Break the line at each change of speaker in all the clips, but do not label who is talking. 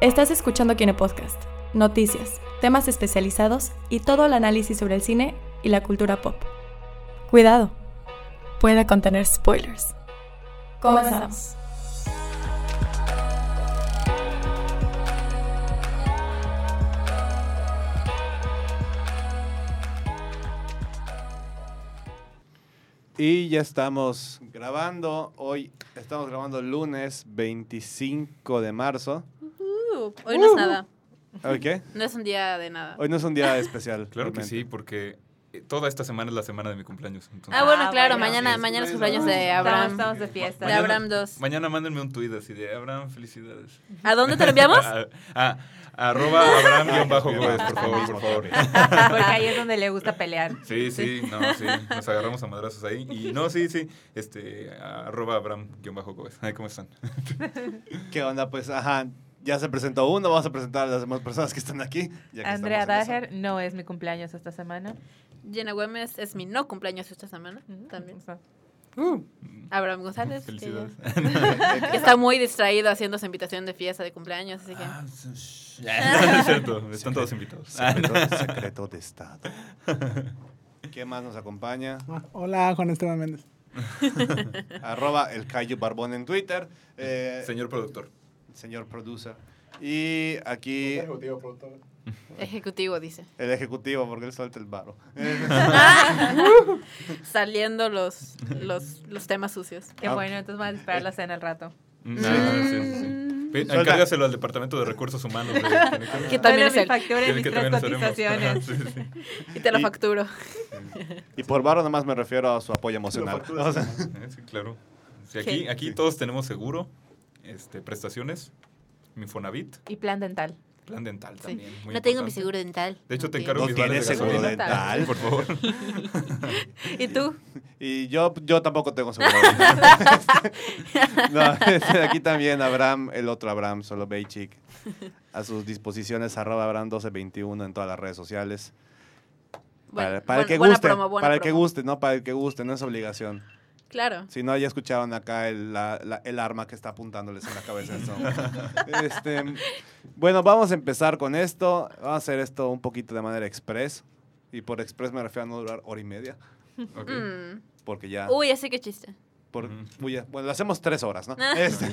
Estás escuchando Kine Podcast, noticias, temas especializados y todo el análisis sobre el cine y la cultura pop. Cuidado, puede contener spoilers. Comenzamos.
Y ya estamos grabando. Hoy estamos grabando el lunes 25 de marzo.
Uh, hoy no es nada.
¿Hoy qué?
No es un día de nada.
Hoy no es un día especial.
Claro que
realmente.
sí, porque eh, toda esta semana es la semana de mi cumpleaños. entonces-
Ah, bueno,
Ah,
claro,
bueno,
mañana,
sí,
mañana es
sí,
cumpleaños
sí.
de
Estamos,
Abraham.
estamos de fiesta.
De Abraham 2.
Mañana mándenme un tuit así de Abraham, felicidades.
¿A dónde te lo enviamos?
Ah, ah, arroba Abraham-Gómez, por favor, por favor.
Porque ahí es donde le gusta pelear.
Sí, sí, no, sí. Nos agarramos a madrazos ahí. Y no, sí, sí. Este, arroba Abraham-Gómez. Ay, ¿Cómo están?
¿Qué onda? Pues, ajá, ya se presentó uno. Vamos a presentar a las demás personas que están aquí. ya que
Andrea
estamos en
Daher, no es mi cumpleaños esta semana.
Jenna Güemes es mi no cumpleaños esta semana. También.
O sea,
Abraham González. que
Uh. Felicidades.
ya- que está muy distraído haciendo su invitación de fiesta de cumpleaños, así que.
Ah, sí, es cierto, están todos invitados.
esa. Secreto, secreto de Estado. ¿Quién más nos acompaña?
Ah, Hola, Juan Esteban Méndez.
Arroba el Cayo Barbón en Twitter. eh,
Ah, Señor productor.
señor producer. Y aquí
Ejecutivo, dice.
el ejecutivo, porque él suelta el barro.
Saliendo los, los, los temas sucios.
Qué bueno, entonces vamos a esperar la cena al rato.
Mm.
Ah, sí, sí, sí. Ve,
Suelta.
Encárgaselo al Departamento de Recursos Humanos. de-
Que también
Bueno,
es
mi
él.
factura y mis
que
tres
también nos haremos. Ajá,
cotizaciones.
sí, sí, sí.
Y te lo
Y-
facturo.
Y por barro nomás me refiero a su apoyo emocional. O sea,
Eh, Sí, claro. Sí,
Sí.
aquí aquí todos tenemos seguro, este, prestaciones, mi Fonavit,
Y plan dental.
plan dental también. muy
No tengo mi
importante.
seguro dental.
De hecho, te
tiene.
encargo
No
mis
tiene
vales de
seguro
gasolina.
dental.
Sí, por favor.
¿Y tú?
Y yo, yo tampoco tengo seguro. no, este, aquí también Abraham, el otro Abraham, solo Beichik, a sus disposiciones, arroba Abraham1221 en todas las redes sociales. para
Bueno,
para el
buen-
que
buena
guste,
promo, buena
para el que
promo.
guste, no para el que guste, no es obligación.
Claro.
Si no, ya escucharon acá el, la- la- el arma que está apuntándoles en la cabeza. en este momento. Este, bueno, vamos a empezar con esto. Vamos a hacer esto un poquito de manera express. Y por express me refiero a no durar hora y media.
Ok.
Mm.
Porque ya...
Uy, así que chiste.
Por-
Ujú.
uy, ya, bueno, lo hacemos tres horas, ¿no? Este,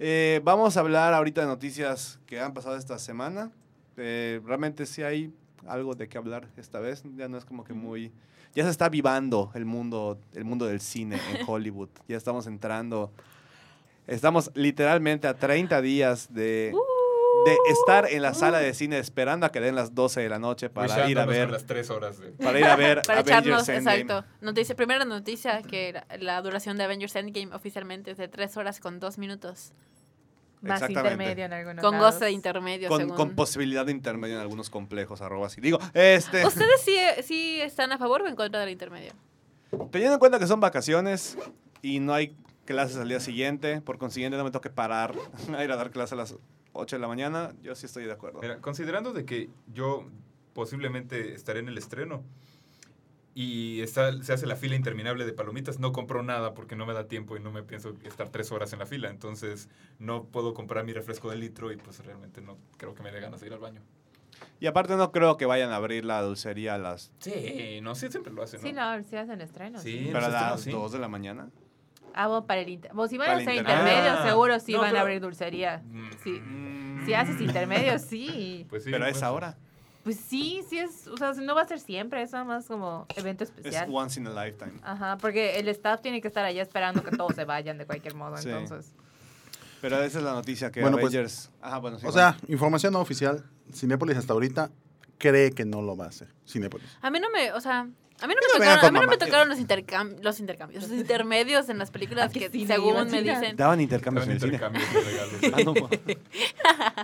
eh, vamos a hablar ahorita de noticias que han pasado esta semana. Eh, realmente sí hay algo de qué hablar esta vez. Ya no es como que muy... Ya se está vivando el mundo, el mundo del cine en Hollywood. Ya estamos entrando... Estamos literalmente a 30 días de,
Uh.
de estar en la sala de cine esperando a que den las 12 de la noche para ir a
Wishándonos con
ver...
las tres horas de...
Para ir a ver
Para
Avengers
echarnos,
Endgame.
exacto. Noticia, primera noticia, que la, la duración de Avengers Endgame oficialmente es de 3 horas con 2 minutos.
Más
Exactamente.
intermedio en algunos
Con
lados.
goce de intermedio,
con,
según.
con posibilidad de intermedio en algunos complejos, arroba así. Digo, este,
¿Ustedes sí, sí están a favor o en contra del intermedio?
teniendo en cuenta que son vacaciones y no hay clases al día siguiente, por consiguiente no me toque parar a ir a dar clase a las 8 de la mañana, yo sí estoy de acuerdo.
Mira, considerando de que yo posiblemente estaré en el estreno y está, se hace la fila interminable de palomitas, no compro nada porque no me da tiempo y no me pienso estar tres horas en la fila, entonces no puedo comprar mi refresco de litro y pues realmente no creo que me dé ganas de ir al baño.
Y aparte no creo que vayan a abrir la dulcería a las,
Sí, no, sí, siempre lo hacen. ¿no?
Sí, no, si hacen estrenos.
Sí,
pero a
nosotros
las
sí.
2 de la mañana.
Ah, bueno, para el inter... bueno, si van a
Para el
hacer
intermedio.
intermedio,
Ah.
seguro sí
No,
van
pero-
a abrir dulcería.
Mm.
Sí.
Mm.
Si haces intermedio, sí.
Pues sí,
Pero a
puede ser.
esa hora.
Pues sí, sí es, o sea, no va a ser siempre, es nada más como evento
Es
especial.
once in a lifetime.
Ajá, porque el staff tiene que estar allá esperando que todos se vayan de cualquier modo,
Sí.
entonces.
Pero esa es la noticia que
Bueno, pues-
Avengers... Ajá, bueno, sí,
O
bueno.
sea, información no oficial. Cinépolis hasta ahorita cree que no lo va a hacer. Cinépolis.
A mí no me, o sea, a mí no
no
me
me
tocaron,
vengan
a mí
con
no me
mamadas.
tocaron los, intercam- los intercambios, los intermedios en las películas que
sí,
según me
imagina.
dicen.
Daban intercambios
Estaban
en el cine.
intercambios de regalos.
Ah,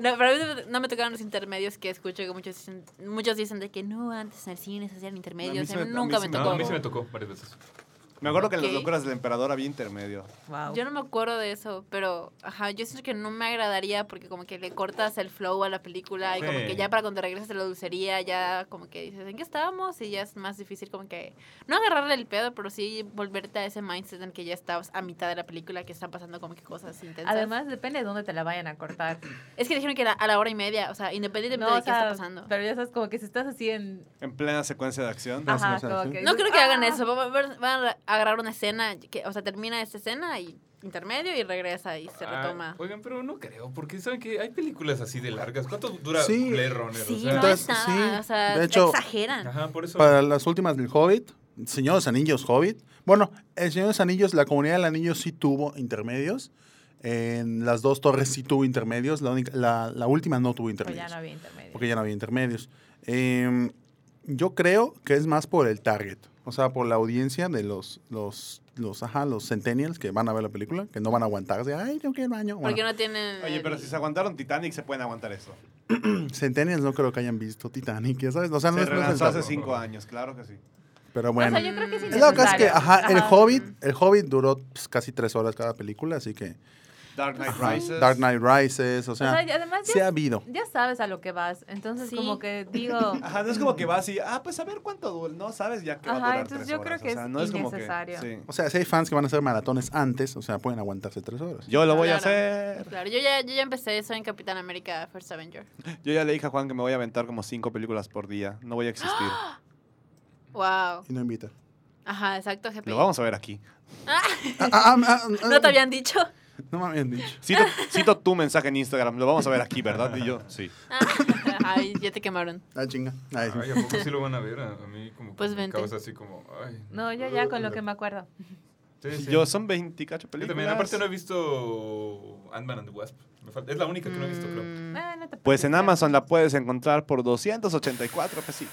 no,
No, pero a mí no- no me tocaron los intermedios que escucho que muchos dicen, muchos dicen de que no, antes en el cine se hacían intermedios,
A mí sí me- a mí
nunca
sí
me
me-
No,
tocó.
a mí sí me tocó varias veces.
Me acuerdo que en las
Ok.
locuras del emperador había intermedio.
Wow.
Yo no me acuerdo de eso, pero ajá, yo siento que no me agradaría porque como que le cortas el flow a la película y como
Sí.
que ya para cuando regresas de la dulcería ya como que dices, ¿en qué estábamos? Y ya es más difícil como que no agarrarle el pedo, pero sí volverte a ese mindset en que ya estabas a mitad de la película que están pasando como que cosas intensas.
Además, depende de dónde te la vayan a cortar.
es que dijeron que era a la hora y media, o sea, independientemente
No,
de
o
qué
sea,
está pasando.
Pero ya sabes, como que si estás así en.
En plena secuencia de acción.
Ah.
Ajá,
sí,
como
sí.
que
No
dices,
creo que hagan
"Ah".
eso. Van a, ver- van a agarrar una escena, que, o sea, termina esta escena y intermedio y regresa y se
Ah,
retoma.
oigan, pero no creo, porque saben que hay películas así de largas. ¿Cuánto dura
Sí.
Blade Runner? O
Sí,
sea,
no
Entonces,
es nada.
sí,
o sea,
de hecho-
exageran.
Ajá, por eso.
Para las últimas del Hobbit, Señor de los Anillos Hobbit. Bueno, el Señor de los Anillos, la comunidad del anillo sí tuvo intermedios. En las dos torres sí tuvo intermedios. La, única- la, la última no tuvo
Pero Pues "Ah, ya
intermedios.
no había intermedio.
Porque ya no había intermedios. Em, yo creo que es más por el target. O sea, por la audiencia de los, los, los, ajá, los centennials que van a ver la película, que no van a aguantarse. Ay, tengo que ir al baño. Bueno,
Porque no tienen.
Oye, pero
el-
si se aguantaron Titanic, se pueden aguantar eso.
centennials no creo que hayan visto Titanic, ya sabes. O sea, no
Se
es no es el
relanzó hace
target.
cinco años, claro que sí.
Pero bueno.
O sea, yo creo que es
Mm.
Es lo que pasa es que,
innecesario.
ajá, el
Ajá.
Hobbit, el Hobbit duró pues, casi tres horas cada película, así que
Dark Knight
ajá,
Rises.
Dark Knight Rises, o
O sea,
sea,
y además
sí ha
ya,
habido.
ya sabes a lo que vas. Entonces,
Sí.
como que digo.
Ajá, no es como que va así, ah, pues a ver cuánto dura. No sabes ya que va a
Ajá,
durar
entonces
tres
yo creo
horas,
que
o sea,
es
no como
innecesario.
sí.
O sea, si hay fans que van a hacer maratones antes, o sea, pueden aguantarse tres horas.
Yo lo voy a
Claro.
hacer.
Claro, yo ya, yo ya empecé eso en Capitán América First Avenger.
Yo ya le dije a Juan que me voy a aventar como cinco películas por día. No voy a existir.
Wow.
Y no invita.
Ajá, exacto, GP.
Lo vamos a ver aquí.
Ah, ah, ah, ah, ah,
¿No te habían dicho?
no me habían dicho.
Cito, cito tu mensaje en Instagram. Lo vamos a ver aquí, ¿verdad? Y yo, sí.
Ah, Ay, ya te quemaron.
Ah, chinga. Ay,
Ay, ¿a poco sí lo van a ver? A, a mí como que
Pues
me
vente.
causa así como... Ay,
No, yo ya con lo que me acuerdo.
Sí, sí.
Yo son 20 cacho
Yo
películas.
también, aparte no he visto Ant-Man and the Wasp. Me falta- es la única que no he visto, creo. Mm,
Mm,
Ah, no te
Pues en
preocupes.
Amazon la puedes encontrar por 284 pesitos.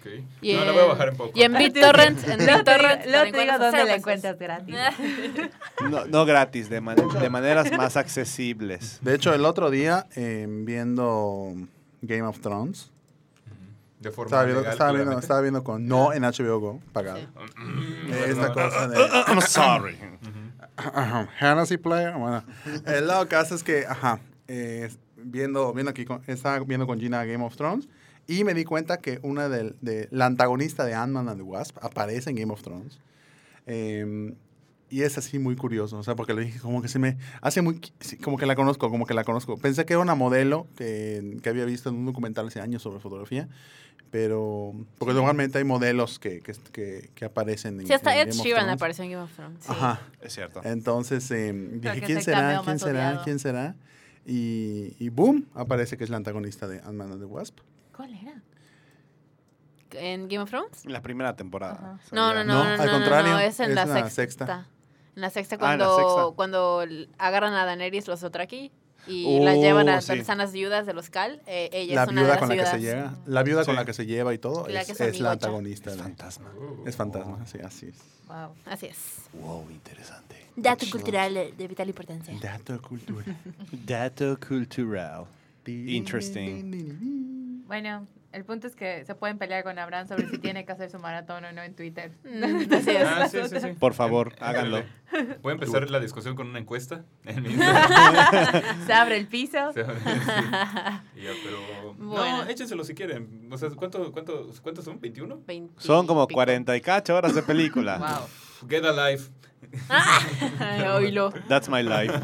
ok.
y
No, la
en-
voy a bajar un poco.
Y en BitTorrent, en
Luego te digo,
BitTorrent. la
luego te digo
encuentras a
dónde
cero
la
pesos.
encuentras gratis.
No, no gratis, de, man- de maneras más accesibles.
De hecho, el otro día, eh, viendo Game of Thrones,
De forma
estaba viendo,
legal,
estaba viendo,
claramente.
estaba viendo con no en HBO Go, pagado.
Sí.
Eh,
Mm, Bueno,
Esta cosa de...
I'm sorry.
Ajá, Hennessy Player. Bueno, eh, lo que hace es que, ajá, eh, viendo, viendo aquí, con- estaba viendo con Gina Game of Thrones y me di cuenta que una del, de, la antagonista de Ant-Man and the Wasp aparece en Game of Thrones. Eh, y es así muy curioso, o sea, porque le dije como que se me hace muy, sí, como que la conozco, como que la conozco. Pensé que era una modelo que, que había visto en un documental hace años sobre fotografía, pero, porque normalmente hay modelos que, que, que, que aparecen en
Sí, hasta
en
Ed
Game of
Sheeran
Thrones.
apareció en Game of Thrones. sí.
Ajá.
Es cierto.
Entonces eh,
que
dije,
es
¿quién
el
será?
cameo
¿Quién
más
será?
odiado.
¿Quién será? Y, y boom, aparece que es la antagonista de Ant-Man and the Wasp.
¿Cuál era?
¿En Game of Thrones?
En la primera temporada.
No, no, no,
No,
no,
al
no, no,
contrario,
no, es en
es
la
la
sexta.
sexta.
En la sexta
Ah, en la
cuando,
sexta.
cuando l- agarran a Daenerys los Otraki y las llevan a
Oh, sí.
donde están las viudas de los Cal. eh, ella
la
es una de
viuda
las
con la que
viudas.
se llega. La viuda
Sí.
con la que se lleva y todo
La
es,
que es
es la
amigocha.
antagonista.
Es
de-
fantasma.
uh.
es fantasma, sí, así es.
Wow.
Así es.
Wow, interesante.
Dato cultural de vital importancia.
Dato cultural.
Dato cultural. Interesting.
Bueno, el punto es que se pueden pelear con Abraham sobre si tiene que hacer su maratón o no en Twitter.
Mm, así es.
Ah, sí, sí, sí.
Por favor, háganlo.
Voy a empezar la discusión con una encuesta. En mi- Sí,
Se abre el piso.
sí. Ya, pero...
Bueno.
No, échenselo si quieren. O sea, ¿cuánto, cuánto, ¿cuántos son? ¿21?
20
Son
y
como
pico.
40 y cacho horas de película.
Wow.
Get Alive.
Ay, Ah, oílo.
That's my life.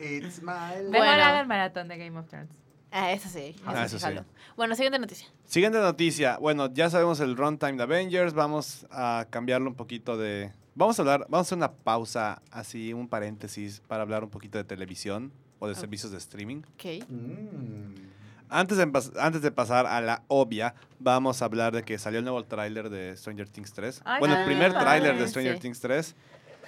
It's my
Mejor
Bueno.
haga el maratón de Game of Thrones.
Ah, eso sí. Eso
Ah,
sí,
eso sí.
jalo. Bueno, siguiente noticia.
Siguiente noticia. Bueno, ya sabemos el runtime de Avengers. Vamos a cambiarlo un poquito de. Vamos a hablar, vamos a hacer una pausa, así un paréntesis, para hablar un poquito de televisión o de servicios de streaming.
Ok.
Mm.
Antes de, pas- antes de pasar a la obvia, vamos a hablar de que salió el nuevo tráiler de Stranger Things 3.
Ay,
bueno,
ah,
el primer
qué
tráiler
padre,
de Stranger
sí.
Things 3.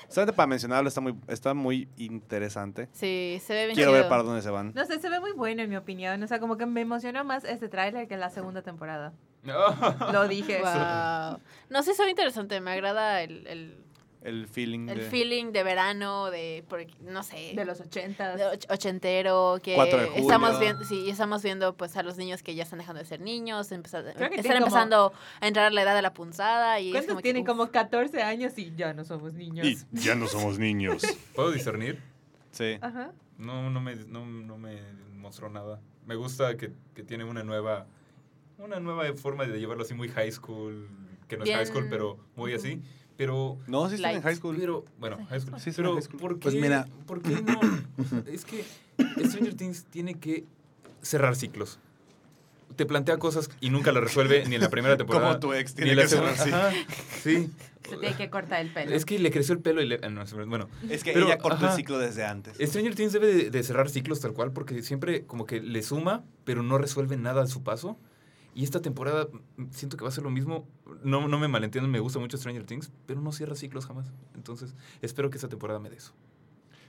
Solamente para mencionarlo, está muy, está muy interesante.
Sí, se ve bien
Quiero
chido.
ver para dónde se van.
No sé, se ve muy bueno en mi opinión. O sea, como que me emocionó más este tráiler que la segunda temporada.
No.
Lo dije.
Wow. No, sí, se ve interesante. Me agrada el, el
el feeling
El
de
feeling de verano, de, por- no sé,
De los ochentas.
de och- ochentero, que
4 de julio.
estamos viendo, sí, estamos viendo pues a los niños que ya están dejando de ser niños, empezar-
Creo que
están
tienen como-
empezando a entrar a la edad de la punzada y es
¿Cuántos
como que,
tienen?
uf.
Como 14 años y ya no somos niños.
ya no somos niños.
¿Puedo discernir?
Sí.
Ajá.
No, no me, no, no me mostró nada. Me gusta que, que tiene una nueva, una nueva forma de llevarlo así muy high school, que no es high school,
Bien.
pero muy así. Pero,
No, sí están en
Lights.
high school.
pero bueno, high school.
Sí, es
pero,
una high school.
¿por qué,
Pues mira.
¿por qué no? O sea, es que Stranger Things tiene que cerrar ciclos. Te plantea cosas y nunca las resuelve ni en la primera temporada.
Como tu ex
ni
tiene
en la
que ser
segunda.
así.
Ajá, Sí.
Se tiene que cortar el pelo.
Es que le creció el pelo y le... ah, no, es- bueno,
Es que
Pero,
ella cortó el
ajá.
ciclo desde antes.
Stranger Things debe de, de cerrar ciclos tal cual porque siempre como que le suma, pero no resuelve nada a su paso. Y esta temporada mm, siento que va a ser lo mismo. No, no me malentiendan, me gusta mucho Stranger Things, pero no cierra ciclos jamás. Entonces, espero que esta temporada me dé eso.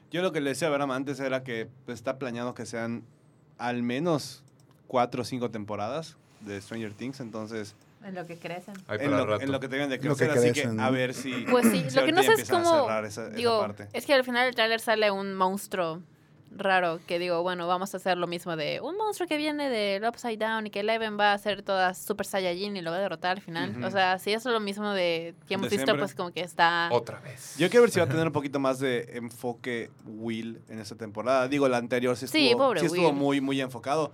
Yo lo que le decía a Verama antes era que pues, está planeado que sean al menos cuatro o cinco temporadas de Stranger Things, entonces
En lo que crecen.
Ahí
en
para
lo,
rato.
en lo que tengan de
Lo que
crecer, así que
crecen, ¿no?
a ver si
Pues sí,
si
lo que
ahorita
no
ya
sé es
empiezan a
cómo.
cerrar esa- esa
digo,
parte.
es que al final del tráiler sale un monstruo raro que digo, bueno, vamos a hacer lo mismo de un monstruo que viene del Upside Down y que Eleven va a hacer toda Super Saiyajin y lo va a derrotar al final.
Ujú.
O sea, si eso es lo mismo de que hemos
De
visto,
siempre.
pues como que está.
Otra vez.
Yo quiero ver si va a tener un poquito más de enfoque Will en esta temporada. Digo, la anterior sí estuvo,
Sí, pobre
sí estuvo
Will.
muy, muy enfocado.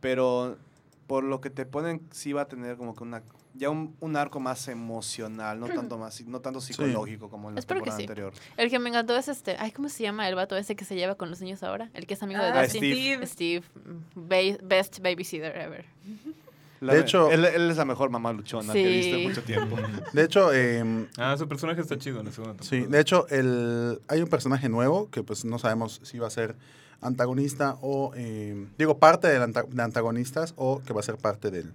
Pero por lo que te ponen, sí va a tener como que una ya un, un arco más emocional, no tanto más, no tanto psicológico como en la
Espero que
temporada
sí.
anterior.
El que me encantó es este. Ay, ¿cómo se llama el vato ese que se lleva con los niños ahora? El que es amigo de
Ah,
Dustin.
Steve.
Steve, ba- best babysitter ever.
La-
De hecho-
él, él es la mejor mamá luchona que he visto en
Sí.
mucho tiempo.
De hecho, em,
Ah, su personaje está chido en la segunda
Sí,
temporada.
de hecho, el, hay un personaje nuevo que pues no sabemos si va a ser antagonista o, eh, digo, parte del anta- de antagonistas o que va a ser parte del,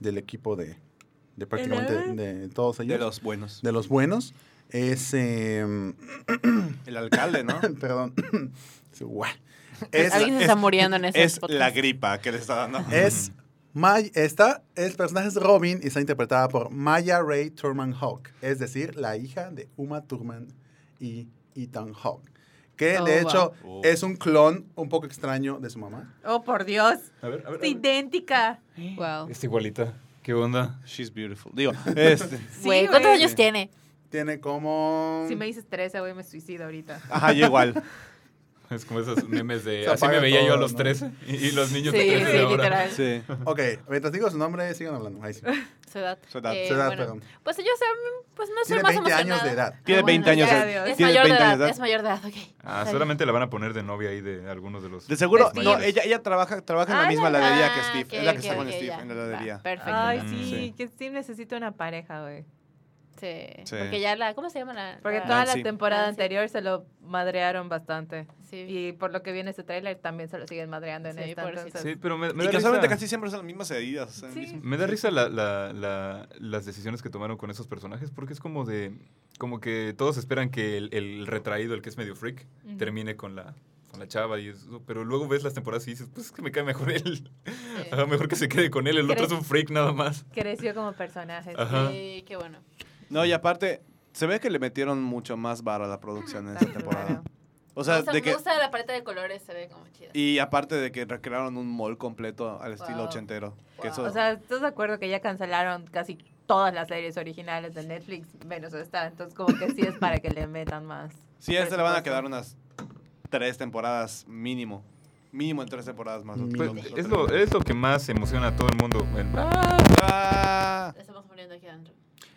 del equipo de, de prácticamente de, todos ellos.
De los buenos.
de los buenos. Es, em,
El alcalde, ¿no?
perdón, Sí, guau. es,
Alguien se está muriendo en ese
Es
podcast.
la gripa que le está dando.
es May- está, el personaje es Robin y está interpretada por Maya Ray Turman Hawk, es decir, la hija de Uma Thurman y Ethan Hawk. Que
Oh,
de hecho
wow. Oh.
es un clon un poco extraño de su mamá.
Oh, por Dios.
A ver, a
Es
ver, a ver.
idéntica.
Wow.
Está igualita. ¿Qué onda?
She's beautiful. Digo, este.
Sí,
Güey, ¿cuántos
güey.
años tiene?
Tiene como.
Si me dices 13, güey, me suicido ahorita.
Ajá, yo igual.
Es como esos memes de...
Se
Así me
apaga
veía yo a
todo,
los
¿no?
13 y, y los niños
Sí,
de 13
sí,
de ahora.
literal.
Sí.
Ok, mientras digo su nombre, sigan hablando. Ahí sí.
Su edad.
Su edad,
Eh,
Su edad,
bueno,
perdón.
Pues yo sé, pues no soy
Tiene
más
20 años de edad.
Tiene
Ah, bueno,
20 años.
ya,
de-
Dios.
Es
tiene
mayor de
20 años
edad,
de edad.
es mayor de edad, ok.
Ah,
Está bien.
solamente la van a poner de novia ahí de algunos de los...
De seguro,
Pues
no,
mayores.
ella, ella trabaja, trabaja en la
Ah,
misma
la-
heladería
Ah,
que Steve.
ok,
es la que
ok,
está con
ok,
Steve
ya.
en la
Va,
heladería.
Perfecto.
Ay,
Mm,
sí,
sí.
que Steve necesita una pareja, güey.
Sí.
Sí.
Porque ya la. ¿Cómo se llama la.?
Porque
la-
toda
Nancy.
la temporada
Nancy.
anterior se lo madrearon bastante.
Sí.
Y por lo que viene este tráiler también se lo siguen madreando en
Sí,
esta.
pobrecito.
entonces-
Sí, pero me, me
y
da
casualmente
risa.
casi siempre son las mismas heridas. o sea, el
Sí.
mismo-
Me da risa la- la- la- las decisiones que tomaron con esos personajes porque es como de... Como que todos esperan que el, el retraído, el que es medio freak,
Ujú.
termine con la, con la chava y eso. Pero luego ves las temporadas y dices, pues es que me cae mejor él. Ah, mejor que se quede con él. El otro es un freak nada más.
Creció como personaje. sí.
Ajá.
Sí, qué bueno.
No, y aparte, se ve que le metieron mucho más vara a la producción en esta
Claro.
temporada. O sea,
O sea,
de que.
Me gusta la paleta de colores, se ve como chida.
Y aparte de que recrearon un mall completo al estilo
Wow.
ochentero. Que
Wow.
eso,
O sea, ¿estás de acuerdo que ya cancelaron casi todas las series originales de Netflix, menos esta? Entonces, como que sí es para que le metan más.
sí, a este le van a quedar
presupuesto.
unas tres temporadas mínimo. Mínimo en tres temporadas más. o
Pues,
menos.
Es lo, es lo que más emociona a todo el mundo. El-
Ah,
Estamos muriendo aquí adentro.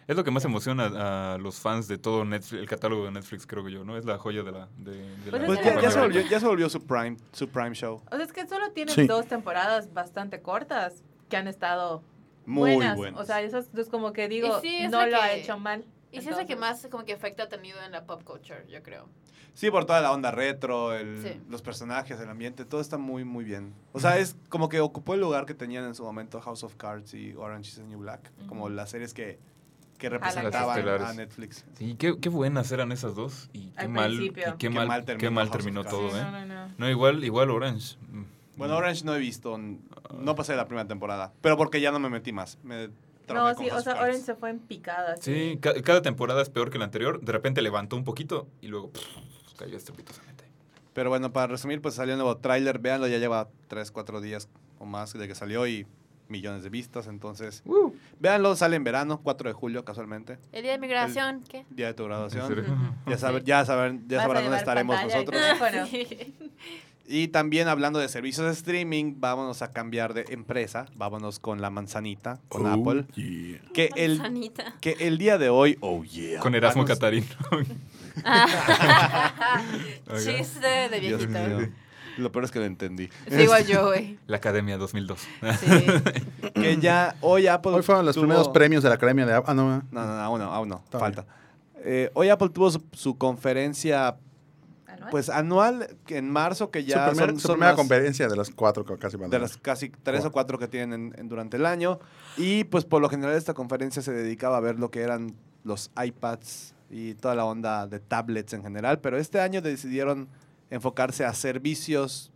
Es lo que más emociona a los fans de todo Netflix, el catálogo de Netflix, creo que yo, ¿no? Es la joya de la... De, de
Pues
la
es
Pues
que
ya, ya
compañía.
se volvió, ya se volvió su, prime, su prime show.
O sea, es que solo tienen
Sí.
dos temporadas bastante cortas que han estado
Muy
buenas.
buenas.
O sea, eso es es como que digo,
Y sí, es
no
la
lo ha
que-
hecho mal.
Y sí es la que
Entonces-
más como que efecto ha tenido en la pop culture, yo creo.
Sí, por toda la onda retro, el-
Sí.
los personajes, el ambiente, todo está muy, muy bien. O sea, es como que ocupó el lugar que tenían en su momento House of Cards y Orange is the New Black, como
Ujú.
las series que, que
Jalan
representaban
gente.
a Netflix.
Sí, qué, qué buenas eran esas dos. Y qué
Al
mal, y
principio.
qué,
Qué
mal,
mal
terminó,
terminó
qué mal
House of
terminó
Cards.
todo,
Sí,
¿eh?
no, no, no.
No, igual, igual Orange. Mm.
Ah. Bueno, Orange no he visto, n- no pasé la primera temporada, pero porque ya no me metí más. Me traumé
No,
con
sí, o
House of
sea,
Cards.
Orange se fue en picada.
Sí, ca- cada temporada es peor que la anterior. De repente levantó un poquito y luego pff, cayó estrepitosamente.
Pero bueno, para resumir, pues salió un nuevo tráiler, véanlo, ya lleva 3, 4 días o más de que salió y millones de vistas, entonces véanlo, sale en verano, 4 de julio casualmente,
El día de migración, ¿qué?
día de tu
¿En
graduación.
serio?
Ya, saben ya, saben ya
Vas a
sabrán dónde
llevar
estaremos
pantalla y
nosotros.
Ah,
Teléfono.
Sí.
Y también hablando de servicios de streaming, vámonos a cambiar de empresa, vámonos con la manzanita, con
Oh,
Apple,
yeah.
que el,
Manzanita.
que el día de hoy, oh yeah.
Con Erasmo
anunció-
Catarino. Ok.
Chiste de
Dios
viejito.
mío. Lo peor es que lo entendí.
Sí, igual yo, güey.
La Academia 2002.
Sí.
Que ya hoy Apple.
Hoy fueron los
tuvo-
primeros premios de la Academia de... Ah, no,
No, no, no, aún no, aún no,
Está
falta. Eh, hoy Apple tuvo su, su conferencia
¿Anual?
pues anual que en marzo, que ya
su, primer-
son,
su
son
primera
las-
conferencia de las cuatro que casi van a
de
dar.
las casi tres o cuatro que tienen en- en- durante el año. Y pues por lo general esta conferencia se dedicaba a ver lo que eran los iPads y toda la onda de tablets en general, pero este año decidieron enfocarse a servicios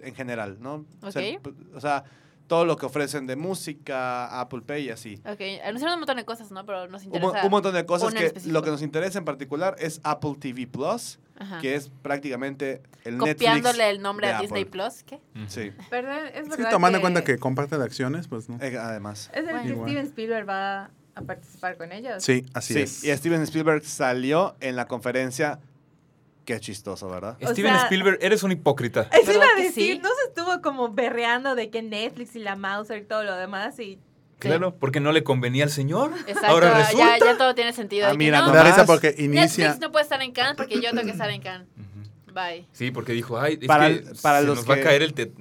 en general, ¿no?
Ok.
Ser- o sea, todo lo que ofrecen de música, Apple Pay y así.
Ok, anunciaron un montón de cosas, ¿no? Pero nos
Un, mo-
interesa.
un montón de cosas
una
que
específica.
lo que nos interesa en particular es Apple TV Plus,
Ajá.
que es prácticamente el
Copiándole
Netflix
el nombre
de
a Disney
Apple.
Plus, ¿qué?
Sí,
Perdón, es
Sí,
verdad
tomando en cuenta que comparten acciones, pues no.
eh, además.
Es el que
Igual.
Steven Spielberg va a participar con ellos.
Sí, así
sí,
es.
y Steven Spielberg salió en la conferencia. Qué chistoso, ¿verdad?
O
Steven
sea-
Spielberg, eres un hipócrita.
Eso
¿Verdad
iba a
que
decir,
sí?
no se estuvo como berreando de que Netflix y la Mauser y todo lo demás y
Claro, porque no le convenía al señor.
Exacto.
Ahora
ya,
resulta.
ya todo tiene sentido.
Ah,
de que
mira,
Me
no,
da
nomás.
risa porque inicia...
Netflix no puede estar en Cannes porque yo tengo que estar en Cannes.
Ujú.
Mm.
Bye.
Sí, porque dijo, ay, es
Para-
que
para
se
los
nos va a
que-
caer el... te-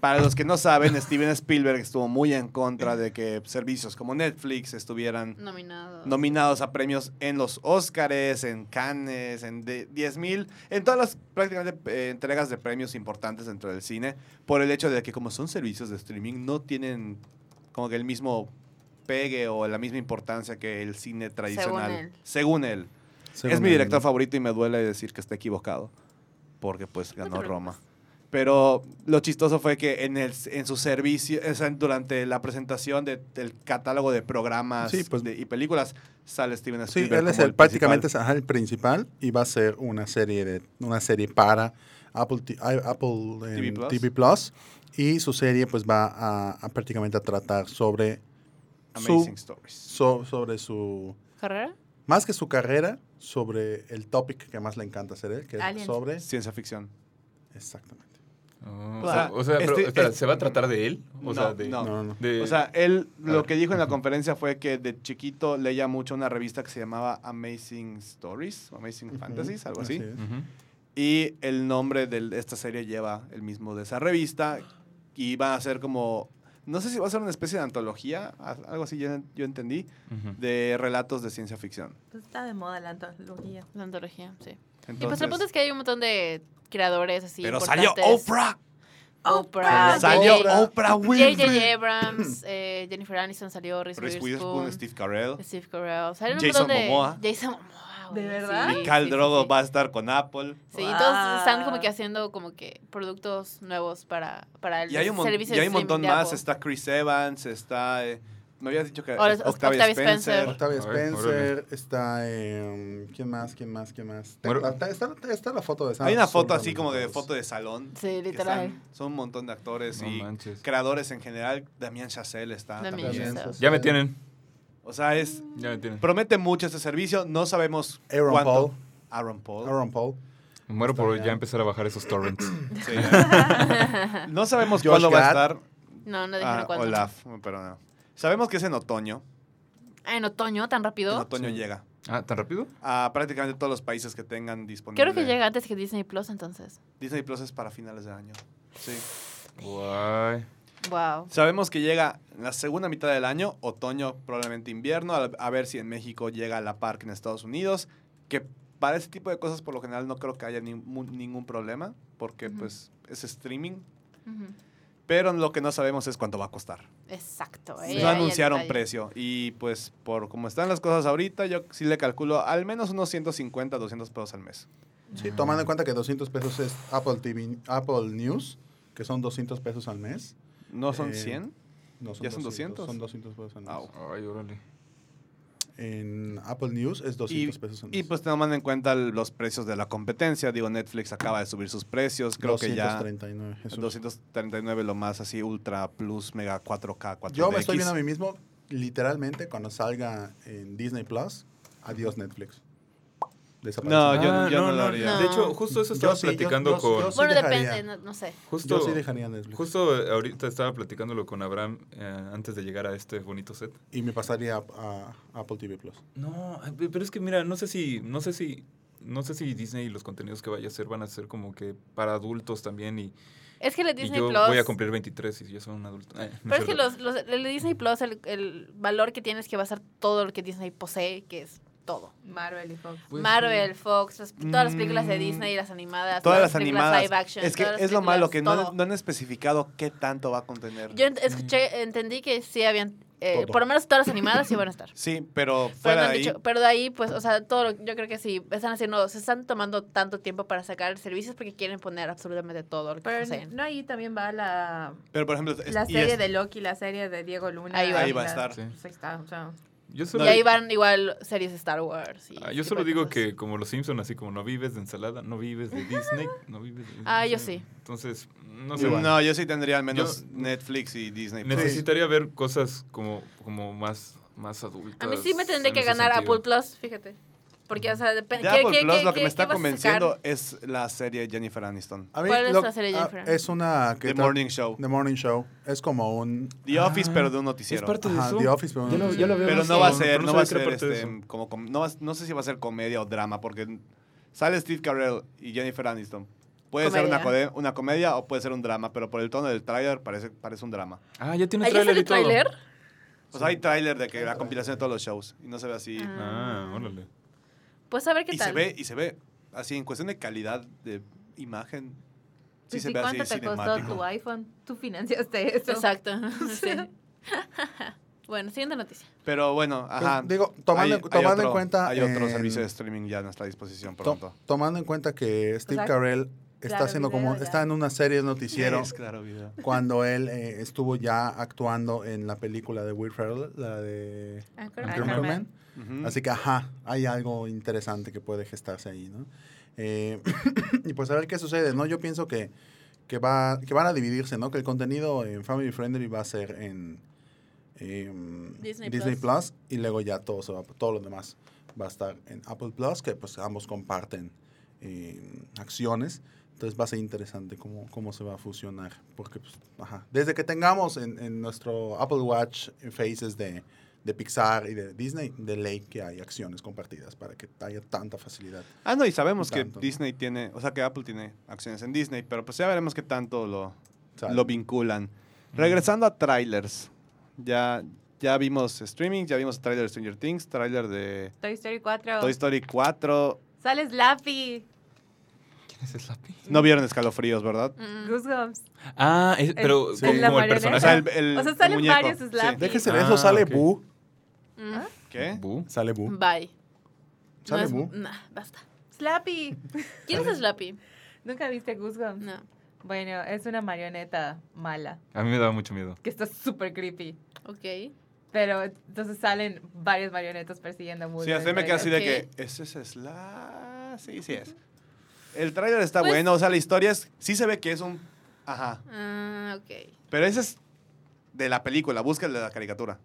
Para los que no saben, Steven Spielberg estuvo muy en contra de que servicios como Netflix estuvieran
Nominado.
nominados a premios en los Óscares, en Cannes, en de- 10.000, en todas las prácticamente eh, entregas de premios importantes dentro del cine, por el hecho de que como son servicios de streaming, no tienen como que el mismo pegue o la misma importancia que el cine tradicional.
él.
Según él. es
Según
mi
el-
director favorito y me duele decir que está equivocado, porque pues
No te
ganó
preocupes.
Roma. Pero lo chistoso fue que en, el, en su servicio, o sea, durante la presentación de- del catálogo de programas
Sí, pues.
de- y películas, sale Steven
Sí,
Spielberg.
él es
como
el, prácticamente es,
principal.
ajá, el principal y va a ser una serie de una serie para Apple T- I- Apple eh,
TV
TV,
Plus.
Plus. y su serie pues va a, a prácticamente a tratar sobre
Amazing
su-
Stories.
so- sobre su
¿Carrera?
más que su carrera sobre el topic que más le encanta hacer él que es
Aliens.
sobre
Ciencia ficción.
exactamente
Oh,
O sea,
o sea, pero,
este-
espera,
este-
¿se va a tratar de él? O
No,
sea, de,
no.
no, no.
de-
O sea, él
a
lo
ver.
que dijo en la
Ujú.
conferencia fue que de chiquito leía mucho una revista que se llamaba Amazing Stories, Amazing Fantasies, algo así.
es.
Ujú.
Y el nombre de el- esta serie lleva el mismo de esa revista. Y va a ser como. No sé si va a ser una especie de antología, a- algo así yo, yo entendí,
Ujú.
de relatos de ciencia ficción.
pues está de moda la antología.
La antología, sí. y pues
Entonces,
el punto es que hay un montón de creadores así.
pero salió
importantes.
Oprah.
Oprah.
Oprah,
Salió
J.J.
Oprah
J.J.
Winfrey.
Abrams, eh, Jennifer Aniston salió, Reese
Reese Witherspoon,
Witherspoon,
Steve Carell.
Steve Carell. Salió un
Jason
montón de...
Momoa.
Jason Momoa, güey,
¿De verdad?
sí,
Y Cal
sí, sí,
Drogo
sí.
va a estar con Apple.
Sí,
Wow.
todos están como que haciendo como que productos nuevos para, para el
Y hay un, mon-
servicio
y hay
de
un montón
streaming de
más. este,
Apple.
Está Chris Evans, está... eh, me habías dicho que
O-
eh, Octavia,
Octavia
Spencer.
Spencer.
Octavia
A ver,
Spencer está eh, quién más quién más quién más
Bueno.
está, está- está la foto de Sam
Hay una foto así
absolutamente
como que de
todos.
foto de salón.
Sí,
que
literal.
están- son un montón de actores
No
y
manches.
creadores en general. Damián Chazelle está
Damián
también.
Chazelle.
Ya me tienen,
O sea, es
ya me tienen.
promete mucho este servicio. No sabemos
Aaron
cuánto.
Paul.
Aaron Paul.
Aaron Paul
Me muero
Está
por
bien.
ya empezar a bajar esos torrents.
Sí, ya. no sabemos
Josh
cuándo va a
Gad.
estar
No, no
ah,
dijeron cuándo.
Olaf, pero no. Sabemos que es en otoño.
Ah, en otoño, tan
En
rápido.
otoño
Sí.
llega
Ah, ¿tan rápido?
a prácticamente todos los países que tengan disponible.
Creo que llega antes que Disney Plus, entonces.
Disney Plus es para finales de año. Sí.
Guay.
Wow.
Sabemos que llega en la segunda mitad del año, otoño, probablemente invierno, a, a ver si en México llega a la par que en Estados Unidos, que para ese tipo de cosas por lo general no creo que haya ni- mu- ningún problema, porque
Ujú.
pues es streaming,
Ujú.
pero lo que no sabemos es cuánto va a costar.
Exacto. eh, ahí
No anunciaron
el detalle.
precio y pues por como están las cosas ahorita, yo sí le calculo al menos unos 150, 200 pesos al mes.
Sí, tomando en cuenta que 200 pesos es Apple TV, Apple News, que son 200 pesos al mes.
¿No son
Eh,
100?
No son
¿Ya son Ah, 200?
Son 200 pesos al mes.
Au.
Ay, órale.
En Apple News es 200 pesos al mes.
Y pues toman en cuenta el- los precios de la competencia. Digo, Netflix acaba de subir sus precios. Creo que
239,
ya
Jesús.
239 lo más así ultra plus mega 4K 4
Yo me estoy viendo a mí mismo, literalmente, cuando salga en Disney Plus, adiós Netflix. Ah, Desaparece.
No, yo-
Ah,
yo no lo haría.
De
No.
hecho, justo eso
Yo
estaba
sí, yo-
platicando
yo-
con.
yo sí
bueno,
dejaría.
depende, no, no sé.
Justo,
Yo sí dejaría Netflix.
justo ahorita estaba platicándolo con Abraham eh, antes de llegar a este bonito set.
Y me pasaría a, a Apple TV Plus.
No, ay, pe- pero es que mira, no sé si, no sé si, no sé si Disney y los contenidos que vaya a hacer van a ser como que para adultos también y,
Es que el de
y
Disney
yo
Plus.
voy a cumplir 23 y yo soy un adulto. Ay, no
Pero es que
cierto.
los, los, el de Disney Plus, el, el valor que tienes que va a ser todo lo que Disney posee, que es todo.
Marvel y Fox.
Pues,
Marvel, Fox, las- todas las películas de
Mm.
Disney, las animadas,
Todas las
películas
animadas.
live action.
es que
todas las
es lo malo que
películas,
no,
todo.
no han especificado qué tanto va a contener.
Yo ent-
Mm.
escuché, entendí que sí habían, eh,
Todo.
por lo menos todas las animadas iban a estar.
Sí, pero
Pero, no
fuera
han
de ahí.
dicho- pero de ahí, pues, o sea, todo lo- yo creo que sí, están haciendo, se están tomando tanto tiempo para sacar servicios porque quieren poner absolutamente todo lo que
Pero
poseen.
no, ahí también va la,
Pero por ejemplo, es-
la
y
serie
es-
de Loki, la serie de Diego Luna.
Ahí va.
Ahí va a
la-
estar.
Sí.
Pues ahí está, o sea,
Yo solo,
Y ahí van igual series de Star Wars. y
Ah,
ese
yo
tipo
solo
de
digo
cosas.
que como los Simpson, así como no vives de ensalada, no vives de Disney, no vives de
Ah,
Disney.
yo sí.
Entonces, no pues. sé.
No, yo sí tendría al menos
Yo-
Netflix y Disney. Plus.
Necesitaría ver cosas como, como más, más adultas.
A mí sí me tendré
Pues, en
que
ese
ganar
sentido.
Apple Plus, fíjate. Porque, o sea, depende.
Ya
¿qué-
Apple
qué-
Plus
qué-
lo
qué-
que me
qué
está
vas a
convenciendo
sacar?
es la serie Jennifer Aniston.
A mí
¿Cuál es
lo-
la serie,
ah,
Jennifer?
es una... que
The
tra-
Morning Show.
The Morning Show. Es como un...
The
Ah,
Office, pero de un
Es
noticiero.
parte de
Ajá,
eso.
The Office, pero-
Ya lo- ya lo había
Pero
visto,
no va a
pero
ser, no
sabía
va a
que era
ser
parte de
este,
eso.
como, com- no, va- no sé si va a ser comedia o drama, porque sale Steve Carell y Jennifer Aniston. Puede ser una,
Comedia.
code- una comedia o puede ser un drama, pero por el tono del tráiler parece, parece un drama.
Ah, ya tiene
¿Ahí ya
tráiler
sale
y todo.
tráiler?
O sea, hay tráiler de que la compilación de todos los shows y no se ve así.
Ah.
Ah, órale.
Pues a ver qué
y
tal.
se ve, y se ve así en cuestión de calidad de imagen. Sí
pues,
se
¿y
ve así
¿Cuánto te costó
cinemático.
tu iPhone? Tú financiaste eso.
Exacto. sí. bueno, siguiente noticia.
Pero bueno, ajá.
Pues, digo, tomando,
Hay- hay
tomando en
otro-
cuenta...
Hay otro
en-
servicio de streaming ya a nuestra disposición
to-
pronto.
tomando en cuenta que Steve
sea,
Carell está
claro,
haciendo
video
como...
ya.
Está en una serie de noticiero.
Es claro, video.
cuando él eh, estuvo ya actuando en la película de Will Ferrell, la de
Ah,
Anchorman.
Anchorman.
Ujú.
Así que, ajá, hay algo interesante que puede gestarse ahí, ¿no? Eh, y pues a ver qué sucede, ¿no? Yo pienso que, que, va, que van a dividirse, ¿no? Que el contenido en Family Friendly va a ser en em,
Disney
Plus. y luego ya todo, se va, todo lo demás va a estar en Apple Plus, que pues ambos comparten em, acciones. Entonces va a ser interesante cómo, cómo se va a fusionar. Porque, pues, ajá. Desde que tengamos en, en nuestro Apple Watch eh, faces de, de Pixar y de Disney, de ley que hay acciones compartidas para que haya tanta facilidad.
Ah, no, y sabemos que
Tanto.
Disney tiene, o sea, que Apple tiene acciones en Disney, pero pues ya veremos qué tanto lo,
O sea,
lo vinculan. Regresando a trailers, ya, ya vimos streaming, ya vimos trailer de Stranger Things, trailer de
Toy Story 4.
Toy Story 4.
Sale Slappy.
¿Quién es Slappy?
No vieron escalofríos, ¿verdad?
Mm.
Goosebumps.
Ah, es- pero
Sí.
como
en la
el
marioneta.
personaje.
O sea, el, el-
O sea,
el
salen
muñeco.
varios
Sí.
Slappy.
Déjese de
Ah,
eso, sale
ok.
Bu.
Mm.
¿Ah? ¿Qué?
Bu.
Sale Bu.
Bye. No
Sale
es-
Bu.
nah, basta.
Slappy.
¿Quién es Slappy?
¿Nunca viste Goosebumps?
No.
Bueno, es una marioneta mala.
A mí me daba mucho miedo.
Que está súper creepy.
Ok.
Pero entonces salen varias marionetas persiguiendo a Woody.
Sí, haceme que así de que,
Ok.
¿ese es Sla? Sí, sí es. El trailer está
Pues-
bueno, o sea, la historia es, sí se ve que es un, ajá,
Ah, ok.
Pero ese es de la película, busca el de la caricatura.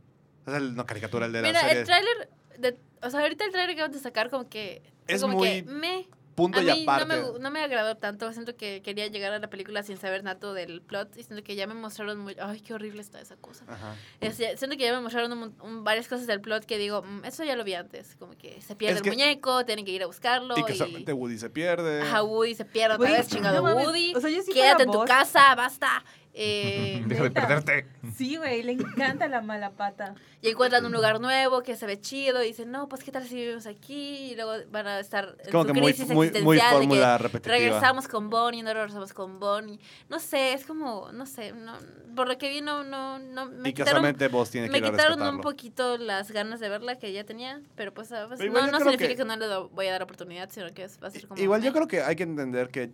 O sea, el- no caricatura, el de la
Mira,
serie.
el tráiler, de- o sea, ahorita el tráiler que van a sacar como que
Es
como
muy
que me
punto
a
y
mí no
aparte.
me, gu- no me agradó tanto, siento que quería llegar a la película sin saber nato del plot y siento que ya me mostraron muy, ay, qué horrible está esa cosa.
Ajá.
Es- ya- siento que ya me mostraron un mon- un- varias cosas del plot que digo, "Mm, eso ya lo vi antes, como que se pierde
Es
el
que-
muñeco, tienen que ir a buscarlo
Y que
y-
solamente Woody se pierde.
Ajá, Woody se pierde otra
Woody,
vez, chingado
no mames,
Woody.
o sea, yo sí fuera
Quédate en tu
vos.
casa, basta. Eh,
Deja de
neta.
perderte.
Sí, güey, le encanta la mala pata.
Y encuentran un lugar nuevo que se ve chido y dicen, no, pues qué tal si vivimos aquí y luego van a estar
es como
su
que muy,
crisis
muy, muy
existencial de que
fórmula repetitiva.
regresamos con Bonnie, no regresamos con Bonnie. No sé, es como, no sé, no, por lo que vi no, no, no me
y
quitaron,
casualmente vos tiene que
me
ir a
quitaron
rescatarlo.
un poquito las ganas de verla que ya tenía, pero pues, ah, pues,
Pero igual
no,
yo
no
creo
significa que...
que-
no le do- voy a dar oportunidad, sino que es- va a ser como...
Igual yo
"Meh".
creo que hay que entender que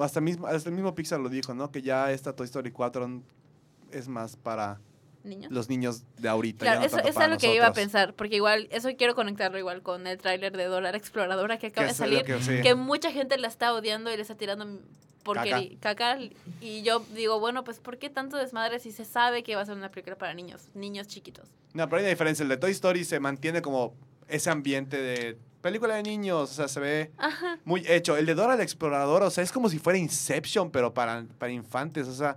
hasta mismo hasta el mismo Pixar lo dijo, ¿no? Que ya esta Toy Story 4 es más para
niños.
los niños de ahorita. ya
Claro,
no
eso,
tanto
eso
para
es lo que iba a
nosotros.
pensar, porque igual, eso quiero conectarlo igual con el tráiler de Dora la Exploradora que acaba de
Que es lo
salir,
que- sí.
que mucha gente la está odiando y le está tirando porque caca. Y yo digo, bueno, pues ¿por qué tanto desmadre si se sabe que va a ser una película para niños, niños chiquitos?
No, pero hay una diferencia. El de Toy Story se mantiene como ese ambiente de película de niños. O sea, se ve muy hecho. El de Dora el Explorador, o sea, es como si fuera Inception, pero para, para infantes. O sea,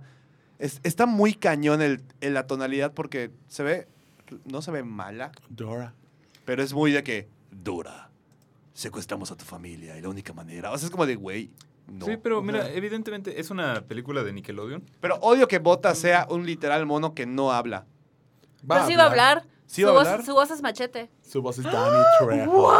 es- está muy cañón el, en la tonalidad porque se ve, no se ve mala,
Dora.
pero es muy de que Dora, secuestramos a tu familia y la única manera. O sea, es como de, güey, no.
Sí, pero mira, eh, evidentemente es una película de Nickelodeon.
Pero odio que
Mm.
Bota sea un literal mono que no habla.
Pues sí va a hablar.
Sí
su,
va a
voz,
hablar.
su voz es machete.
Su voz es Danny Trejo.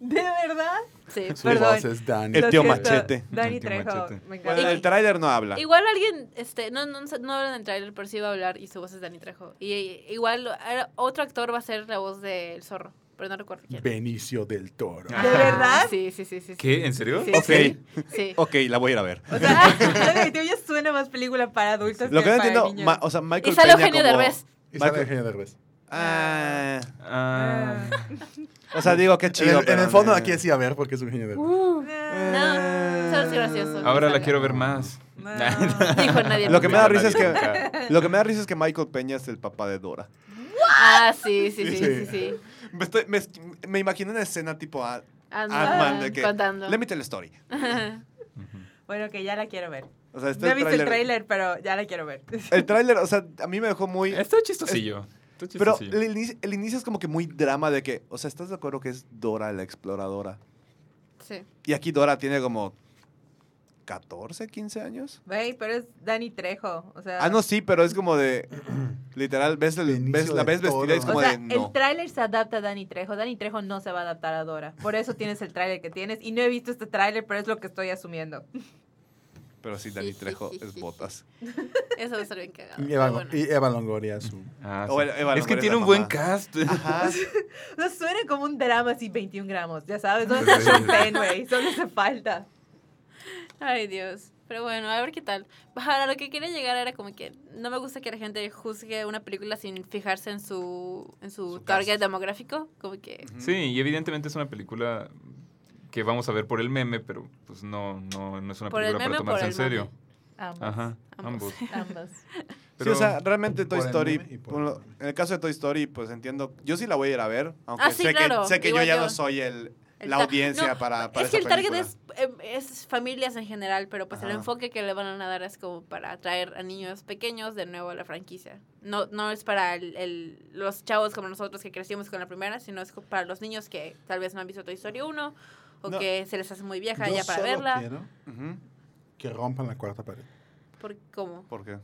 ¿De verdad?
Sí.
Su
Perdón.
voz es Danny.
El
Lo
tío
siento,
Machete.
Dani
El tío
Trejo.
Machete.
Me
Bueno,
encanta.
en el tráiler no habla.
Igual alguien, este, no, no, no hablan del tráiler, pero sí va a hablar y su voz es Dani Trejo. Y, y igual eh, otro actor va a ser la voz del zorro, pero no recuerdo quién.
Benicio del Toro.
Ah.
¿De verdad?
Sí, sí, sí, sí. sí.
¿Qué? ¿En serio?
Sí,
Ok.
sí, sí.
Ok, la voy a ir a ver.
O sea, lo que te oyes suena más película para adultos
Lo que no
para
entiendo,
niños.
ma- o sea,
Y
Michael
sale
Peña
Eugenio
como-
Derbez.
Y sale
Michael-
Eugenio Derbez.
Ah,
Ah,
o sea, digo, qué
En
chido. eh.
el, en el fondo aquí decía a ver porque es Eugenio Derbez.
Oh,
No,
No, solo es gracioso.
ahora la
Salga.
quiero ver más.
No.
Dijo nadie.
Lo que me da risa es que
Nunca.
lo que me da risa es que Michael Peña es el papá de Dora.
Ah, sí, sí, sí,
Sí.
sí, sí.
Me, estoy- me, me imagino una escena tipo a- Ant-Man
Ant-Man
Ah, de que
contando.
Let me tell a story.
Bueno, que ya la quiero ver.
O sea, eh. está
No he
el
visto el
tráiler.
tráiler, pero ya la quiero ver.
El tráiler, o sea, a mí me dejó muy
Está chistosillo. Está
pero
chistosillo.
el inicio, el inicio es como que muy drama de que, o sea, ¿estás de acuerdo que es Dora la exploradora?
Sí.
Y aquí Dora tiene como 14, 15 años.
Güey, pero es Dani Trejo. O sea,
Ah, no, sí, pero es como de. Literal, ves, el-
Benicio
ves la
del
ves vestida y es
Toro.
como
o sea,
de. No.
el tráiler se adapta a Dani Trejo. Dani Trejo no se va a adaptar a Dora. Por eso tienes el tráiler que tienes. Y no he visto este tráiler, pero es lo que estoy asumiendo.
Pero sí, Dani Trejo es botas.
Eso va a estar bien cagado.
Y Eva,
pero bueno.
y Eva Longoria su...
Ah,
O
sí.
el- Eva
es que
Longoria
tiene
la
un buen
mamá.
cast.
Ajá.
O sea, suena como un drama así, 21 gramos. Ya sabes, no es
Sí.
Sean Penn, güey. Solo hace falta.
Ay, Dios. Pero bueno, a ver qué tal. Para lo que quería llegar era como que no me gusta que la gente juzgue una película sin fijarse en su, en su,
Su
target
cast.
demográfico. Como que.
Sí, y evidentemente es una película que vamos a ver por el meme, pero pues no, no, no es una
Por el
película
meme,
para tomarse
por
en
el
serio.
Ambos.
Ajá,
Ambos.
ambos.
Ambos.
Sí,
Pero-
o sea, realmente Toy
Por el
Story.
meme y por
bueno,
el meme.
en el caso de Toy Story, pues entiendo. Yo sí la voy a ir a ver. Aunque
Ah, sí,
sé,
claro,
que, sé que yo
igual
ya
yo.
no soy el,
El
la
ta-
audiencia
No,
para, para
es que el
esa
target
película.
es, em, es familias en general, pero pues el
Ajá.
enfoque que le van a dar es como para atraer a niños pequeños de nuevo a la franquicia. No, no es para el- el- los chavos como nosotros que crecimos con la primera, sino es co- para los niños que tal vez no han visto Toy Story 1 o
No.
que se les hace muy vieja
Yo
ya para
solo
verla.
quiero
Ujú.
que rompan la cuarta pared.
¿Por cómo?
¿Por qué?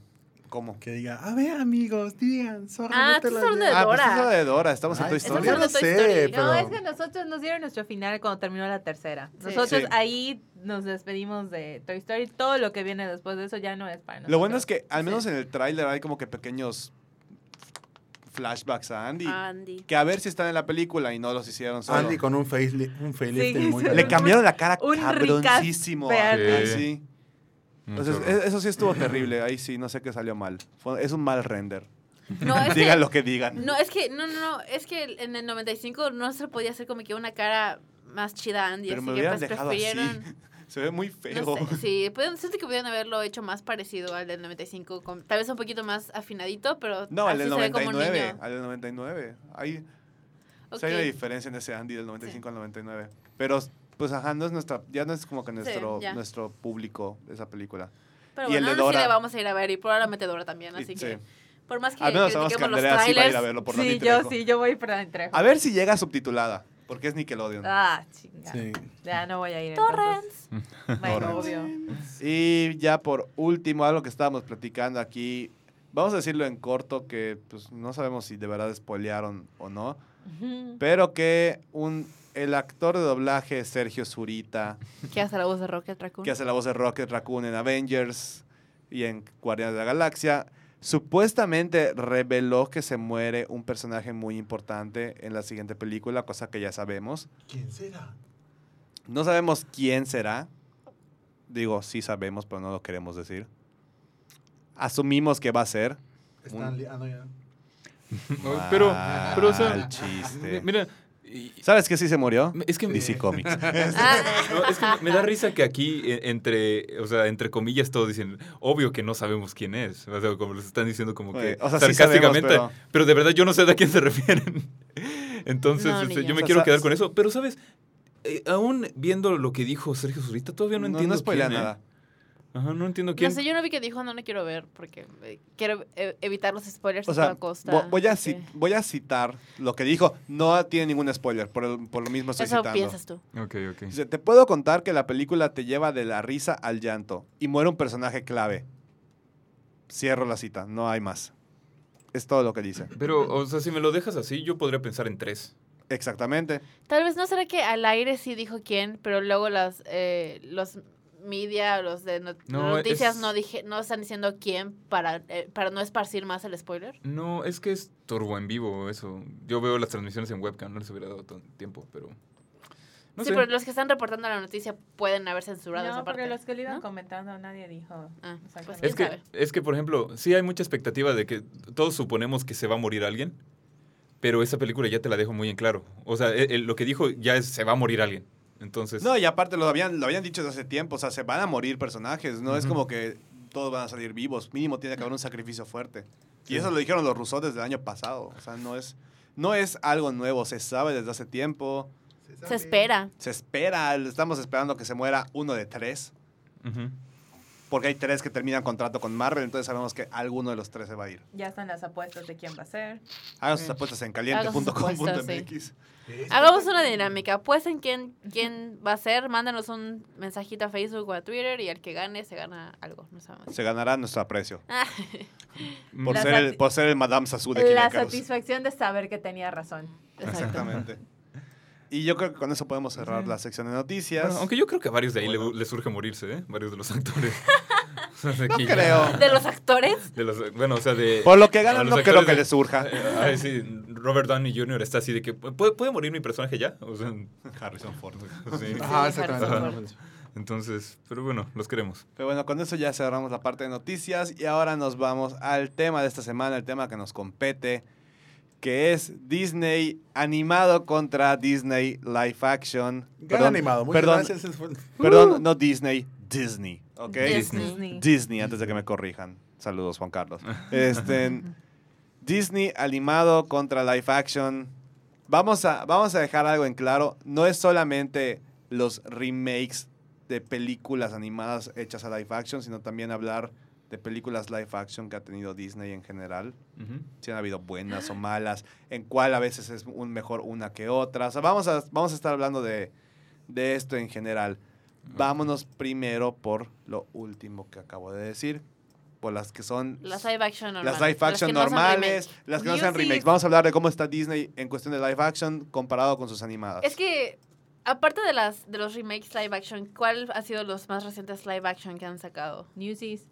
¿Cómo?
Que diga, a ver, amigos, digan, zorra,
Ah,
no te
tú
la
solo
lleves".
de-
Ah, pues
Dora.
eso de Dora. Estamos en
Ay,
Toy
estamos
Story.
Yo
Eso
no
es
Toy
sé,
Story.
pero...
No, es que nosotros nos dieron nuestro final cuando terminó la tercera.
Sí.
Nosotros
Sí.
ahí nos despedimos de Toy Story. Todo lo que viene después de eso ya no es para nosotros.
Lo bueno es que, al menos en el tráiler, hay como que pequeños flashbacks a Andy.
Andy.
Que a ver si están en la película y no los hicieron solo.
Andy con un, faceli- un facelifting
Sí,
muy
sí.
Le
grande.
cambiaron la cara
un
cabroncísimo. a
ricazo.
Andy,
Sí.
sí.
Mucho
Entonces,
horror.
e- eso sí estuvo terrible. Ahí sí, no sé qué salió mal. Fue- es un mal render.
No, es que-
Digan lo que digan.
No, es que, no, no, no, es que el- en el 95 no se podía hacer como que una cara más chida a Andy,
Pero
así
me
que
hubieran
pues
dejado
prefirieron...
así. Se ve muy feo.
No sé, sí, pueden, siento que pudieron haberlo hecho más parecido al del 95, con- tal vez un poquito más afinadito, pero
No, al
así
del
se ve como un
99.
niño.
Al del 99. Hay,
Ok.
sí hay una diferencia en ese Andy del 95 al 99. Pero, pues, ajá, no es nuestra, ya no es como que nuestro,
ya.
nuestro público de esa película.
Pero
y el
bueno,
de
aún así
Dora.
la vamos a ir a ver y probablemente Dora también, así
Y-
que
sí.
por más que
Al menos sabemos que
critiquemos los
Andrea sí va a ir a
trailers,
verlo por Dani
Sí, yo
Trejo. Ah.
sí, yo voy por Dani Trejo.
A ver si llega subtitulada, porque es Nickelodeon.
Ah, chingada.
Sí.
Ya no voy a ir.
Torrens.
entonces. Bueno,
Torrens.
obvio.
Y ya por último, algo que estábamos platicando aquí, vamos a decirlo en corto, que pues, no sabemos si de verdad spoilearon o no,
Ujú.
pero que un, el actor de doblaje Sergio Zurita,
Que hace la voz de Rocket Raccoon.
que hace la voz de Rocket Raccoon en Avengers y en Guardianes de la Galaxia, supuestamente reveló que se muere un personaje muy importante en la siguiente película, cosa que ya sabemos.
¿Quién será?
No sabemos quién será. Digo, sí sabemos, pero no lo queremos decir. Asumimos que va a ser.
Stan Lee- ah, no, ya.
No, pero, pero, o sea,
Mal Ah, chiste.
mira, y-
¿Sabes qué sí se murió?
es que
DC Comics.
Ah.
No, es que me da risa que aquí, eh, entre, o sea, entre comillas, todos dicen, obvio que no sabemos quién es. O sea, como les están diciendo como que
O sea, sí
sarcásticamente.
sabemos,
pero... de verdad yo no sé de a quién se refieren. Entonces,
No, ni
este,
yo.
yo me
O sea,
quiero
sa-
quedar con eso. Pero, ¿sabes? Eh, aún viendo lo que dijo Sergio Zurita, todavía no,
No,
entiendo
no spoilea
quién, ¿eh?
nada.
Ajá, no entiendo quién.
No sé, yo no vi que dijo, no, no quiero ver porque eh, quiero eh, evitar los spoilers
O
a
sea,
toda costa.
vo- voy a, ci-
Sí.
voy a citar lo que dijo. No tiene ningún spoiler, por, el- por lo mismo estoy
Eso
citando.
piensas tú.
Ok, ok.
Dice, te puedo contar que la película te lleva de la risa al llanto y muere un personaje clave. Cierro la cita, no hay más. Es todo lo que dice.
Pero, o sea, si me lo dejas así, yo podría pensar en tres.
Exactamente.
Tal vez no será que al aire sí dijo quién, pero luego las, eh, los media, los de not-
No,
noticias
es-
no dije, no están diciendo quién para, eh, para no esparcir más el spoiler.
No, es que es turbo en vivo eso. Yo veo las transmisiones en webcam, no les hubiera dado tanto tiempo, pero... No
sí,
sé.
pero los que están reportando la noticia pueden haber censurado esa
No,
parte.
porque los que le iban
¿no?
comentando nadie dijo.
Ah,
O sea,
pues
que-
quién
Es que,
sabe.
es que, por ejemplo, sí hay mucha expectativa de que todos suponemos que se va a morir alguien, pero esa película ya te la dejo muy en claro. O sea, e- e- lo que dijo ya es se va a morir alguien. Entonces,
No, y aparte lo habían, lo habían dicho desde hace tiempo, o sea, se van a morir personajes, no es
Ujú.
como que todos van a salir vivos, mínimo tiene que haber un sacrificio fuerte. Y
Sí.
eso lo dijeron los rusos desde el año pasado, o sea, no es, no es algo nuevo, se sabe desde hace tiempo,
Se espera.
se espera, estamos esperando que se muera uno de tres,
ujú.
porque hay tres que terminan contrato con Marvel, entonces sabemos que alguno de los tres se va a ir.
Ya están las apuestas de quién va a ser.
Hagan sus apuestas en caliente.com.mx.
Hagamos una dinámica. Apuesten quién, quién va a ser. Mándanos un mensajito a Facebook o a Twitter y el que gane se gana algo. No sabemos.
Se ganará nuestro aprecio.
Ah,
Por,
La
ser
sati-
el, por ser el Madame Sassou de
La
Quinacaros.
satisfacción de saber que tenía razón.
exacto.
Exactamente. Y yo creo que con eso podemos cerrar la sección de noticias.
Bueno, aunque yo creo que a varios de ahí le-
Bueno.
les surge morirse, ¿eh? Varios de los actores. O sea, de
No
que ya-
creo.
De los actores.
de los- bueno, o sea, de...
Por lo que
a
ganan,
los
no creo
actores
que
de- eh,
les surja.
Ay, sí, Robert Downey Jr. está así de que, ¿puede, puede morir mi personaje ya? O sea,
Harrison Ford.
sí.
Ajá,
Sí,
exactamente.
Entonces, pero bueno, los queremos.
Pero bueno, con eso ya cerramos la parte de noticias y ahora nos vamos al tema de esta semana, el tema que nos compete, que es Disney animado contra Disney live action.
Gran
Perdón,
animado, muchas
perdón,
gracias. es fu-
Perdón, no Disney, Disney, ¿ok?
Disney.
Disney.
Disney, antes de que me corrijan. Saludos, Juan Carlos. Este, Disney animado contra live action. Vamos a, vamos a dejar algo en claro. No es solamente los remakes de películas animadas hechas a live action, sino también hablar de películas live action que ha tenido Disney en general.
Ujú.
Si han habido buenas o malas, en cuál a veces es un mejor una que otra. O sea, vamos a, vamos a estar hablando de, de esto en general. Vámonos primero por lo último que acabo de decir, por las que son
Las live action normales.
las live action
que no son
normales,
remake.
las que no
You
sean
see-
remakes. Vamos a hablar de cómo está Disney en cuestión de live action comparado con sus animadas.
Es que, aparte de las de los remakes live action, ¿cuál ha sido los más recientes live action que han sacado?
Newsies.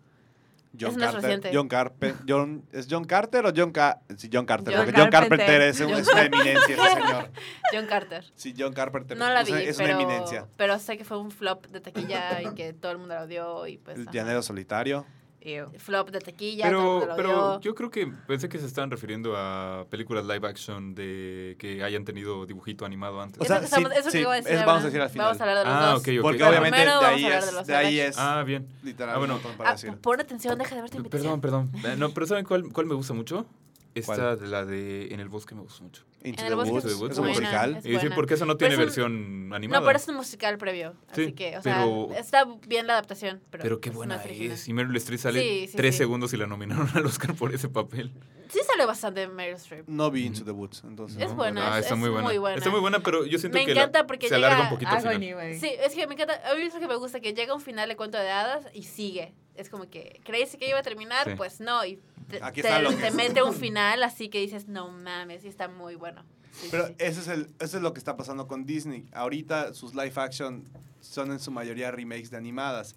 John
es más
Carter,
reciente.
John Carpe- John- ¿Es John Carter o John Car- Sí, John Carter,
John
porque John
Carpenter.
Carpenter es, un-
John
es una eminencia ese señor.
John Carter.
Sí, John Carpenter
No la
es
vi,
una- es
pero,
una eminencia.
pero sé que fue un flop de taquilla y que todo el mundo la odió y pues...
El
ajá.
llanero solitario.
Ew.
Flop de taquilla, todo el
Pero,
mundo la
pero
odió.
yo creo que pensé que se estaban refiriendo a películas live action de que hayan tenido dibujito animado antes.
O
Eso
sea,
que
sí,
estamos- eso que
sí,
iba a decir
eso
ahora.
vamos a decir al final.
Vamos a hablar de los
ah,
dos.
ok, ok.
Porque
Ah,
obviamente
Primero
de
vamos
ahí
a hablar de
es,
los
de ahí
live
es
Ah, bien.
literalmente
Ah, bueno.
un montón para
Ah,
decir.
pon atención, deja de ver tu invitación.
Perdón, perdón. Eh, No, pero ¿saben cuál, cuál me gusta mucho? Esta
¿Cuál?
de la de En el bosque me gusta mucho.
Into
En
the
el bosque
Woods,
es
es un
buena.
musical.
Es
y sí,
buena.
porque eso no tiene
Pero es un-
versión animada.
No, pero es un musical previo. así
Sí,
que, o sea,
pero-
está bien la adaptación. Pero,
Pero qué
pues, no
buena
original.
es. Y Meryl Streep sale
Sí, sí,
tres
sí.
segundos y la nominaron al Oscar por ese papel.
Sí salió bastante Meryl Streep.
No vi Into the Woods, entonces.
Es
no.
buena.
Ah, está
es
muy buena.
muy buena.
Está muy buena, pero yo siento
Me
que la-
encanta porque
se alarga
llega
un poquito al final.
Agony, güey.
Sí, es que me encanta. A mí es lo que me gusta, que llega un final de cuento de hadas y sigue. Es como que creíste que iba a terminar,
Sí.
pues no. Y te,
Aquí
te-
está lo que
te
es.
mete un final, así que dices, no mames, y está muy bueno. Sí,
Pero
sí, sí.
eso es, el, eso es lo que está pasando con Disney. Ahorita sus live action son en su mayoría remakes de animadas.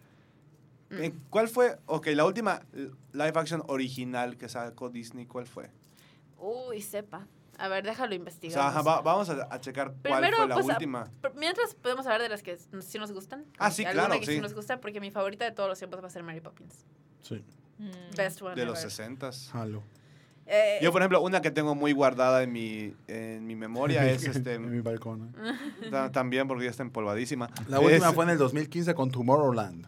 Mm.
Eh, ¿Cuál fue? Ok, la última eh, live action original que sacó Disney, ¿cuál fue?
Uy, sepa. A ver, déjalo
O
investigar.
sea, ajá, va- vamos a, a checar cuál
Primero,
fue la
pues, a-
última.
Pero Mientras podemos hablar de las que s- sí nos gustan.
Ah, sí,
Alguna
claro,
que
sí.
nos gusta, porque mi favorita de todos los tiempos va a ser Mary Poppins.
Sí.
Mm.
Best one
De los
ever.
60s.
Jalo.
Eh,
Yo, por ejemplo, una que tengo muy guardada en mi, en mi memoria es este,
en mi balcón. ¿eh?
ta- también porque ya está empolvadísima.
La última
Es-
fue en el 2015 con Tomorrowland.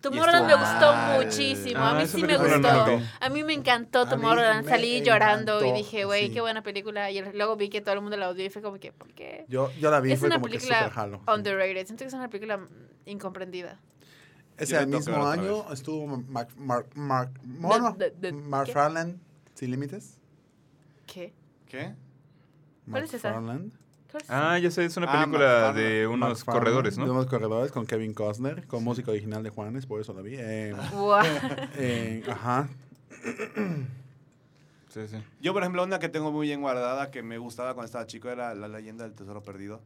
Tomorrowland me
estuvo
gustó
mal.
muchísimo.
Ah,
a mí
esa
sí me
película no
gustó.
la vi.
A mí me encantó
mí
Tomorrowland.
me
Salí llorando y
encantó,
dije, güey,
sí.
qué buena película. Y luego vi que todo el mundo la odió y fue como que, ¿por qué?
Yo, yo la vi,
Es
fue
una
como que súper
película
jalo. sí.
underrated. Siento que es una película mm, incomprendida.
Ese
Yo le tengo que ver
mismo
otra
año estuvo Mark, Mark, Mark, bueno,
de- de-
Mark
¿qué?
Farland, Sin Límites.
¿Qué?
¿Qué?
¿Cuál
Mark
es esa?
Farland.
¿Cuál es?
Ah, ya sé, es una
Ah,
película
Macfarlane.
de
Mark
unos
Farland,
corredores,
De
¿no?
unos corredores con Kevin Costner, con música original de Juanes, por eso la vi. Eh,
Guau.
eh, ajá.
Sí, sí.
Yo, por ejemplo, una que tengo muy bien guardada que me gustaba cuando estaba chico era La leyenda del tesoro perdido.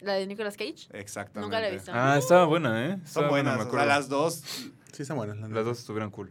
¿La de Nicolas Cage?
Exactamente.
Nunca la he visto.
Ah, estaba buena, ¿eh?
Son
Estaba
buenas.
me
o sea,
acuerdo.
las dos.
Sí, están buenas. la neta.
Las dos estuvieron cool.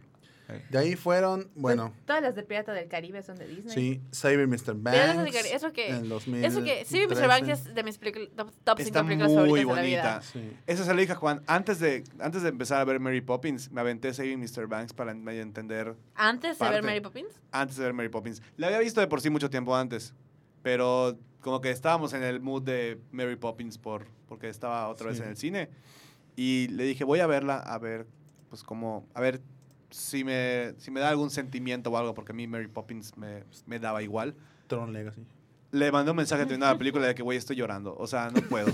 De ahí fueron, bueno,
Todas las de Pirata del Caribe son de
Pues,
Disney.
sí, Saving Mr.
Piratas del
Banks.
Caribe, eso que-
en 2000
Eso que, sí, Mr. Banks es de mis películas, top, top
Está
5 películas
muy
favoritas de la
bonita.
vida.
Sí.
Esa se la dije a Juan. Antes de, antes de empezar a ver Mary Poppins, me aventé Saving Mr. Banks para medio entender.
Antes de ver
Parte.
Mary Poppins,
Antes de ver Mary Poppins. La había visto de por sí mucho tiempo antes. Pero como que estábamos en el mood de Mary Poppins por, porque estaba otra vez
Sí.
en el cine. Y le dije, voy a verla, a ver, pues como, a ver si me, si me da algún sentimiento o algo, porque a mí Mary Poppins me, me daba igual.
Tron Legacy.
Le mandé un mensaje terminada la película de que, güey, estoy llorando. O sea, no puedo.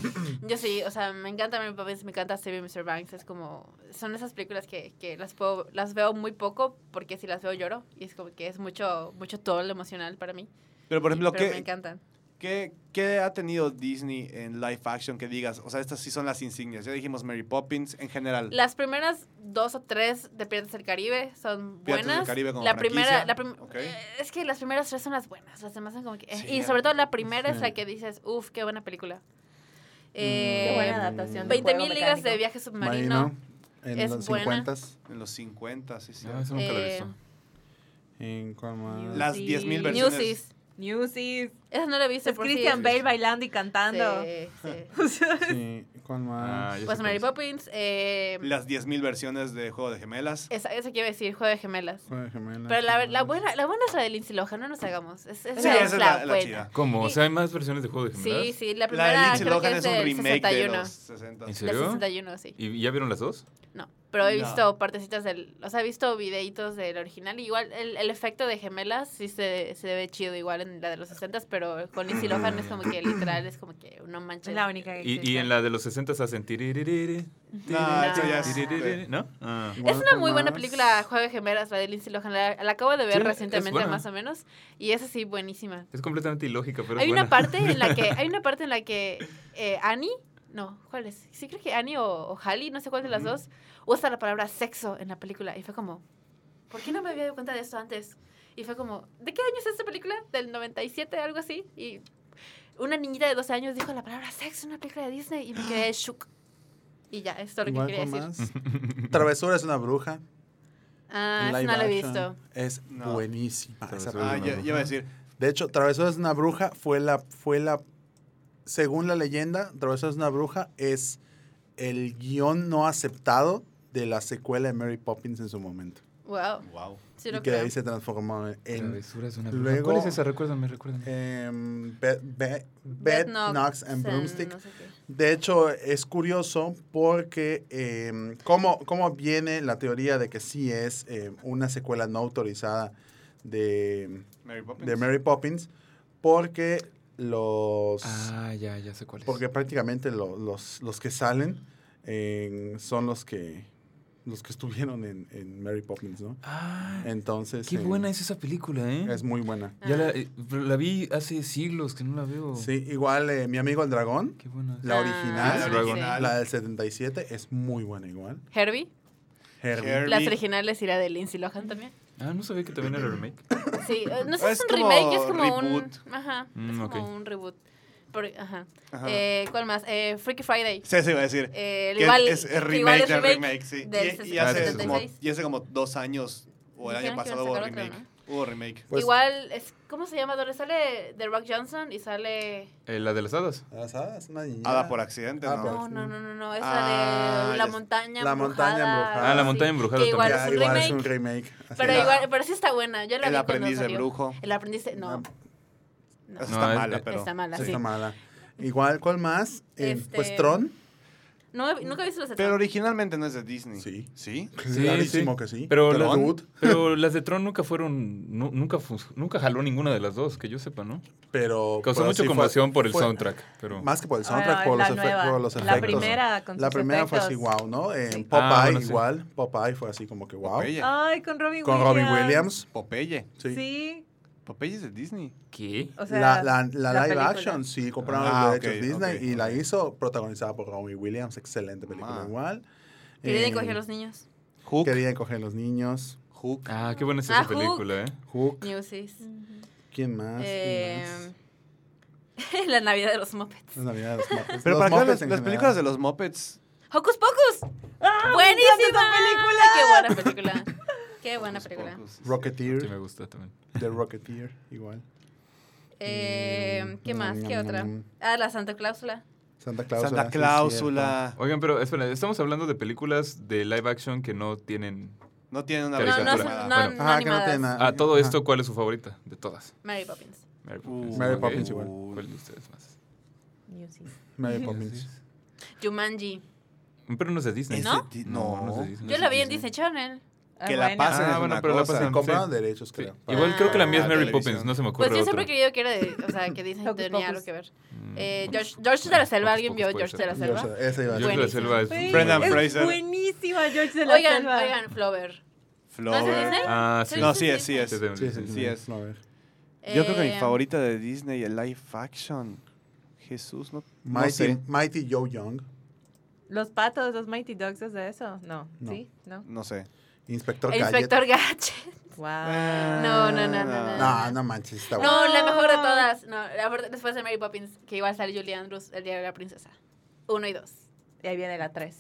yo sí, o sea, me encanta Mary Poppins, me encanta Saving Mr. Banks, es como, son esas películas que, que las puedo, las veo muy poco, porque si las veo lloro, y es como que es mucho, mucho todo lo emocional para mí,
Pero, por ejemplo,
pero me
¿qué,
encantan.
¿Qué, qué ha tenido Disney en live action que digas? O sea, estas sí son las insignias. Ya dijimos Mary Poppins en general.
Las primeras dos o tres de Piratas del Caribe son
Piratas del
buenas.
Caribe como
la primera,
franquicia.
la prim-
Ok.
eh, es que las primeras tres son las buenas, las demás son como que... eh,
Sí,
y
ya.
sobre todo la primera es
Sí.
la que dices, uff, qué buena película.
Mm.
Qué
Eh,
buena adaptación. de
20.000
Juego
ligas de
Mecánico.
viaje submarino.
en
es
los
buena.
50
En los 50, sí, sí. Ah,
No, Ah, esa nunca la he
Eh,
visto.
En cuál más?
Las
Sí.
10.000 versiones.
Newsies.
Newsies.
Esa no la he visto.
Es
por si-
Christian Bale bailando y cantando.
Sí, sí.
Sí, ¿cuál
Ah,
más?
ya
Pues
sé
Mary
cuál
Poppins. eh,
Las 10.000 versiones de Juego de Gemelas.
esa, esa que iba a decir, Juego de Gemelas.
Juego de gemelas.
Pero la, la buena, la buena es la de Lindsay Lohan, no nos hagamos. Es, esa
Sí,
es
esa es
la,
la- la
buena.
chida.
es. ¿Cómo? O
Sí.
sea, hay más versiones de Juego de Gemelas.
Sí, sí, la
La de
primera
Lindsay
creo
Logan
que es,
es un
del
remake
61.
de los 60.
¿En
Del
serio?
61, sí.
¿Y ya vieron las dos?
No, pero he
No.
visto partecitas del, o sea, he visto videitos del original. Igual el, el efecto de gemelas sí se, se ve chido igual en la de los 60 pero con Lindsay Lohan es como que literal, es como que no manches.
Es la única que
Y, y
existe.
en la de los 60 hacen tiririri,
No, eso ya es-
tiririri, ¿no? Ah.
Igual
Es una
otra
muy buena
más.
película, Juego de Gemelas, la de Lindsay Lohan. La, la acabo de
Sí,
ver
es
recientemente,
buena.
más o menos. Y esa sí, buenísima.
Es completamente ilógica, pero es
hay una
buena.
parte en la que, hay una parte en la que eh, Annie, no, ¿cuál es? Sí creo que Annie o, o Hallie, no sé cuál de las
Ujú.
dos, usa la palabra sexo en la película. Y fue como, ¿por qué no me había dado cuenta de esto antes? Y fue como, ¿de qué año es esta película? ¿Del 97, algo así? Y una niñita de 12 años dijo la palabra sexo en una película de Disney y me quedé shook. Y ya, es todo lo que
Igual,
quería
¿cuál
decir.
más? Travesura es una bruja.
Ah, esa
live
no la he
action.
visto.
Es
No.
buenísima. esa
Travesura es
película.
Ah, yo, yo iba a decir.
De hecho, Travesura es una bruja fue la, fue la, según la leyenda, Travesura es una bruja es el guión no aceptado de la secuela de Mary Poppins en su momento.
Wow,
Wow.
sí
y
lo
que de
creo.
ahí se transformó en
Travesura es una
Luego-
bruja. ¿Cuál es esa? Recuérdame, recuérdame.
em, Bed, Bed-
Bed
Bed Knocks and
and
Broomstick.
no sé qué.
De hecho, es curioso porque eh, ¿cómo, cómo viene la teoría de que sí es eh, una secuela no autorizada de,
Mary Poppins.
de Mary Poppins, porque los...
Ah, ya, ya sé cuál es.
Porque prácticamente lo- los, los que salen eh, son los que los que estuvieron en, en Mary Poppins, ¿no?
Ah,
Entonces...
qué
eh,
buena es esa película, ¿eh?
Es muy buena.
Ya
Ah.
la, eh, pero la vi hace siglos que no la veo.
Sí, igual eh, Mi Amigo el Dragón,
Qué buena. es.
la
Ah,
original,
la original.
la del 77, es muy buena igual.
Herbie.
Herbie.
Herbie.
Las originales y la de Lindsay Lohan también.
Ah, no sabía que también era remake.
Sí, eh, no sé,
Ah, Es
es un
como
remake, es como
reboot.
un. Ajá, es
Mm,
como
ok.
un reboot. Por- ajá.
Ajá.
Eh, ¿Cuál más? Eh, Freaky Friday.
Sí, sí, iba a decir.
Eh,
Que
igual,
es, es remake,
igual
del remake, sí.
del
Y- y, hace
66.
como, y hace como dos años o
Dijeron
el año
que iban a
pasado hubo
sacar otro,
remake.
¿no?
Hubo remake.
Pues-
Igual, es, ¿cómo se llama? Donde sale The Rock Johnson y sale...
Eh, la de las hadas.
¿Sabes? Una niña.
Hada por accidente,
Ah,
¿no?
por-
No, no, no, no, no. Es
Ah,
la de
ya
La
sé.
montaña
La montaña embrujada.
Ah, la
sí,
montaña embrujada
que igual
también.
es
Ya,
un
igual
remake.
es un remake. Así
Pero
que-
igual, pero sí está buena. Yo la
El
vi cuando
aprendiz de
salió.
brujo.
El aprendiz de... No, no.
Esa
No,
está
es-
mala,
es-
pero.
está mala,
Sí,
sí.
está mala. Igual, ¿cuál más? Eh, Pues
Este-
Tron.
No, he- nunca he visto los de
Pero
Tron.
originalmente no es de Disney.
Sí.
¿Sí?
Sí,
Clarísimo
sí.
que sí.
Pero,
Tron.
las, pero las de Tron nunca fueron, nu- nunca, fu- nunca jaló ninguna de las dos, que yo sepa, ¿no?
Pero.
Causó
pero
mucha
sí fue-
conmoción por el
fue-
soundtrack, pero...
Más que por el
Bueno,
soundtrack, por,
Ah, la
los efe-
nueva.
por los efectos.
La primera con
La
sus
primera fue así,
efectos.
wow, ¿no? En
Sí.
Popeye
Ah, bueno, sí.
igual. Popeye fue así como que wow.
Popeye.
Ah.
Ay, con Robin
Con
Williams.
Robin Williams.
Popeye.
Sí.
Sí.
Popeye es de Disney.
¿Qué?
O sea,
la, la- la live
película.
action, sí, compraron
Ah,
los derechos
ok,
Disney
ok,
y la
ok.
hizo protagonizada por Robin Williams. Excelente película,
Ma.
igual.
Quería
Eh,
coger a los niños.
Hook.
Querían coger los niños.
Hook.
Ah, qué buena es
Ah,
esa
Hook.
película, ¿eh?
Hook.
Newsies.
Mm.
¿Quién más? ¿Quién
Eh,
más?
la Navidad de los Muppets.
La Navidad de los Muppets.
Pero
Los
para qué
Muppets
las,
en
las
general.
películas de los Muppets.
¡Hocus
Ah,
Pocus! ¡Buenísima! ¡Qué buena película! ¡Qué buena
Hocus
película!
Pocus.
Sí, me
Rocketeer,
gusta también.
The Rocketeer, igual.
Eh, ¿Qué
Mm,
más?
nom,
¿Qué
nom,
otra?
nom.
Ah, la Santa Cláusula.
Santa Clausula.
Santa
ah, sí,
Cláusula.
Oigan, pero espera, estamos hablando de películas de live action que no tienen...
No tiene una
No, no,
versión
no,
animada.
no,
cierto.
Bueno,
Ajá, Ah, que no tiene
animadas.
nada.
a Ah, todo
Ajá.
esto, ¿cuál es su favorita de todas?
Mary Poppins.
Mary
Uh,
Mary
ok.
Poppins igual.
¿Cuál de ustedes más?
Mary Poppins.
Jumanji.
Pero no es de Disney.
Ese
¿No?
di-
No,
no.
no es de Disney.
Yo la vi en Disney Channel.
Que la
pasa
pasen
Ah,
es
bueno,
una
pero la
cosa.
pasan.
Compraron derechos,
Sí.
creo. para-
Igual creo que la mía
Ah,
es Mary
televisión.
Poppins, no se me ocurre
Pues yo
otra.
siempre he creído que era de. O sea, que Disney
Hocus
tenía
Pocus.
algo que ver.
Mm.
Eh, George, George de la Selva. ¿Alguien vio
Hocus Pocus
George de la
puede
Yo
Selva?
sé, ese iba a
George
decir.
de la Selva es...
Güey,
Brendan
es
Fraser.
Buenísima George de la
Oigan,
Selva.
oigan, Flower. ¿No es de
Flower.
Disney?
Ah, sí.
No, sí es, sí
Sí,
es.
de-
Sí, sí,
Sí
sí.
es.
no, a ver.
Yo creo que mi
Eh,
favorita de Disney es live action. Jesús, no, no
Mighty,
sé.
Mighty Joe Young,
Los patos, los Mighty Dogs, ¿es de eso? No.
No.
¿Sí? ¿No?
No sé.
Inspector
El
Gadget.
inspector Gadget.
Wow.
Ah,
Eh.
No, no, no, no,
No, no manches, está bueno.
No, la mejor de todas. No, la verdad, después de Mary Poppins, que iba a salir Julie Andrews, el día de la princesa. Uno y dos.
Y ahí viene la 3.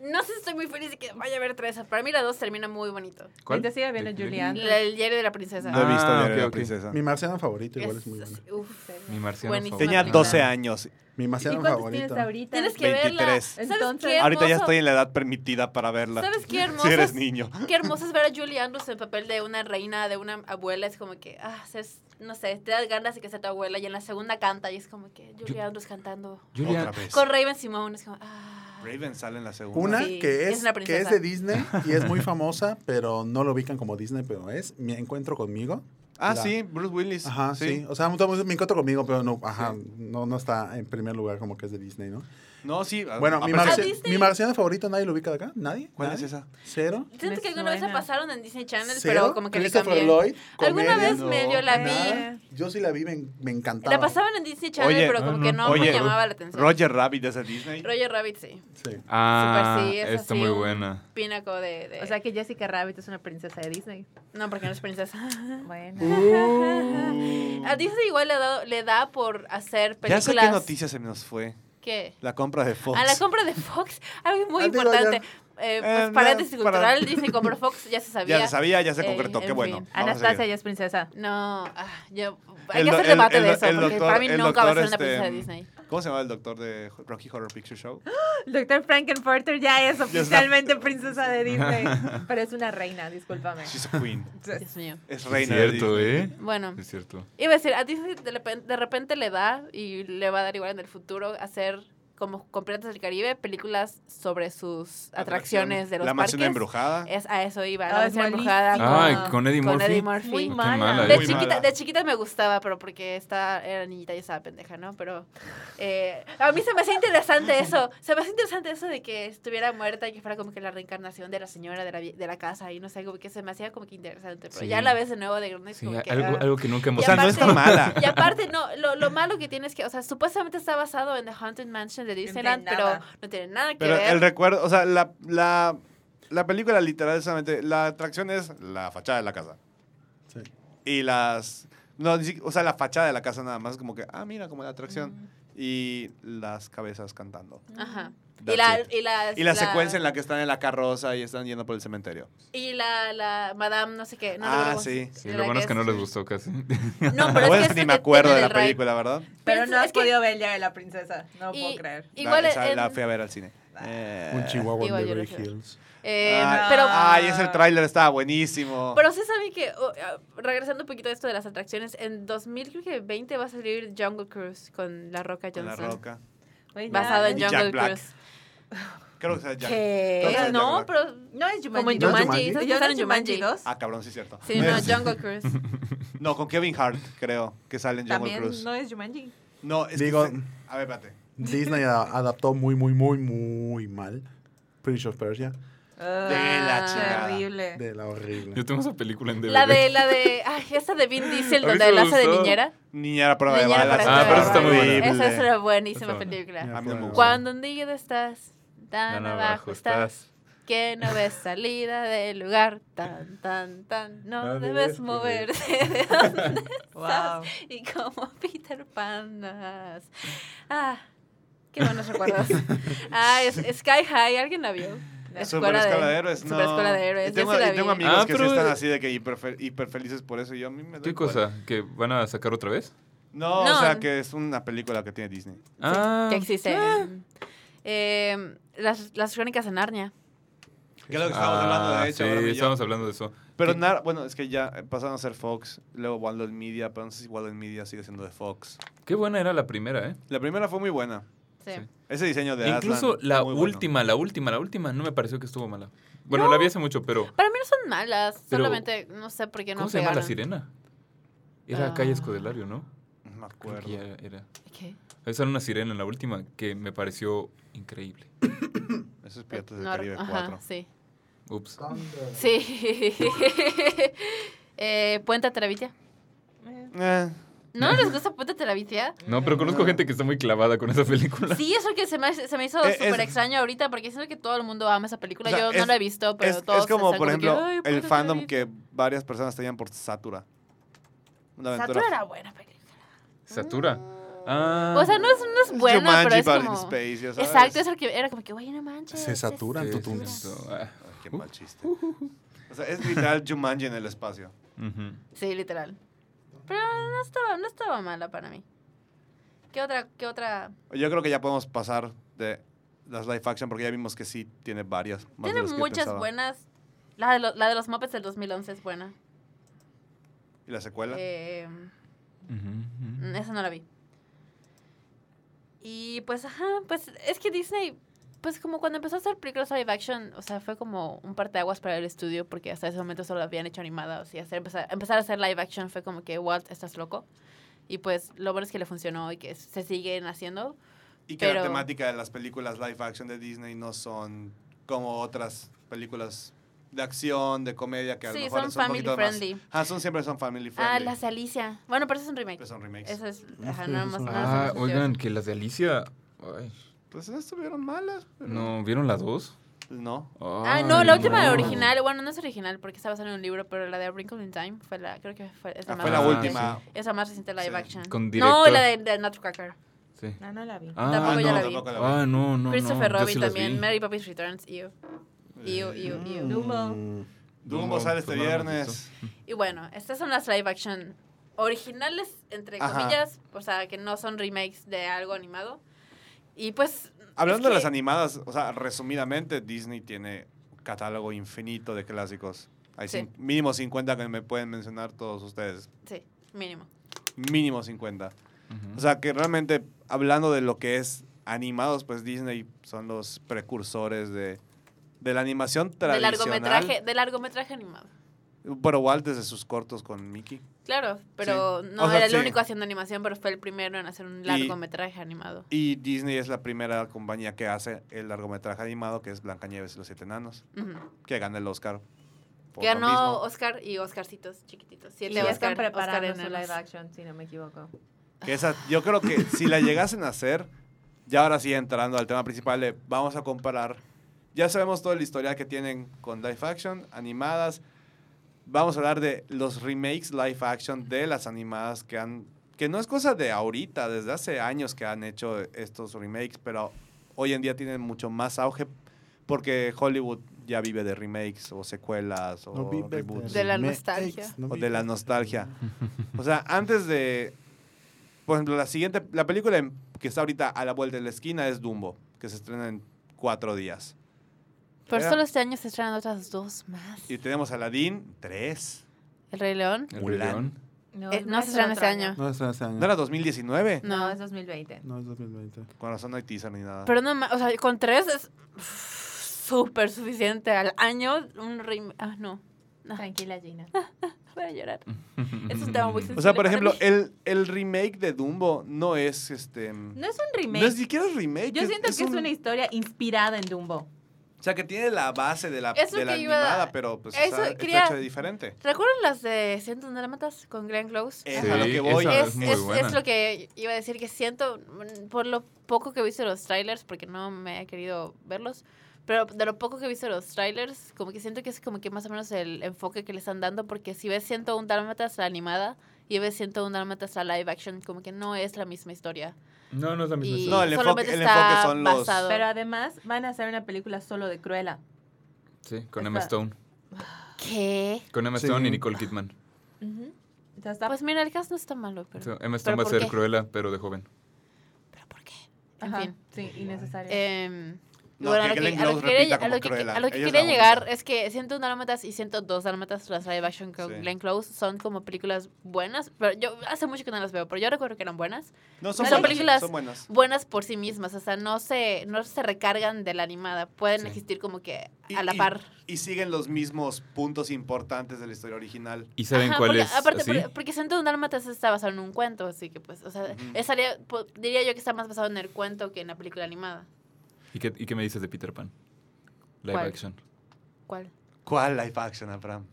No sé si estoy muy feliz de que vaya a haber tres. Para mí la dos termina muy bonito.
¿Cuál?
Mientras siga viendo
¿De- de-
Julián.
La- el diario de la princesa.
No he visto
Ah,
Diario de
ok,
la
ok.
princesa.
Mi marciano favorito igual
Es
es muy bueno.
así, uf.
Mi marciano
Buenísima.
favorito.
Tenía
Una
12
película.
años.
Mi
¿Y
marciano
cuántos
favorito.
tienes ahorita?
Tienes que
23.
verla. ¿Sabes
Entonces-
qué
Ahorita ya
hermoso?
estoy en la edad permitida para verla.
¿Sabes qué hermoso?
Si eres niño.
Qué hermoso es ver a Julie Andrews en papel de una reina, de una abuela. Es como que, ah, es- no sé, te das ganas de que sea tu abuela. Y en la segunda canta y es como que Julie
Yo-
Andrews cantando.
Julia-
Otra vez.
Con Raven Simone. Es como, ah.
Raven sale en la segunda.
Una
Sí,
que,
es
es,
una
que es
princesa.
de Disney y es muy famosa, pero no lo ubican como Disney, pero es Mi Encuentro Conmigo.
Ah,
La-
sí, Bruce Willis.
Ajá, sí. O sea, todo el mundo, Mi Encuentro Conmigo, pero no, ajá, no, no está en primer lugar como que es de Disney, ¿no?
No, sí.
Ah,
a-
Bueno,
a
mi, ¿Ah?
pesar-
marci-
Disney.
mi marciano favorito, ¿nadie lo ubica de acá? ¿Nadie?
¿Cuál
¿Nadie?
es esa?
¿Cero?
Siento
Me
que alguna vez la
suena.
pasaron en Disney Channel,
¿Cero?
pero como que le
Christopher
cambié.
Lloyd.
Alguna
comedia.
vez
No,
medio la vi.
Nada. Yo sí la vi, me, me encantaba.
La pasaban en Disney Channel,
Oye,
pero como que no me
oye,
llamaba la atención.
Roger Rabbit es de Disney.
Roger Rabbit, sí.
Sí.
Ah,
Súper sí, es
está
así
muy
un-
buena.
Pínaco de, de-
O sea que Jessica Rabbit es una princesa de Disney.
No, porque no es princesa.
Bueno.
Uh.
A Disney igual le da, le da por hacer
Ya
películas.
sé qué noticia se nos fue.
¿Qué?
La compra de Fox.
A la compra de Fox, algo muy
Ah, digo, ya.
importante. Eh, pues,
Eh,
paréntesis
para-
cultural, Disney compró Fox, ya se sabía.
Ya se sabía, ya se
Eh,
concretó.
en
Qué bueno.
fin.
Vamos a
Anastasia
seguir.
ya es princesa.
No, ah, ya- hay
El
que
do-
hacer
el-
debate
el-
de eso,
el
porque
doctor-
para mí
el
nunca va a
doctor,
ser una princesa de
este,
Disney.
¿Cómo se llama el doctor de Rocky Horror Picture Show?
Doctor Frankenfurter ya es
está.
oficialmente princesa de Disney. Pero es una reina, discúlpame.
She's a queen.
Dios mío.
Es
Es
reina. de
cierto,
Disney.
¿eh?
Bueno,
Es cierto.
iba a decir, a Disney de repen- de repente le da y le va a dar igual en el futuro hacer como con Piratas del Caribe películas sobre sus atracciones de los
La
parques. Eh,
mansión embrujada.
Es a eso iba,
Ah,
la
es
mansión embrujada con,
malísima.
Ay, con Eddie Murphy.
Muy
No, qué
mala.
mala,
De
Muy
¿eh?
chiquita,
mala.
de chiquita me gustaba, pero porque esta era niñita y estaba pendeja, ¿no? Pero eh, a mí se me hacía interesante eso. Se me hacía interesante eso de que estuviera muerta y que fuera como que la reencarnación de la señora de la, vie- de la casa y no sé, como que se me hacía como que interesante. Pero
Sí.
ya la ves de nuevo de grande y es
Sí,
como que,
algo,
ah.
algo que nunca hemos
O sea, no
aparte-
está mala.
Y aparte, no, lo, lo malo que tiene es que, o sea, supuestamente está basado en The Haunted Mansion de Disneyland,
tiene
pero
nada.
no tiene nada que
Pero
ver.
el recuerdo, o sea, la, la, la película literal, solamente, la atracción es la fachada de la casa.
Sí.
Y las... No, ni si- o sea, la fachada de la casa nada más, como que, ah, mira, como la atracción. y las cabezas cantando.
Ajá. Y
That's
la,
it.
y la,
Y la secuencia en la que están en la carroza y están yendo por el cementerio.
Y la, la Madame, no sé qué. No
Ah,
recuerdo.
sí.
Sí,
La
lo bueno es que no
es-
les gustó casi.
No, pero es
Bueno,
que
es que
ese
ni me
que
acuerdo
tiene
de la
del Rey.
película, ¿verdad?
Pero no
Pues es
has
que-
podido ver ya de la princesa. No
Y-
puedo creer.
Igual
la, esa
en-
la fui a ver al cine. Eh,
Un chihuahua en
Digo, yo
Beverly
no sé.
Hills.
eh,
Ah,
ay,
pero,
Ay, ese tráiler estaba buenísimo.
pero sí saben que, oh, ah, regresando un poquito a esto de las atracciones, en 2020 va a salir Jungle Cruise con La Roca
Con la
Johnson.
roca.
Güey, ya.
Basado en
Y Jack
Jungle
Black.
Cruise.
Creo que sea Jack.
Eh,
Creo que sea
no,
Jack Black.
pero
No es Jumanji.
como en
¿No es
Jumanji.
Jumanji?
¿sabes que
Yo
están
en
en
Jumanji
Jumanji?
2.
Ah, cabrón, sí es cierto.
Sí, no, Jungle Cruise.
No, con Kevin Hart, creo, que sale en Jungle
También
Cruise.
no es Jumanji.
No, es que
Digo-
se- A ver, espérate.
Disney a- adaptó muy, muy, muy, muy mal Prince of Persia
la chingada.
Ah, Terrible.
de la horrible.
Yo tengo esa película en DVD.
La de, la de, ay, esa de Vin Diesel,
A mí
donde
sí
la
me
hace de
gustó.
niñera.
Niñera prueba de
Niñera
balas.
para
Ah, pero eso está muy
probar.
buena.
Esa es
horrible.
una buenísima
Está buena.
película.
A mí no me gustó.
Cuando hundido estás, tan
Tan
abajo estás, que no ves salida del lugar, tan, tan, tan, no,
No
debes
debes
moverte de donde
Wow.
y como Peter Pan. nas. Ah, qué buenos recuerdos. Ah, es, Sky High, ¿alguien la vio? La
Super escuela de, héroes, no.
Superescuela de héroes,
Y
yo
tengo,
sí la
y tengo
vi.
amigos
Ah,
que sí
pero-
están así de que hiper, felices por eso. y Yo a mí me doy
¿Qué
cuenta.
cosa? ¿Que van a sacar otra vez?
No,
No.
o sea que es una película que tiene Disney.
Ah,
Que existe. Eh, las, las crónicas de Narnia.
Que es lo que estábamos hablando,
Ah,
de hecho.
Sí,
ahora me-
estábamos hablando de eso.
Pero
¿Qué?
Nar- bueno, es que ya eh, pasaron a ser Fox, luego Walden Media, pero no sé si Walden Media sigue siendo de Fox.
Qué buena era la primera, ¿eh?
La primera fue muy buena.
Sí.
Sí.
Ese diseño de
Incluso
Aslan,
la
muy bueno.
última, la última, la última, no me pareció que estuvo mala. Bueno, la vi hace mucho, pero...
Para mí no son malas,
Pero-
solamente no sé por qué Ah, no
¿Cómo se llama la
pegaron.
sirena? Era
Ah.
Calle Escodelario, ¿no?
No me
Creo que
acuerdo.
ya era.
¿Qué?
Esa era una sirena en la última que me pareció increíble.
Eso es Piratas del
No,
Caribe
ajá,
4.
sí.
Ups.
Sí. eh, Puente Terabitia.
Eh,
¿No les gusta Puente Terabitia?
No, pero
Ah.
conozco gente que está muy clavada con esa película.
Sí, eso que se me, se me hizo
Eh, es-
súper extraño ahorita porque siento que todo el mundo ama esa película.
O sea,
Yo no
es-
la he visto, pero
es,
todos
es como,
están
por
que,
ejemplo,
"Ay, Puente
el fandom
Terabitia".
que varias personas tenían por Satura. Una aventura.
Satura era buena película.
Satura. Ah.
O sea, no es, no es buena,
Jumanji,
pero es
but in
como...
space, ya sabes.
Exacto, es el que era como que, güey, no manches.
Se
es
saturan
Sí,
tutunes.
sí, sí. Ah,
Ay, qué mal chiste. O sea, es literal Jumanji en el espacio.
ujú.
Sí, literal. Pero no estaba, no estaba mala para mí. ¿Qué otra, qué otra?
Yo creo que ya podemos pasar de las live action porque ya vimos que sí tiene varias. más de
Tiene
las que
muchas
pensaba.
buenas. La de, lo- la de los Muppets del 2011 es buena.
¿Y la secuela?
Eh, mm,
Ujú, ujú.
esa no la vi. Y pues, ajá, pues es que Disney, pues como cuando empezó a hacer películas live action, o sea, fue como un parteaguas para el estudio porque hasta ese momento solo habían hecho animadas y hacer, empezar, empezar a hacer live action fue como que, what, estás loco. Y pues lo bueno es que le funcionó y que se siguen haciendo,
y que
pero-
la temática de las películas live action de Disney no son como otras películas de acción, de comedia, que a
Sí,
lo mejor
son
son, un poquito
family
más-
friendly.
Ah, son siempre son family friendly. Pues,
Ah, las de Alicia. Bueno, pero eso es un remake.
Pero son remakes.
Eso es.
No,
Ajá,
sí,
no
eso
hemos-
es
no
un-
nos
Ah,
hemos
oigan,
metido.
que las de Alicia. Ay,
Pues no estuvieron malas. pero-
no, ¿vieron las dos?
Pues, No.
Ah, no,
Oh.
la
Ay,
última
no.
la original. Bueno, no es original porque estaba basada en un libro, pero la de A Wrinkle in Time fue la. Creo que fue. Es la
Ah,
más
fue la
reciente.
última.
Es la más reciente live
Sí.
action.
Con
No,
director.
la de, de Nutcracker.
Sí.
No, no la vi.
Ah,
Tampoco
no.
yo la vi.
tampoco la vi.
Ah, no, no.
Christopher
no, yo sí
Robin
las
también.
vi.
Mary Poppins Returns. Ew. Ew,
Eh,
ew, ew.
Mm.
Dumbo.
Dumbo sale este
pues nada más
viernes.
Y bueno, estas son las live action originales, entre
Ajá.
comillas. O sea, que no son remakes de algo animado. Y pues. es
Hablando de las
que-
animadas, o sea, resumidamente, Disney tiene un catálogo infinito de clásicos. Hay
Sí.
cin- mínimo 50 que me pueden mencionar todos ustedes.
Sí, mínimo.
Mínimo 50.
Ujú.
O sea, que realmente, hablando de lo que es animados, pues Disney son los precursores de, de la animación
De
tradicional.
largometraje, de largometraje animado.
Pero Walt desde sus cortos con Mickey.
Claro, pero no
O sea,
era el
sí.
único haciendo animación, pero fue el primero en hacer un largometraje animado.
Y Disney es la primera compañía que hace el largometraje animado, que es Blancanieves y los Siete Enanos,
Ujú.
que gana el Oscar. por
Que
lo
ganó
mismo.
Oscar y Oscarcitos chiquititos.
Y
Siete
ya
Oscar,
están
Oscar
preparando su
enanos.
live action, si no me equivoco.
Que esa, yo creo que si la llegasen a hacer, ya ahora sí entrando al tema principal, de vamos a comparar. Ya sabemos todo el historial que tienen con live action, animadas. Vamos a hablar de los remakes live action de las animadas que han que no es cosa de ahorita, desde hace años que han hecho estos remakes, pero hoy en día tienen mucho más auge porque Hollywood ya vive de remakes o secuelas o reboots
De la nostalgia.
o de la nostalgia. O sea, antes de por ejemplo, la siguiente la película en- que está ahorita a la vuelta de la esquina es Dumbo, que se estrena en cuatro días.
Pero
Era-
solo este año se estrenan otras dos más.
Y tenemos Aladdin, tres.
El Rey León.
El
Mulan.
León.
No,
Eh,
es-
no
es
se estrena
otro
este año.
No es este año.
¿No era 2019?
No,
No.
es 2020.
No es 2020.
Con razón no hay teaser ni nada.
Pero no, ma- o sea, con tres es súper suficiente al año. Un remake. Ah, no. No,
Tranquila, Gina.
voy a llorar.
Mm.
Es un tema muy
o sea,
sensible
por
para
ejemplo,
mí.
el, el remake de Dumbo no es este.
No es un
No
remake.
es ni siquiera es remake.
Yo siento que es una historia inspirada en Dumbo.
O sea, que tiene la base de la,
Eso
de la
que iba a-
animada, pero pues
eso
está, está
quería-
hecha de diferente.
¿Recuerdan las de 101 Dálmatas con Glenn Close?
Es
Ajá.
a lo
Sí,
que voy.
esa
Es,
es muy
es- es
buena.
lo que iba a decir que siento mm, por lo poco que he visto de los trailers, porque no me he querido verlos, pero de lo poco que he visto de los trailers, como que siento que es como que más o menos el enfoque que le están dando, porque si ves 101 Dálmatas la animada y ves 101 Dálmatas la live action, como que no es la misma historia.
No, no es la misma.
Y
No,
historia.
el enfoque-
solamente
el
está
enfoque son los-
basado.
Pero además van a hacer una película solo de Cruella.
Sí, con Emma
Está-
Stone.
¿Qué?
Con Emma
Sí.
Stone y Nicole Kidman.
O sea, está-
Pues mira, el cast no está malo, pero,
So, Emma Stone va a
¿por
ser
qué?
Cruella, pero de joven.
pero ¿por qué? En
Ajá,
fin.
sí, innecesaria.
Em, y
No,
bueno,
que
a lo que-
Glenn
a lo
Close
que quería-
repita
a
como
lo que
Cruella.
a lo que
Ella es
quería
la
llegar
única.
es que 101 Dálmatas y 102 Dálmatas, las live action con
Sí.
Glenn Close, son como películas buenas. Pero yo hace mucho que no las veo, pero yo recuerdo que eran buenas.
No, son, buenas,
Pero son
películas-
Son buenas.
Buenas por sí mismas, o sea, no se, no se recargan de la animada. Pueden
Sí.
existir como que
Y-
a la
y-
par.
Y, siguen los mismos puntos importantes de la historia original.
¿Y saben
Ajá,
cuál
porque,
es?
Aparte,
así?
por- porque Santo de un Dálmatas está basado en un cuento, así que pues, o sea,
Ujú.
estaría- po- diría yo que está más basado en el cuento que en la película animada.
¿Y, qué, ¿Y qué me dices de Peter Pan? Live
¿Cuál?
action.
¿Cuál?
¿Cuál live action, Abraham?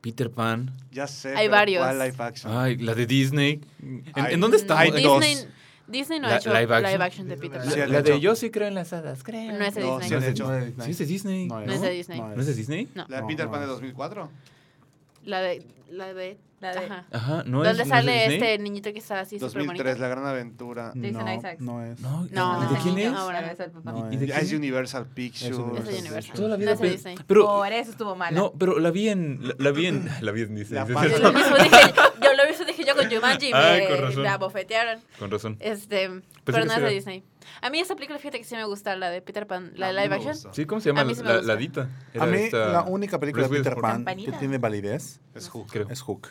Peter Pan.
Ya sé.
Hay
pero
varios.
¿Cuál live action?
Ay, la de Disney. ¿En,
Ay,
en dónde está?
Hay
Mm, Disney,
dos.
Disney no ha
La-
hecho
live
live action,
action.
de Peter Pan.
Sí,
La,
han
la
hecho.
de Yo sí creo en las hadas, creo.
No es de
No,
Disney.
sí han hecho.
Sí, es de Disney. ¿No,
No es de Disney.
es de Disney?
No.
¿La de
No,
Peter
no.
Pan de 2004?
La de. La de.
La de-
ajá.
Ajá, no
¿Dónde
es no es de
sale
Disney?
este niñito que está así súper bonito?
2003, La Gran Aventura.
Jason
no,
Isaacs.
No es.
No,
No,
¿y
no,
de
no,
quién
no,
es?
ahora
No,
es el papá.
No
¿Y de
Ya Es
quién?
Universal Pictures.
Universal.
Es de Universal.
Toda la vida.
No es de
pero-
Disney.
Pero,
Por eso estuvo mala.
no, pero la vi en. La, la vi en. La vi en Disney.
La
sí,
paz.
sí,
Yo
sí.
lo mismo dije, yo, lo mismo dije yo con Jumanji y
Ay,
me,
Ah, con razón.
me abofetearon.
Con razón.
Este, pero
que
no es de
era-
Disney. A mí esa película, fíjate que sí me gusta, la de Peter Pan, la de
A mí
live
Ah, me
action.
gusta.
Sí, ¿cómo se llama?
A mí sí me
La,
gusta.
la Dita.
A
Era
mí
esta-
la única película de
Bruce
Peter
Willis,
Pan que
Campanita.
tiene validez
Es Hook.
Creo.
es Hook.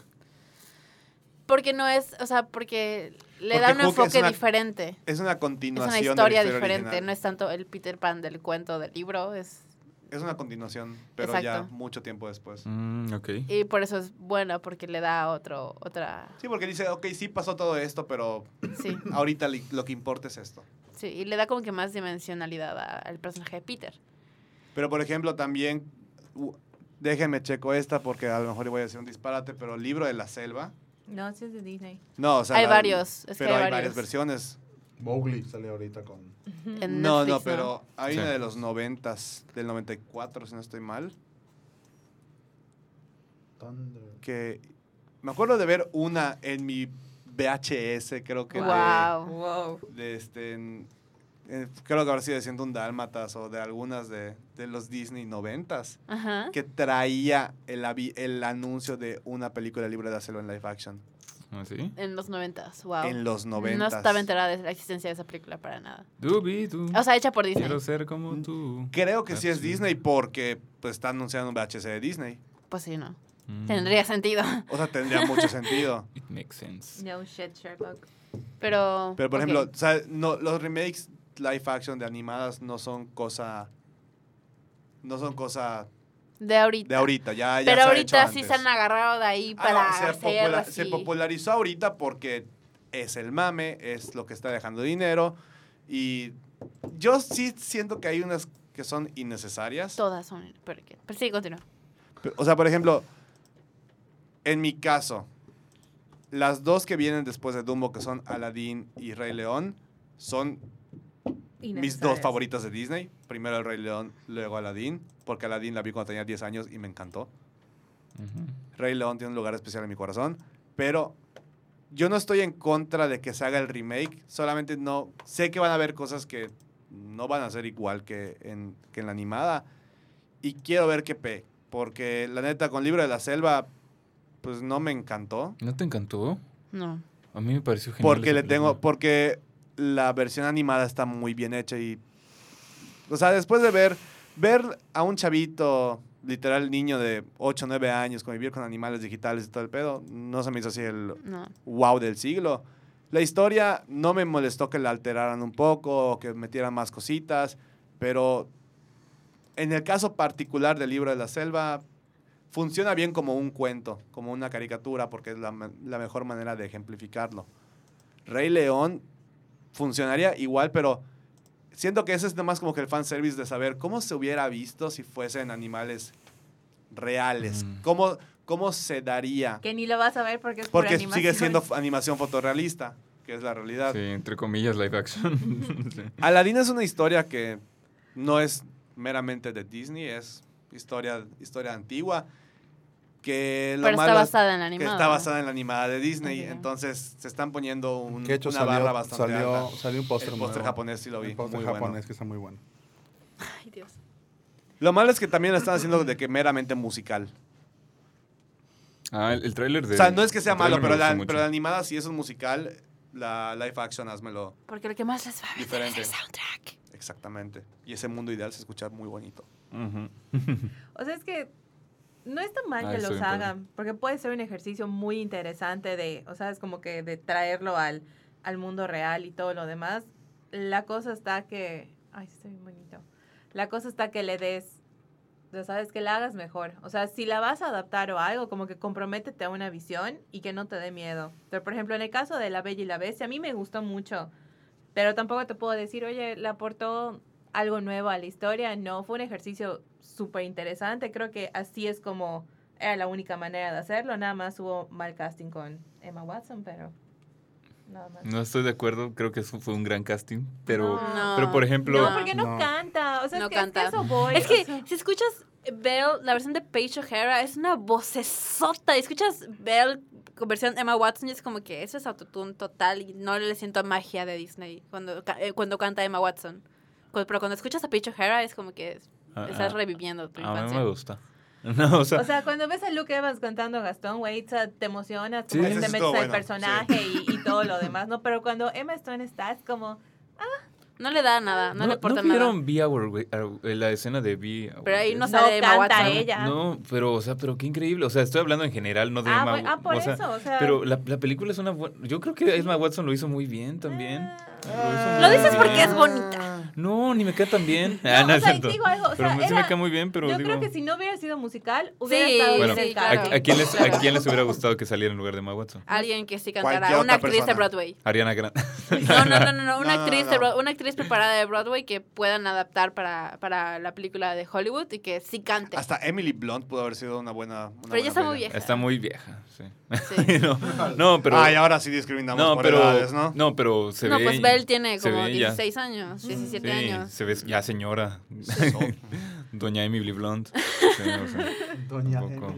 Porque no es, o sea, porque le
Porque
da un
Hook es
enfoque
una
diferente.
Es una
Es una
continuación.
historia
de la
diferente,
original.
no es tanto el Peter Pan del cuento del libro, es
Es una continuación, pero ya
Exacto.
mucho tiempo después.
Mm, ok.
y por eso es buena porque le da otro otra
Sí, porque dice, ok, sí pasó todo esto, pero
sí.
ahorita li- lo que importa es esto.
Sí, y le da como que más dimensionalidad a- al personaje de Peter.
Pero, por ejemplo, también, u- déjenme checo esta porque a lo mejor voy a decir un disparate, pero el libro de la selva.
No, sí es de Disney.
No, o sea.
hay
la-
varios, es que
Pero
hay,
hay
varios.
varias versiones.
Mowgli sale ahorita con.
En
no, no,
Netflix,
pero hay
Sí.
una de los noventas, del 94, si no estoy mal, que me acuerdo de ver una en mi VHS, creo que de-
Wow.
Wow.
de, este, en- en- creo que ahora sí de siendo un Dálmatas o de algunas de, de los Disney noventas,
Ajá.
que traía el, avi- el anuncio de una película libre de hacerlo en live action
¿Ah, sí?
En los noventas, wow.
en los
No
noventas.
estaba enterada de la existencia de esa película para nada.
Dubi, du.
O sea, hecha por Disney.
Quiero ser como tú.
Creo que sí
Ah,
es
sí.
Disney porque pues está anunciando un VHS de Disney.
Pues sí, no.
Mm.
Tendría sentido.
O sea, tendría mucho sentido.
It makes sense.
No shit, Sherlock.
Pero.
Pero, por
ok.
ejemplo, o sea, no, los remakes live action de animadas no son cosa. No son cosa
De ahorita.
de ahorita. Ya, ya
Pero
se ha hecho
ahorita sí
antes.
se han agarrado de ahí
Ah, no,
para.
se,
hacer
popula-
así.
se popularizó ahorita porque es el mame, es lo que está dejando dinero. Y yo sí siento que hay unas que son innecesarias.
Todas son. Pero, que- pero sí, continúa.
Pe- O sea, por ejemplo, en mi caso, las dos que vienen después de Dumbo, que son Aladdin y Rey León, son mis dos favoritas de Disney. Primero El Rey León, luego Aladdin, porque Aladdin la vi cuando tenía 10 años y me encantó.
Ujú.
Rey León tiene un lugar especial en mi corazón, pero yo no estoy en contra de que se haga el remake, solamente no sé que van a haber cosas que no van a ser igual que en, que en la animada y quiero ver qué pe, porque la neta con Libro de la Selva pues no me encantó
¿No te encantó?
No.
A mí me pareció genial.
porque
esa
le tengo
película.
porque la versión animada está muy bien hecha y o sea, después de ver ver a un chavito literal niño de 8 o 9 años convivir con animales digitales y todo el pedo, no se me hizo así el
No.
wow del siglo. La historia no me molestó que la alteraran un poco o que metieran más cositas, pero en el caso particular del libro de la selva, funciona bien como un cuento, como una caricatura, porque es la, me- la mejor manera de ejemplificarlo. Rey León funcionaría igual, pero siento que ese es nomás como que el fanservice de saber cómo se hubiera visto si fuesen animales reales,
Mm.
cómo, cómo se daría.
Que ni lo vas a ver porque es pura
Porque
animación.
sigue siendo f- animación fotorrealista, que es la realidad.
Sí, entre comillas, live action. Sí.
Aladdin es una historia que no es meramente de Disney, es historia, historia antigua. Que lo
Pero está
malo es
basada en la
que
animada.
está basada en la animada de Disney.
Ajá.
Entonces se están poniendo un-
Que de hecho
una
salió,
barra bastante
salió,
alta.
salió un póster
El póster
nuevo.
japonés sí lo vi.
El póster
muy bueno.
japonés que está muy bueno.
Ay, Dios.
Lo malo es que también lo están haciendo de que meramente musical.
Ah, el, el tráiler de...
o sea, no es que sea
el tráiler
malo,
me
pero la,
gustó mucho.
pero la animada sí es un musical. La live action, házmelo
Porque lo que más les va a vender
Diferente.
es el soundtrack.
exactamente. Y ese mundo ideal se escucha muy bonito.
Ujú.
O sea, es que no está mal
Ah,
que
estoy
los
de acuerdo.
hagan, porque puede ser un ejercicio muy interesante de, o sea, es como que de traerlo al, al mundo real y todo lo demás. La cosa está que, ay, sí está bien bonito. La cosa está que le des, ya sabes, que la hagas mejor. O sea, si la vas a adaptar o algo, como que comprométete a una visión y que no te dé miedo. Pero, por ejemplo, en el caso de La Bella y la Bestia, a mí me gustó mucho, pero tampoco te puedo decir, oye, le aportó algo nuevo a la historia. No, fue un ejercicio súper interesante. Creo que así es como era la única manera de hacerlo. Nada más hubo mal casting con Emma Watson, pero nada más.
No estoy de acuerdo, creo que eso fue un gran casting, pero...
No.
Pero, por ejemplo...
No, porque no,
No.
canta. O sea,
No
es, que, es que
canta.
eso voy.
Es
o
que
sea,
si escuchas Belle, la versión de Paige O'Hara, es una vocesota. Y escuchas Belle con versión Emma Watson y es como que eso es autotune total y no le siento magia de Disney cuando, ca- eh, cuando canta Emma Watson. Cu- Pero cuando escuchas a Paige O'Hara es como que es-
ah,
estás
ah,
reviviendo tu
A mí
infancia.
me gusta. No, o sea...
o sea, cuando ves a Luke Evans cantando Gastón, güey, o sea, te emocionas, como
Sí.
que
Eso
te
estuvo
metes al
bueno,
personaje y, y todo lo demás, ¿no? Pero cuando Emma Stone está, es como,
No le da nada, no, le aporta nada.
vieron Be Our Gue- Our- eh, la escena de Be Our
Pero ahí
Guest?
no
no,
sale Emma
canta
Watson.
ella.
No, pero, o sea, pero qué increíble. O sea, estoy hablando en general, no de
ah,
Emma
bueno, ah,
Wa-
por
o sea,
eso, o sea.
Pero la, la película es una buena. Yo creo que Emma Watson lo hizo muy bien también.
Ah.
Lo dices porque es
Ah.
bonita.
No, ni me queda tan bien.
No,
Ah, no
o
es
sea, y
cierto.
digo algo, o
pero
sea,
me- sí me
era-
cae muy bien, pero
yo
digo.
creo que si no hubiera sido musical, hubiera
Sí,
estado
Bueno,
bien el
sí,
casting.
claro.
¿A, a quién les,
Claro.
¿A quién les hubiera gustado que saliera en lugar de Emma Watson?
Alguien que sí
Cualquier
cantara,
otra
una actriz de
persona.
Broadway.
Ariana Grande.
No, no, no, no, no, Una,
No, no,
actriz
no,
de
no.
Broad- una actriz preparada de Broadway que puedan adaptar para, para la película de Hollywood y que sí cante.
Hasta Emily Blunt pudo haber sido una buena. una
Pero ella
buena
está muy
pelea.
vieja.
Está muy vieja, sí.
Sí.
no, no, pero.
Ay, Ah, ahora sí discriminamos
no,
por
pero.
edades, ¿no?
pero se
no,
ve.
pues Belle tiene
se
como
ve ya.
16 años,
Mm,
17
sí,
años.
Se ve ya señora. Doña Emily Blunt. Sí, o sea, tampoco.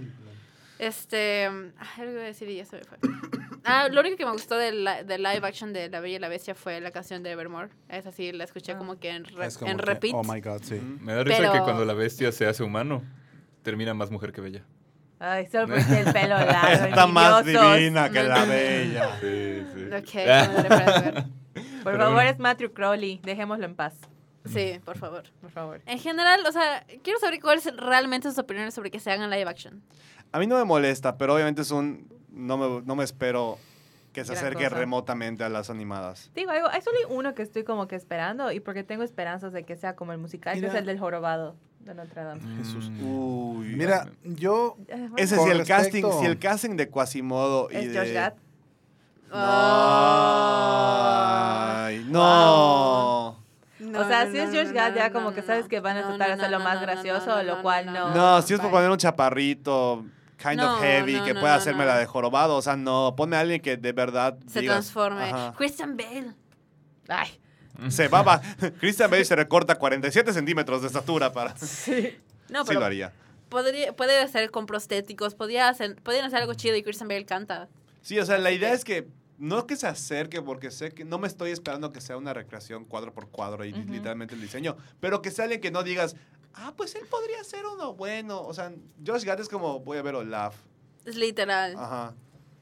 Este, ay, algo iba a decir y ya se me fue. Ah, lo único que me gustó del li- del live action de La Bella y la Bestia fue la canción de Evermore. Esa sí la escuché
Ah.
como que en, re-
Es como
en
que,
repeat.
Oh my God, sí.
Mm.
Me da risa que
Pero-
cuando la bestia se hace humano, termina más mujer que bella.
Ay, solo porque el pelo largo.
Está más
envidiosos.
divina que la
Mm.
bella.
Sí, sí.
Ok, no le puedes ver.
Por
Pero
favor,
bueno.
es Matthew Crowley. Dejémoslo en paz,
Sí, por favor.
por favor.
En general, o sea, quiero saber cuáles son realmente sus opiniones sobre que se hagan live action.
A mí no me molesta, pero obviamente es un. No me, no me espero que se
Gran
acerque
cosa.
remotamente a las animadas.
Digo algo, hay solo uno que estoy como que esperando y porque tengo esperanzas de que sea como el musical, que
Mira.
es el del jorobado de Notre Dame.
Jesús.
Mm.
Uy.
Mira, yo.
Eh, bueno,
Ese
Con
si el casting,
respecto-
si el casting de Quasimodo y
es
de.
Josh Gad.
No.
Oh.
Ah.
Ay, no.
o sea, si es Josh Gad, ya como que sabes que van a tratar de hacerlo más gracioso, lo cual no.
No, si es por
Bye.
poner un chaparrito kind
No,
of heavy
no,
que
no,
pueda
no,
hacerme
no.
la de jorobado. O sea, no. Ponme a alguien que de verdad.
Se
digas,
transforme.
ajá.
Christian Bale.
Ay,
Se va, ba- Christian Bale se recorta 47 centímetros de estatura para.
No,
sí lo
pero
haría.
podría, puede hacer con prostéticos, podía hacer, podían hacer algo chido y Christian Bale canta.
Sí, o sea, la
eh,
idea es que no que se acerque, porque sé que no me estoy esperando que sea una recreación cuadro por cuadro y
Ujú.
literalmente el diseño, pero que sea alguien que no digas, ah, pues él podría ser uno bueno. O sea, Josh Gad es como, voy a ver Olaf.
Es literal.
Ajá.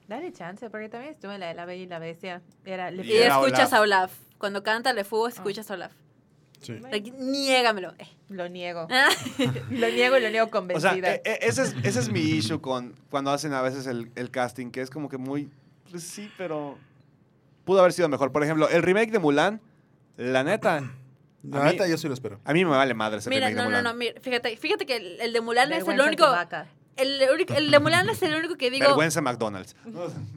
Dale chance, porque también estuve en la de la Bella y la Bestia. Era, le
Y
Y
era
escuchas
Olaf. Ah.
a Olaf. Cuando canta Le Fugo, escuchas a Olaf.
Sí.
Bueno.
Like, niégamelo. Eh.
Lo niego. Lo niego y lo niego
O sea,
convencida.
e- e- ese, es, ese es mi issue con cuando hacen a veces el, el casting, que es como que muy, pues sí, pero pudo haber sido mejor. Por ejemplo, el remake de Mulan, la neta,
La
A mí-
neta, yo sí lo espero.
a mí me vale madre ese
Mira,
remake
no,
de
no,
Mulan.
no, mira, fíjate, fíjate que el, el de Mulan es el
Vergüenza
único,
Chewbacca.
el, único- el de Mulan es el único que digo,
Vergüenza McDonald's.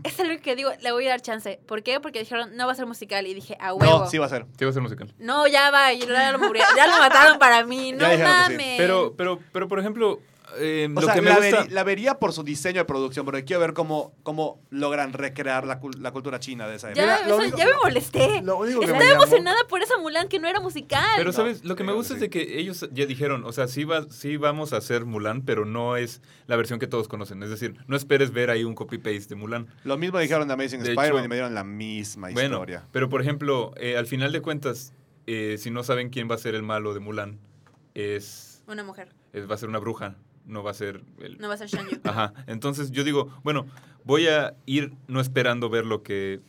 es el único que digo, le voy a dar chance. ¿Por qué? Porque dijeron, no va a ser musical, y dije, a huevo.
No, sí va a ser.
Te iba a ser musical.
No, ya va, y ya lo, murió- ya lo mataron para mí,
Ya
no
dijeron que sí.
mames.
Pero, pero, pero, por ejemplo, eh,
O
lo
sea,
que me
la,
gusta...
veri- la vería por su diseño de producción, pero quiero ver cómo, cómo logran recrear la, cul- la cultura china de esa
ya,
época.
Mira,
o
lo
sea,
único-
ya me molesté.
Lo único que me
Estaba
llamó-
emocionada por esa Mulan que no era musical.
Pero,
No,
¿sabes? Lo que me
creo
gusta
que
es de que ellos ya dijeron, o sea, sí, va, sí vamos a hacer Mulan, pero no es la versión que todos conocen. Es decir, no esperes ver ahí un copy-paste de Mulan.
Lo mismo dijeron de Amazing
De
Spider-Man
hecho-
y me dieron la misma
Bueno,
historia.
pero por ejemplo, eh, al final de cuentas, eh, si no saben quién va a ser el malo de Mulan, es,
Una mujer,
es- va a ser una bruja, no va a ser el...
no va a ser Shang Yu.
Ajá, entonces yo digo, bueno, voy a ir no esperando ver lo que,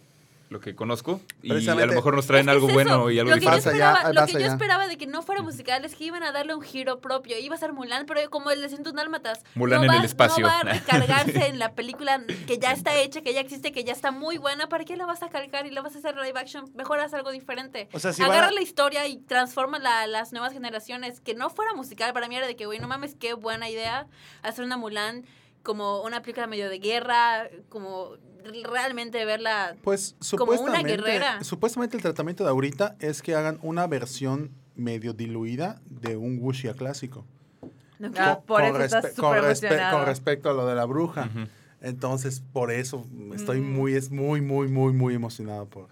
lo que conozco y a lo
Precisamente-
mejor nos traen
Es que
algo
es
bueno
eso.
y algo
lo que, yo
diferente. Basta ya,
esperaba,
ay,
lo que
basta
yo
ya.
esperaba de que no fuera musical es que iban a darle un giro propio. Iba a ser Mulan, pero como el de 101 Dálmatas.
Mulan
no
en
va-
el espacio.
No va a recargarse en la película que ya está hecha, que ya existe, que ya está muy buena. ¿Para qué la vas a calcar y la vas a hacer live action? Mejor haz algo diferente.
O
Pues
sea, si van
Agarra
a-
la historia y transforma la- las nuevas generaciones. Que no fuera musical para mí era de que, güey, no mames, qué buena idea hacer una Mulan como una película medio de guerra, como realmente verla.
Pues
Como una
supuestamente,
guerrera.
supuestamente el tratamiento de ahorita es que hagan una versión medio diluida de un Wuxia clásico.
Ah,
Co-
por
con
eso estás
respe-
súper
con, respe-
emocionado.
con respecto a lo de la bruja.
Ujú.
Entonces, por eso estoy
Mm.
muy, es muy, muy, muy, muy emocionado por,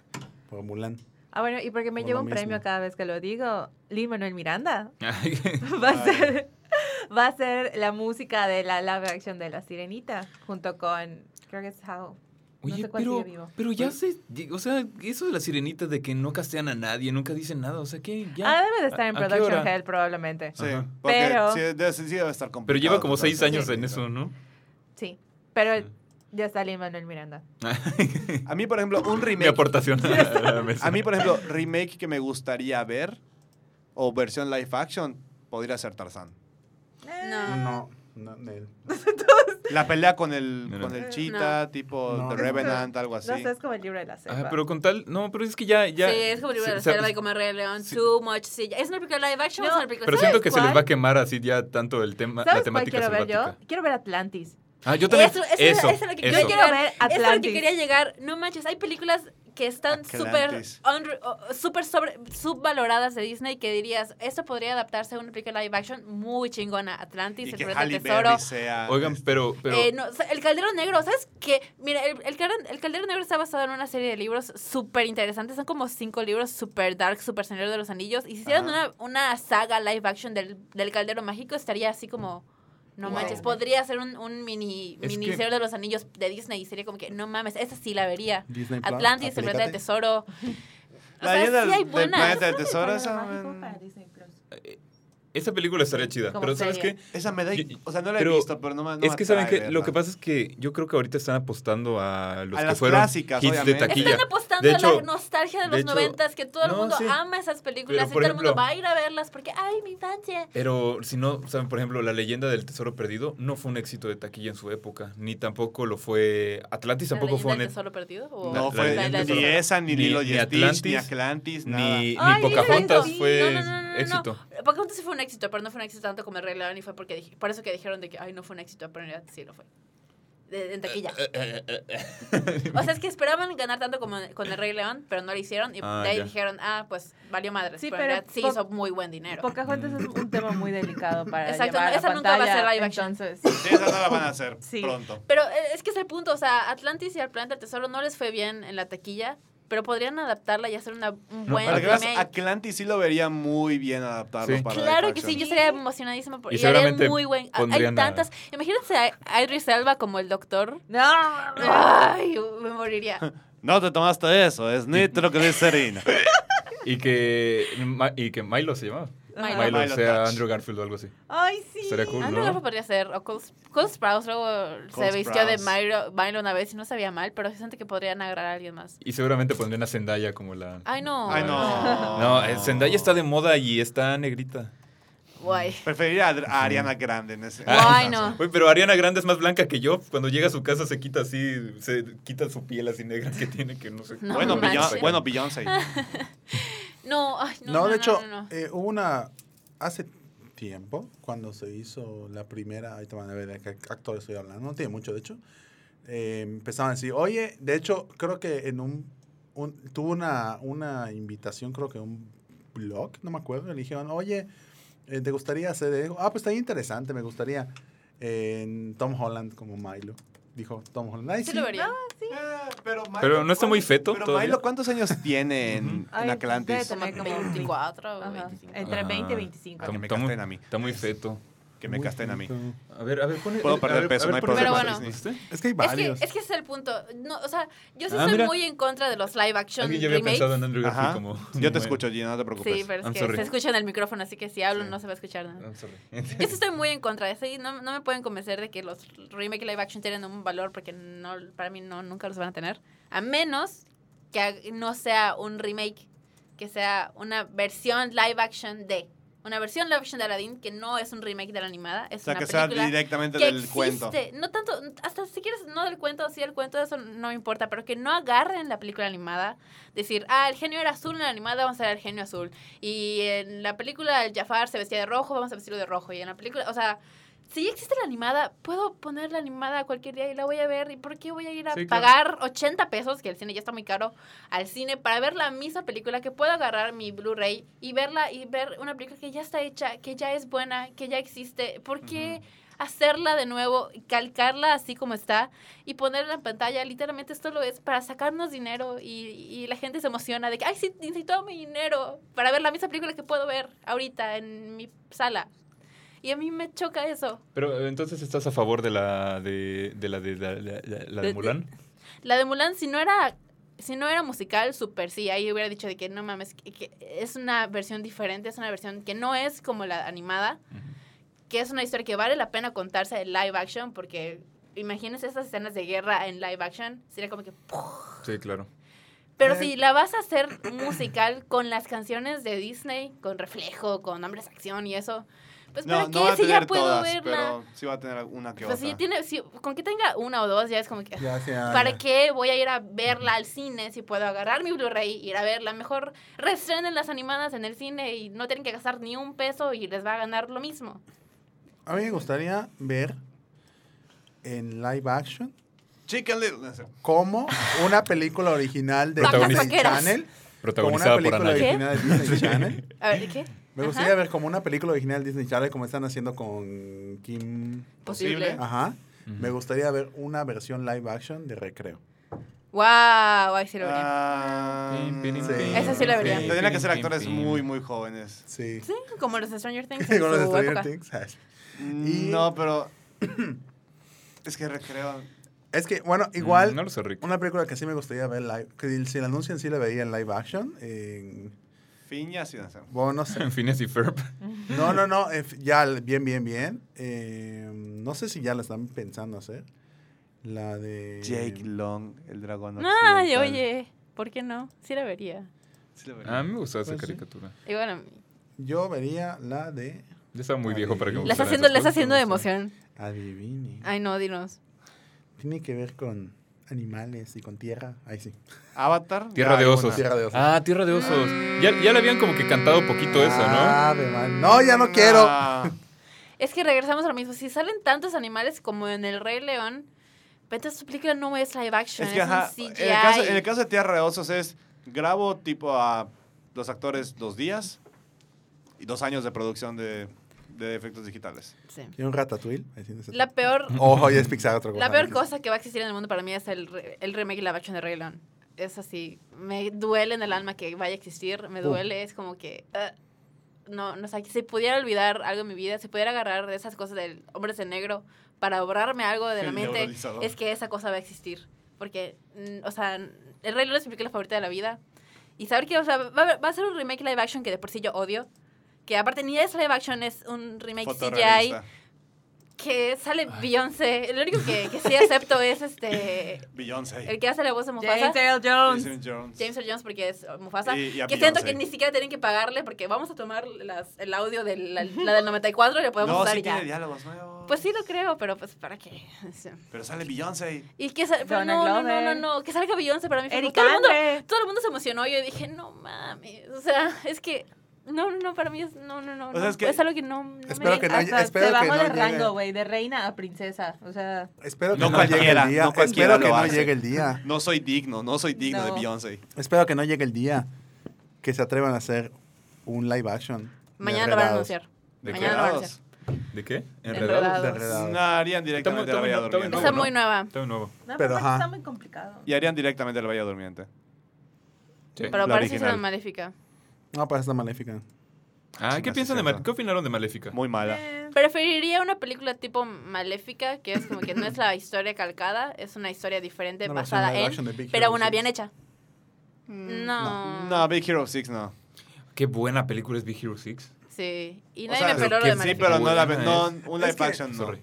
por Mulan.
Ah, bueno, y porque me
Por
llevo
lo
un premio
mismo.
cada vez que lo digo, Lin Manuel Miranda
Ah.
va a ser, va a ser la música de la live action de La Sirenita, junto con, creo que es How. No
Oye,
sé cuál
pero,
sigue vivo.
pero ya se... O sea, eso de la sirenita de que no castean a nadie, nunca dicen nada. O sea, que ya...
Ah, debe de estar en
¿A- a qué
Production
hora?
Hell probablemente.
Sí,
Ajá.
porque
Pero-
sí, debe, sí debe estar complicado.
Pero lleva como seis
tratarse de
años en
esa
eso, ¿no?
Sí, pero
Sí.
ya está Lin Manuel Miranda.
película. A mí, por ejemplo, un
Mi
remake.
aportación a la mesa.
A mí, por ejemplo, remake que me gustaría ver o versión live action podría ser Tarzán.
No.
No, no, Nel.
La pelea con el,
No, no.
con el
Eh,
cheetah, tipo
No.
The Revenant, algo así.
No sé, es como el libro de la selva.
Ah, pero con tal... No, pero es que ya... ya
sí, es como libro de la
se-
selva y como el Rey León, too much. Sí, ya- es una película live action,
No,
es una película
Pero
¿Sabes
siento que se les va a
cuál?
quemar así ya tanto el tema, Ah, la
¿Sabes cuál
temática
quiero ver yo?
selvática.
Quiero ver Atlantis.
Ah, yo también.
Eso,
Eso,
eso era-
eso,
eso era lo que yo
Yo quiero ver
Es a lo que
Atlantis.
quería llegar. No manches, hay películas que están súper
Atlantis.
under- o- súper sobre- subvaloradas de Disney que dirías, esto podría adaptarse a una película live action muy chingona. Atlantis,
Y
El
que
Planeta
Halle
del Tesoro.
Berry sea...
Oigan, pero... pero
Eh, no, o sea, el Caldero Negro, ¿sabes qué? Mira, el, el Calder- el Caldero Negro está basado en una serie de libros súper interesantes. Son como cinco libros súper dark, súper Señor de los Anillos. Y si hicieran
Ajá.
una, una saga live action del, del Caldero Mágico, estaría así como... No
Wow.
manches, podría ser un, un mini,
Es
mini
que-
Señor de los Anillos de Disney. Y sería como que, no mames, esa sí la vería.
Disney Plus,
Atlantis, El Planeta del
aplícate.
Tesoro. O
La
sea,
leyenda
sí hay
del
buenas.
planeta del tesoro, esa,
esa película estaría chida.
Como
Pero ¿sabes
serie.
qué?
esa me da...
Yo-
O sea, no la he
pero
visto, pero no me no
es
me
que saben
atrae
que lo que
verla.
pasa es que yo creo que ahorita están apostando a los
A
que
las
fueron
clásicas,
hits
obviamente.
de taquilla.
Están apostando
De
a
hecho-
la nostalgia de
de
los
hecho-
noventas, que todo el
No,
mundo
sí.
ama esas películas
Pero,
y
por
todo el mundo
ejemplo-
va a ir a verlas porque, ay, mi infancia.
Pero si no, saben, por ejemplo, la leyenda del tesoro perdido no fue un éxito de taquilla en su época, ni tampoco lo fue Atlantis, tampoco fue
el
un
tesoro perdido? ¿O
No,
La-
fue
la- la-
ni
la-
esa, ni
ni-
Lilo
ni
y Stitch, ni
Atlantis,
Atlantis, nada.
Ay,
ni, ni
yo la he
Pocahontas
visto.
fue
No, no, no, no, no.
éxito.
Pocahontas sí fue un éxito, pero no fue un éxito tanto como el Rey León y fue porque dije- por eso que dijeron de que ay no fue un éxito, pero en realidad sí lo fue. De- en taquilla.
Eh,
eh. O sea, es que esperaban ganar tanto como con el Rey León, pero no lo hicieron y
Ah,
de ahí
ya.
dijeron, ah, pues valió madre.
Sí,
pero en
pero
realidad sí
po-
hizo muy buen dinero.
Pocahontas es un tema muy delicado para
Exacto,
llevar a
no,
la
esa nunca va a
pantalla,
ser live action.
Entonces,
Sí, esa no la van a hacer
Sí.
pronto.
Pero eh, es que es el punto, o sea, Atlantis y el Planeta del Tesoro no les fue bien en la taquilla, Pero podrían adaptarla y hacer una, un buen
Para que veas,
remake.
Atlantis sí lo vería muy bien adaptarlo
Sí.
para
Claro
live
que sí,
action.
yo estaría emocionadísima por
Y
y harían
seguramente
muy buen. a- Hay
pondrían a-
tantas. Imagínense a Idris Elba como el doctor.
No, no, no, no.
Ay, me moriría.
No te tomaste eso, es nitroglicerina.
Y que, y que Milo se llamaba.
Ah. Milo.
Milo,
Milo
sea
Touch.
Andrew Garfield o algo así.
Ay, sí.
Estaría cool,
Andrew Garfield
¿no?
podría ser. O Cole, Cole Sprouse luego
Cole
se vistió de
Sprouse.
Milo, Milo una vez y no sabía mal, pero se siente que podrían agarrar a alguien más.
Y seguramente pondrían a Zendaya como la...
Ay, no.
Ay, no.
No, eh, Zendaya está de moda y está negrita.
Guay.
Preferiría a, a Ariana Grande en ese.
Ay, no.
Ah. Oye, pero Ariana Grande es más blanca que yo. Cuando llega a su casa se quita así, se quita su piel así negra que tiene que no sé.
No
bueno,
manches.
Beyon- bueno, Beyoncé.
No, ay, no.
No, de hecho,
no, no.
eh, hubo una. Hace tiempo, cuando se hizo la primera. Ahí te van a ver de qué actor estoy hablando. No tiene mucho, de hecho. eh, empezaban a decir, oye, de hecho, creo que en un. un- tuvo una, una invitación, creo que un blog, no me acuerdo. Le dijeron, oye, eh, ¿te gustaría hacer? eso? ah, pues está interesante, me gustaría. En Tom Holland como Milo. Dijo Tom Holland. "Ay,
Sí
sí".
lo vería.
Eh, pero, Milo,
Pero no está muy
¿cuántos-
feto
Pero
todavía.
Milo, ¿cuántos años tiene en, en
Ay, debe
Atlantis?
tener como
24 o
Ajá,
25.
Entre
Ajá.
20 y 25.
Ah, que me
Está muy-
casten a mí.
Está muy feto.
Que me
Muy
casten a mí.
bonito.
A ver, a ver, pone.
Puedo
a
perder
ver,
peso,
a ver,
no hay
pone-
problema. Pero bueno.
¿Viste?
Es que
Es que,
hay varios.
es que ese es el punto. No, o sea, yo sí
Ah,
soy
mira.
muy en contra de los live action
Alguien ya había
remakes.
pensado en Andrew Garfield
Ajá.
como.
Yo te escucho, Gina, no te preocupes.
Sí, pero es
I'm
que
sorry.
se escucha en el micrófono, así que si hablo
Sí.
no se va a escuchar nada.
I'm Ah, sorry.
Ah,
Yo sí estoy muy en contra de eso y no, no me pueden convencer de que los remake live action tienen un valor porque no para mí no nunca los van a tener. A menos que ha- no sea un remake, que sea una versión live action de. Una versión live action de Aladdin que no es un remake de la animada, es
O sea,
una
que sea
película
directamente
que
del
existe.
cuento.
No tanto, hasta si quieres, no del cuento, sí del cuento, eso no me importa, pero que no agarren la película animada. Decir, ah, el genio era azul en la animada, vamos a ver el genio azul. Y en la película el Jafar se vestía de rojo, vamos a vestirlo de rojo. Y en la película, o sea, si ya existe la animada, puedo poner la animada cualquier día y la voy a ver. ¿Y por qué voy a ir a
Sí, claro.
pagar 80 pesos, que el cine ya está muy caro, al cine para ver la misma película que puedo agarrar mi Blu-ray y verla y ver una película que ya está hecha, que ya es buena, que ya existe? ¿Por qué hacerla de nuevo, calcarla así como está y ponerla en pantalla. Literalmente esto lo es para sacarnos dinero y, y la gente se emociona de que, ay, sí, necesito mi dinero para ver la misma película que puedo ver ahorita en mi sala. Y a mí me choca eso.
Pero eh, entonces estás a favor de la de, de la de, la- la- la- la de
De-
Mulan.
La de Mulan, si no era... Si no era musical, súper sí. Ahí hubiera dicho de que no mames, que, que es una versión diferente, es una versión que no es como la animada, que es una historia que vale la pena contarse en live action, porque imagínense esas escenas de guerra en live action, sería como que
Sí, claro.
Pero
Eh,
si la vas a hacer musical con las canciones de Disney, con reflejo, con nombres de acción y eso, pues
No,
¿para
no
qué?
va a
si
tener
ya puedo
todas,
verla.
pero sí va a tener una que
Pues si
otra.
tiene, si- con que tenga una o dos, ya es como que.
Ya se ha-
¿Para qué voy a ir a verla al cine si puedo agarrar mi Blu-ray y ir a verla? Mejor reestrenen las animadas en el cine y no tienen que gastar ni un peso y les va a ganar lo mismo.
A mí me gustaría ver en live action
Chicken Little. no sé.
como una película original de
Vacas
Disney
vaqueras.
Channel. Como una
Protagonizada por
película
Ana.
Anaya.
original de Disney Channel.
A ver, ¿qué?
Me
Ajá.
gustaría ver como una película original de Disney Channel como están haciendo con Kim.
Posible.
Ajá.
Ujú.
Me gustaría ver una versión live action de Recreo.
¡Wow! Ahí sí lo vería.
Ah,
Esa sí la vería.
Tendría que ser actores muy, muy jóvenes.
Sí.
Sí, como los Stranger Things. En
Con los
su
Stranger
época.
Things. Ah, ay. Y-
Mm, No, pero... Es que recreo...
Es que, bueno, igual,
Mm, No lo sé, Rick.
una película que sí me gustaría ver live, que si la anuncian sí la veía en live action. En,
Fiñas y danza.
bueno, no sé.
En Phineas y Ferb.
No, no, no, eh, ya, bien, bien, bien. Eh, no sé si ya la están pensando hacer. La de...
Jake Long, el dragón
Ay,
occidental.
oye, ¿por qué no? Sí la vería.
Sí lo vería.
A mí me gustaba esa
Pues sí.
caricatura.
Y bueno,
Yo vería la de...
Ya estaba muy
Ah,
viejo
sí.
para que me
la está
gustaran
haciendo,
esas
la está
cosas.
haciendo de
me gusta.
emoción.
Adivine.
Ay, no, dinos.
Tiene que ver con animales y con tierra. Ahí sí.
Avatar.
Tierra
ya
de
hay
osos.
una.
Tierra de osos.
Ah, Tierra de Osos. Ya, ya le habían como que cantado poquito eso, ¿no?
Ave María. No, ya no quiero.
Ah,
Es que regresamos a lo mismo. Si salen tantos animales como en El Rey León, vete su película no es live action,
es
es,
que, ajá,
un
en el,
CGI.
caso, en el caso de Tierra de Osos es, grabo tipo a los actores dos días y dos años de producción de, de efectos digitales.
Sí.
¿Tiene un ratatouille? Ahí sí, no sé.
La peor,
Ojo, ya es Pixar otra cosa.
la peor cosa que va a existir en el mundo para mí es el, re- el remake live action de Rey León. es así, me duele en el alma que vaya a existir, me duele, es como que... ah, no, no sé, si pudiera olvidar algo en mi vida, si pudiera agarrar de esas cosas del Hombres de Negro para borrarme algo de la
El
mente,
neuralizador.
es que esa cosa va a existir. Porque, mm, o sea, El Rey León es mi película favorita de la vida. Y saber que, o sea, va, a haber- va a ser un remake live action que de por sí yo odio. Que aparte ni es live action, es un remake CGI
Fotorrealista.
que sale Beyoncé. Lo único que, que sí acepto es este el
Beyoncé.
que hace la voz de Mufasa.
James Earl Jones.
Jason Jones.
James Earl Jones porque es Mufasa.
Y- y a
que siento
Beyoncé.
que ni siquiera tienen que pagarle porque vamos a tomar las- el audio de la, la del 94 y le podemos
no,
usar
sí
y ya.
tiene diálogos nuevos.
Pues sí lo creo, pero pues para qué. Sí.
Pero sale Beyoncé.
Y que sal- pero
Donald
no, no, no, no,
Glover.
no, que salga Beyoncé para mí. fue como-
Eric
todo, el mundo,
Andre.
todo el mundo se emocionó y yo dije, no mames, o sea, es que no, no, no, para mí es, no, no, no,
sea,
no,
es que-
es algo que no, no me
Espero que
llega.
no-
Hasta
espero
se
que
bajó
no
de
llegue.
rango, güey, de reina a princesa. O sea,
Espero que
No
no, llegue
cualquiera,
el día.
no cualquiera
espero que
lo
no
hace.
llegue el día.
No soy digno, no soy digno de
No.
Beyoncé.
Espero que no llegue el día que se atrevan a hacer un live action. de
Mañana lo van a
Enredados.
anunciar.
¿De
Mañana lo van a
Enredados.
anunciar.
¿De qué?
Enredados.
De
No,
Enredados.
Ah, harían directamente la
Toma-
Bella
toma- toma-
Durmiente.
Está
¿no?
muy nueva,
Está de nuevo.
no,
Pero,
pero
ajá.
está muy complicado.
Y harían directamente la Bella Durmiente.
Sí.
pero
La
parece
original.
ser maléfica.
No, para esta maléfica.
Ah, ¿qué
Chinga,
piensan
sí,
de Mal-
cierto.
¿Qué opinaron de Maléfica?
Muy mala.
Eh.
Eh,
Preferiría una película tipo maléfica, que es como que no es la historia calcada, es una historia diferente
Una versión
basada
live
en,
action de Big
pero
Hero
una
Six.
bien hecha. No.
No, no, Big Hero 6 no.
Qué buena película es Big Hero 6.
Sí, y
O
nadie me
sea,
peló lo
que
de
sí,
Sí,
Maléfica.
pero no, la,
Buena
no
es.
un live
Es que-
action no.
Sorry.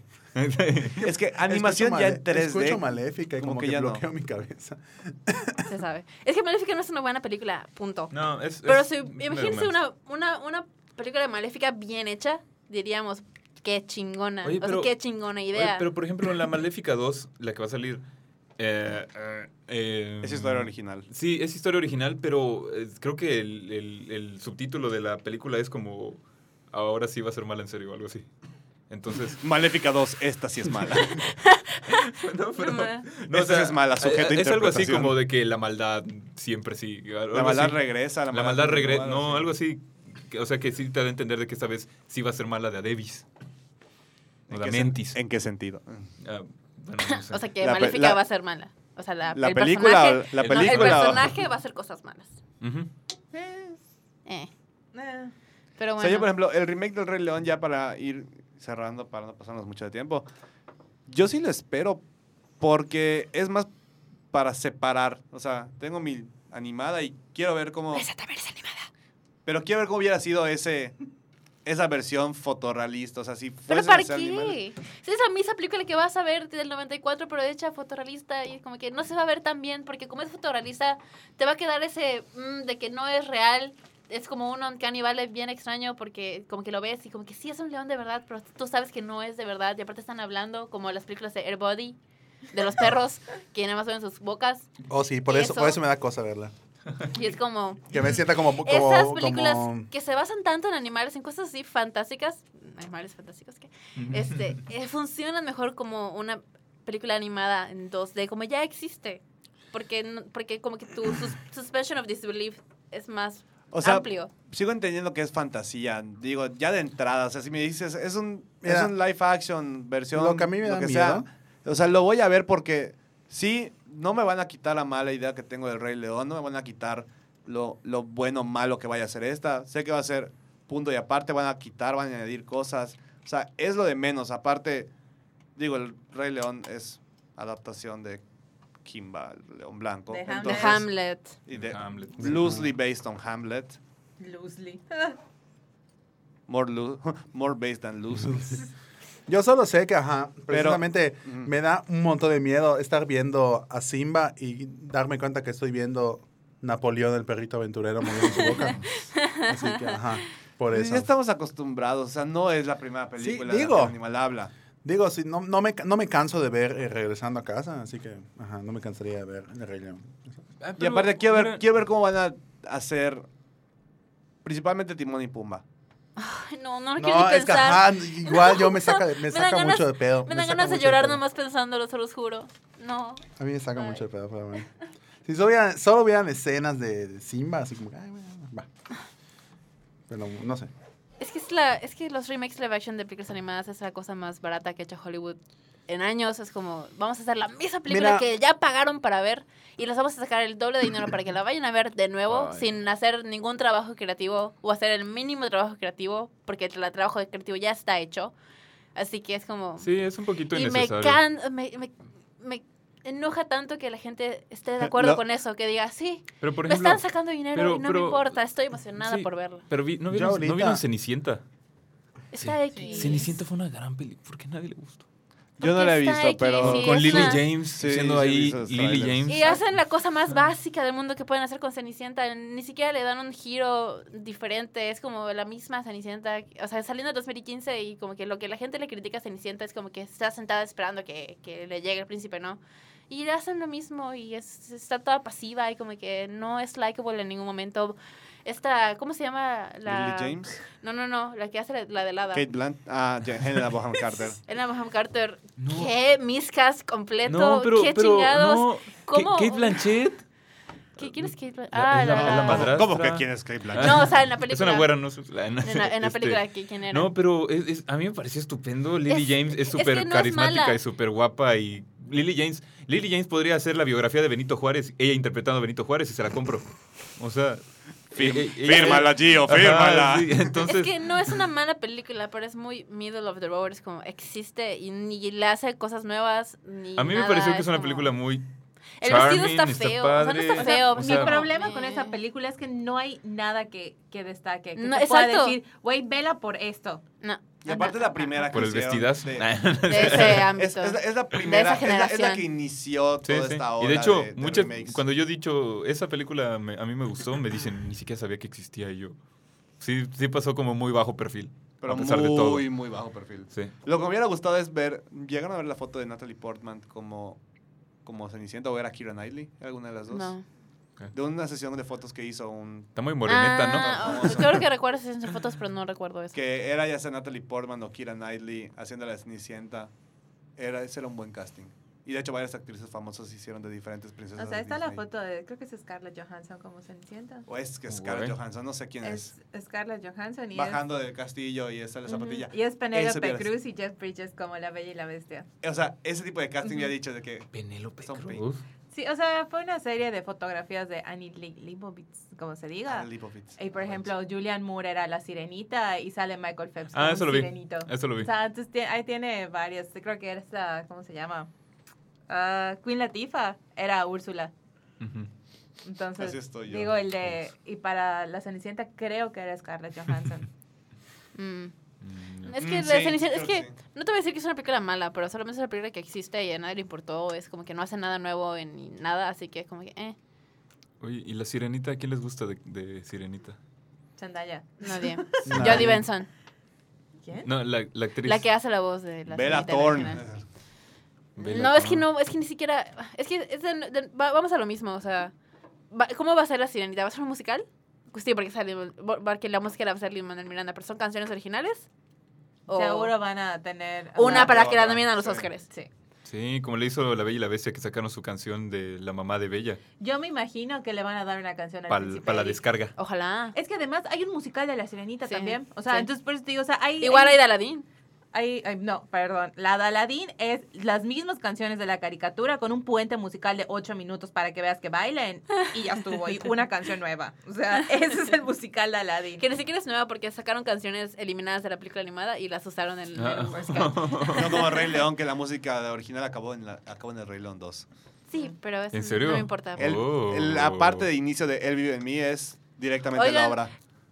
Es que animación ya
Escucho male-
en 3D.
Escucho maléfica y como,
como que
que,
ya no.
bloqueo mi cabeza.
Se sabe. Es que Maléfica no es una buena película, punto.
No, es...
Pero
es-
si,
es medio
imagínense
mal.
una, una, una película de Maléfica bien hecha, diríamos, qué chingona.
Oye,
o
pero-
sea, qué chingona
Oye,
idea.
pero por ejemplo, en la Maléfica 2, la que va a salir... Eh, eh, eh,
Es historia original.
Sí, es historia original, pero eh, creo que el, el- el subtítulo de la película es como Ahora sí va a ser mala en serio o algo así. Entonces,
Maléfica 2, esta sí es mala.
no, pero,
ma.
no, eh,
Esta sí es mala, sujeto a
Es algo así
interpretación.
como de que la maldad siempre sí.
La maldad regresa.
La maldad regresa.
regresa,
No,
sí.
algo así. que- O sea, que sí te da a entender de que esta vez sí va a ser mala de a Davis. O
¿En
de a
qué sen-
Mentis.
¿En qué sentido?
Ah, bueno, no sé.
o sea, que
La pe-
Maléfica
la-
va a ser mala. O sea, la,
¿La
Ah, el
película o
personaje,
la
el
no, el
película? o-
personaje va a hacer cosas malas.
Ujú.
Eh,
Eh,
Pero
O
bueno.
sea, yo, por ejemplo, el remake del Rey León, ya para ir cerrando, para no pasarnos mucho de tiempo, yo sí lo espero, porque es más para separar. O sea, tengo mi animada y quiero ver cómo.
Esa también es animada.
Pero quiero ver cómo hubiera sido ese. Esa versión fotorrealista, o sea, si
¿Pero
fuesen a
para
ser animales.
qué? Si es la misma película que vas a ver del 94, pero hecha fotorrealista y como que no se va a ver tan bien, porque como es fotorrealista, te va a quedar ese mm, de que no es real. Es como un uncanny valley bien extraño porque como que lo ves y como que sí es un león de verdad, pero tú sabes que no es de verdad. Y aparte están hablando como las películas de Airbody, de los perros, que nada más suben sus bocas.
Oh, sí, por eso,
Eso.
por eso me da cosa verla.
Y es como...
Que me sienta como... como
Esas películas
como-
que se basan tanto en animales, en cosas así fantásticas, animales fantásticos, ¿qué? Este, eh, funcionan mejor como una película animada en 2D, como ya existe. Porque, no- porque como que tu sus- suspension of disbelief es más
O sea,
amplio.
sigo entendiendo que es fantasía. Digo, ya de entrada, o sea, si me dices, es un, es
Mira,
un live action versión.
lo que a mí me da miedo.
o sea, lo voy a ver porque sí, no me van a quitar la mala idea que tengo del Rey León, no me van a quitar lo, lo bueno malo que vaya a ser esta. Sé que va a ser punto y aparte, van a quitar, van a añadir cosas. O sea, es lo de menos. Aparte, digo, el Rey León es adaptación de Kimba, el León Blanco.
De Hamlet.
De
Entonces,
Hamlet.
y de-
Hamlet.
Loosely based on Hamlet.
loosely.
More, loo- more base than loose.
Yo solo sé que, ajá,
Pero- Mm.
precisamente
Ujú.
me da un montón de miedo estar viendo a Simba y darme cuenta que estoy viendo Napoleón, el perrito aventurero, moviendo su boca. Así que, ajá, por eso.
Ya estamos acostumbrados, o sea, no es la primera película
Sí,
de la
digo.
que el animal habla.
Digo, sí, no, no, me, no me canso de ver eh, regresando a casa, así que, ajá, no me cansaría de ver El Rey León.
Ah,
Y
pero
aparte quiero ver,
mira,
quiero ver cómo van a hacer principalmente Timón y Pumba.
Ay, no, no lo quiero ni
es que,
pensar.
ajá, igual yo me saca, de- me
Me dan
saca
ganas-
mucho de pedo.
Me dan
saca
ganas de
mucho de
llorar
pedo.
nomás pensándolo, se los juro. No.
A mí me saca
Ay.
mucho de pedo, pero bueno. Si solo hubieran, solo hubieran escenas de, de Simba, así como, ay, bueno, va. Pero no sé.
Es que, es, la, es que los remakes live action de películas animadas es la cosa más barata que ha hecho Hollywood. en años. Es como, vamos a hacer la misma película
Mira.
que ya pagaron para ver y les vamos a sacar el doble de dinero para que la vayan a ver de nuevo
Ay.
sin hacer ningún trabajo creativo o hacer el mínimo trabajo creativo porque el trabajo creativo ya está hecho. Así que es como...
Sí, es un poquito
y me,
innecesario.
can- me, me- me enoja tanto que la gente esté de acuerdo
Lo-
con eso, que diga, sí,
Pero por
me
ejemplo,
están sacando dinero
pero-
y no
pero-
me importa, estoy emocionada
sí,
por verla.
pero vi- ¿no,
Ya
vieron,
ahorita.
¿no vieron Cenicienta?
Está
Sí.
X.
Cenicienta fue una gran película. ¿Por qué nadie le gustó?
Yo no
Porque
la he
está
visto,
X,
pero...
sí.
Con
es
Lily
una-
James,
Sí,
siendo
sí, he
ahí
visto los
Lily
trailers.
James.
Y hacen la cosa más básica del mundo que pueden hacer con Cenicienta. Ni siquiera le dan un giro diferente. Es como la misma Cenicienta. O sea, saliendo en 2015 y como que lo que la gente le critica a Cenicienta es como que está sentada esperando que, que le llegue el príncipe, ¿no? Y le hacen lo mismo y es- está toda pasiva y como que no es likable en ningún momento. Esta, ¿cómo se llama? La...
Lily James,
No, no, no. La que hace la, la de Lada.
Kate Blunt, ah, ya, Helena Bonham Carter.
Elena Bonham Carter.
No.
¿Qué? Miscast completo.
No, pero,
¿Qué
pero
chingados?
no.
¿Cómo?
Kate Blanchett.
¿Qué quieres que.?
La-
Ah,
es la- es la madrastra. Ah,
¿Cómo que quién es Kate Blanchett?
No, o sea, en la
Es
película.
una güera, no sé. la-
En la, en la
este,
película, que ¿quién era?
No, pero es- es- a mí me pareció estupendo. Lily
Es-
James es
es que
súper
no es
carismática
mala.
y súper guapa. Y Lily James, Lily James podría hacer la biografía de Benito Juárez, ella interpretando a Benito Juárez y se la compro. O sea, eh, eh,
Fírmala, Gio,
Ajá,
fírmala.
sí, entonces,
es que no es una mala película, pero es muy middle of the road. Es como existe y ni le hace cosas nuevas. Ni
a mí me
nada,
pareció que es una
como-
película muy.
El vestido
charming,
está
está
feo. o sea, no
padre,
está
o
feo.
sea,
Mi
pero-
problema con esa
Eh.
película es que no hay nada que, que destaque. Que
No,
te pueda
exacto.
decir, güey, vela por esto.
No.
Y aparte la primera que
Por el
hicieron
vestidazo.
de-
De ese
Es,
ámbito.
es la- es la primera, es la, es la que
generación.
inició
Sí,
toda
sí.
esta ola
Y de hecho,
de
muchas,
remakes.
cuando yo he dicho, esa película me- a mí me gustó, me dicen, ni siquiera sabía que existía y yo. Sí, sí pasó como muy bajo perfil.
pero
a pesar
muy,
de todo.
muy bajo perfil.
Sí.
Lo que me hubiera gustado es ver, llegaron a ver la foto de Natalie Portman como, como Cenicienta o era Kira Knightley, alguna de las dos.
No.
De una sesión de fotos que hizo un...
Está muy moreneta,
Ah,
¿no?
oh, creo que recuerdo esas fotos, pero no recuerdo eso.
Que era ya sea Natalie Portman o Kira Knightley haciendo la Cenicienta. Era, ese era un buen casting. Y de hecho varias actrices famosas se hicieron de diferentes princesas
O sea,
de
está la
Disney.
foto de, creo que es Scarlett Johansson como Cenicienta.
O es que Scarlett
Güey.
Johansson, no sé quién es.
Es Scarlett Johansson y
Bajando del castillo y esa la
Ujú.
zapatilla.
es, y es
Ese
Penélope
vieras.
Cruz y Jeff Bridges como La Bella y la Bestia.
O sea, ese tipo de casting
Ujú.
ya he dicho de que
Penélope
Son Cruz.
Cruz.
Sí, o sea, fue una serie de fotografías de Annie Li- Leibovitz, como se diga.
Anna Leibovitz.
Y por ejemplo, Julian Moore era la sirenita y sale Michael Phelps
Pues
Ah,
como
eso lo vi.
sirenito.
Eso lo vi.
O sea, entonces tie- ahí tiene varias. Creo que era esta, ¿cómo se llama? Ah, Queen Latifah era Úrsula.
Ujú.
Entonces,
Así estoy yo.
digo, el de. Y para la Cenicienta, creo que era Scarlett Johansson.
Mm.
Mm,
Es que,
Mm,
la
sí,
Cenicienta-
creo
es
que
que,
sí.
no te voy a decir que es una película mala, pero solamente es una película que existe y a nadie le importó. Es como que no hace nada nuevo en- ni nada, así que es como que, eh,
Oye, ¿y la sirenita? ¿A quién les gusta de, de sirenita?
Chandaya.
nadie.
No.
Jodie Benson,
¿Quién?
No, la, la actriz.
¿Eh? la que hace la voz de la
Bella
Cenicienta
Thorne.
original.
Bella
No, es que
Thorne.
no, es que ni siquiera. Es que es de- de- va- vamos a lo mismo, o sea, va- ¿cómo va a ser la sirenita? ¿Va a ser un musical? Pues Sí, porque, sale, porque la música la va a ser Lin-Manuel Miranda, pero ¿son canciones originales? O
Seguro van a tener.
una
Una
para
u
que la
otra,
nominen a los
sí.
Oscars.
Sí.
Sí, como le hizo La Bella y la Bestia que sacaron su canción de la mamá de Bella.
Yo me imagino que le van a dar una canción al
Para
príncipe
la
Eric.
descarga.
Ojalá.
Es que además hay un musical de La Sirenita
Sí,
también. O sea,
sí.
entonces por eso te digo, o sea, hay.
Igual hay de Aladdin.
hay- hay- no, perdón. La de Aladdin es las mismas canciones de la caricatura con un puente musical de ocho minutos para que veas que bailen y ya estuvo. Y una canción nueva. O sea, ese es el musical de Aladdin.
Que ni siquiera es nueva porque sacaron canciones eliminadas de la película animada y las usaron en, en
Ah.
el musical.
No como Rey León, que la música de original acabó en, la- acabó en el Rey León 2.
Sí, pero eso
¿En serio?
no me importa.
El-
Oh.
el- la parte de inicio de Él vive en mí es directamente la
Oigan,
obra.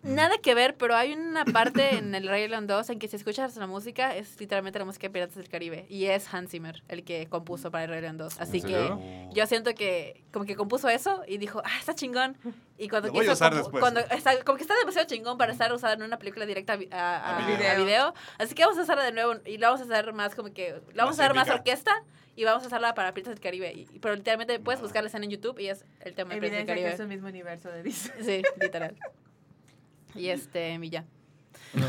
Nada que ver, pero hay una parte en el Rey León 2 en que si escuchas la música es literalmente la música de Piratas del Caribe y es Hans Zimmer el que compuso para el Rey León 2. Así
¿En
que
serio?
yo siento que como que compuso eso y dijo, "Ah, está chingón." Y cuando
Lo voy a
quiso
usar
compu-
después.
cuando está- como que está demasiado chingón para estar usada en una película directa a, vi- a- a-
A
a
video.
video. Así que vamos a hacerla de nuevo y la vamos a hacer más como que la vamos
Más
a hacer más
épica.
orquesta y vamos a hacerla para Piratas del Caribe, Y- pero literalmente puedes buscar la escena en YouTube y es el tema de Piratas del
Evidencia que es
Caribe.
un mismo universo de Disney.
Sí, literal. Y este, mi ya.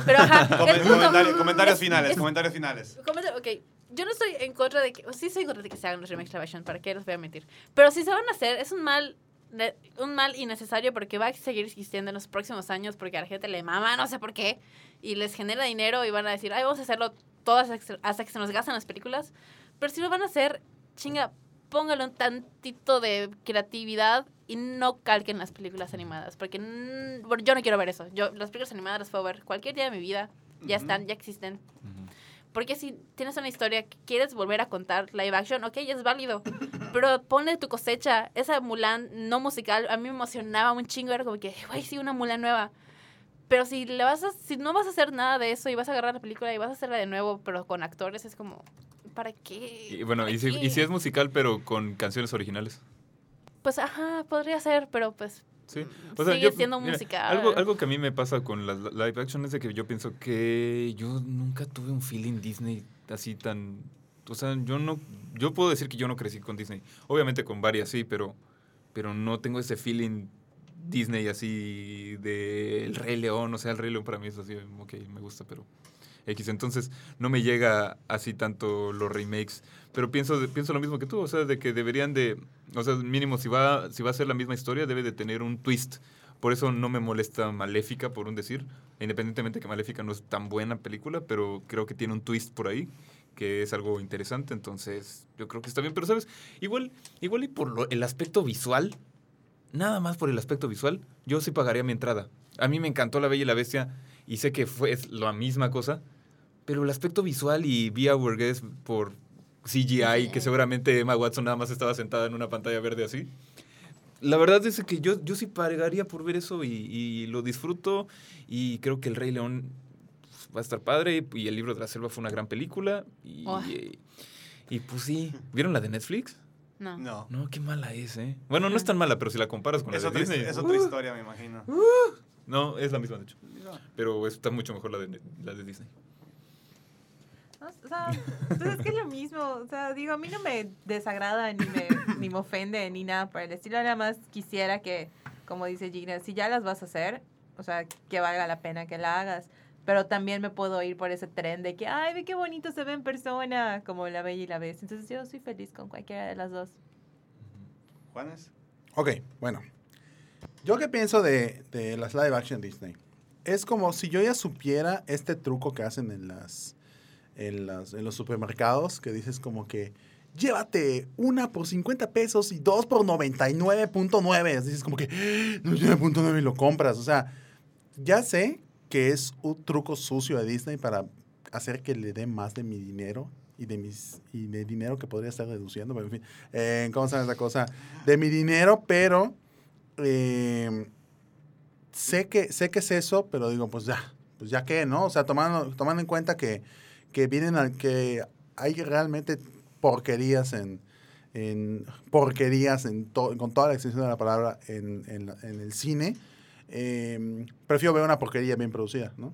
Pero ajá,
Come-
el punto-
comentario- comentarios finales,
es-
comentarios finales.
comenta- ok, yo no estoy en contra de que, o sí estoy en contra de que se hagan los remakes live action, ¿para qué les voy a mentir? Pero si se van a hacer, es un mal, ne- un mal innecesario porque va a seguir existiendo en los próximos años porque a la gente le mama, no sé por qué, y les genera dinero y van a decir, ay, vamos a hacerlo todas hasta- hasta que se nos gastan las películas. Pero si lo van a hacer, chinga, póngalo un tantito de creatividad y no calquen las películas animadas. Porque mm, bueno, yo no quiero ver eso. Yo las películas animadas las puedo ver cualquier día de mi vida. Ya
Ujú.
están, ya existen. Porque si tienes una historia que quieres volver a contar live action, ok, es válido. Pero ponle tu cosecha. Esa Mulan no musical a mí me emocionaba un chingo. Era como que, güey, sí, una Mulan nueva. Pero si, le vas a, si no vas a hacer nada de eso y vas a agarrar la película y vas a hacerla de nuevo, pero con actores, es como, ¿para qué?
Y bueno,
¿Para
y si, y
qué?
si es musical, pero con canciones originales.
Pues, ajá, podría ser, pero pues,
Sí.
Sigue siendo música.
Algo, algo que a mí me pasa con las li- live action es de que yo pienso que yo nunca tuve un feeling Disney así tan. O sea, yo no. Yo puedo decir que yo no crecí con Disney. Obviamente con varias sí, pero. Pero no tengo ese feeling Disney así de El Rey León. O sea, El Rey León para mí es así, ok, me gusta, pero. X. Entonces, no me llega así tanto los remakes. Pero pienso, pienso lo mismo que tú, o sea, de que deberían de. O sea, mínimo, si va, si va a ser la misma historia, debe de tener un twist. Por eso no me molesta Maléfica, por un decir. Independientemente que Maléfica no es tan buena película, pero creo que tiene un twist por ahí, que es algo interesante. Entonces, yo creo que está bien. Pero, ¿sabes? Igual, igual y por lo- el aspecto visual, nada más por el aspecto visual, yo sí pagaría mi entrada. A mí me encantó La Bella y la Bestia y sé que fue es la misma cosa, pero el aspecto visual y Via Our Guest por CGI, que seguramente Emma Watson nada más estaba sentada en una pantalla verde así. La verdad es que yo, yo sí pagaría por ver eso y, y lo disfruto y creo que El Rey León pues, va a estar padre y, y El Libro de la Selva fue una gran película y,
Oh.
eh, y pues sí. ¿Vieron la de Netflix?
no.
No.
No, qué mala es, ¿eh? Bueno, no es tan mala, pero si la comparas con
Es
la de
otra,
Disney.
es otra
uh,
historia, me imagino.
No, es la misma, de hecho. Pero está mucho mejor la de, la de Disney.
No, o sea, pues es que es lo mismo. O sea, digo, a mí no me desagrada ni me, ni me ofende ni nada por el estilo. Nada más quisiera que, como dice Gina, si ya las vas a hacer, o sea, que valga la pena que la hagas. Pero también me puedo ir por ese tren de que, ay, ve qué bonito se ve en persona, como la bella y la bestia. Entonces yo soy feliz con cualquiera de las dos.
¿Juanes?
Ok, bueno. Yo qué pienso de, de las live action Disney. Es como si yo ya supiera este truco que hacen en las, en las en los supermercados, que dices como que llévate una por 50 pesos y dos por 99.9. Dices como que "Ah, 99.9 y lo compras. O sea, ya sé que es un truco sucio de Disney para hacer que le dé más de mi dinero y de mis y de dinero que podría estar deduciendo, pero en fin, eh, ¿cómo se llama esa cosa? de mi dinero, pero eh, sé, que, sé que es eso, pero digo, pues ya, pues ya que, ¿no? O sea, tomando, tomando en cuenta que, que vienen al que hay realmente porquerías en, en porquerías en to- con toda la extensión de la palabra en, en la- en el cine, eh, prefiero ver una porquería bien producida, ¿no?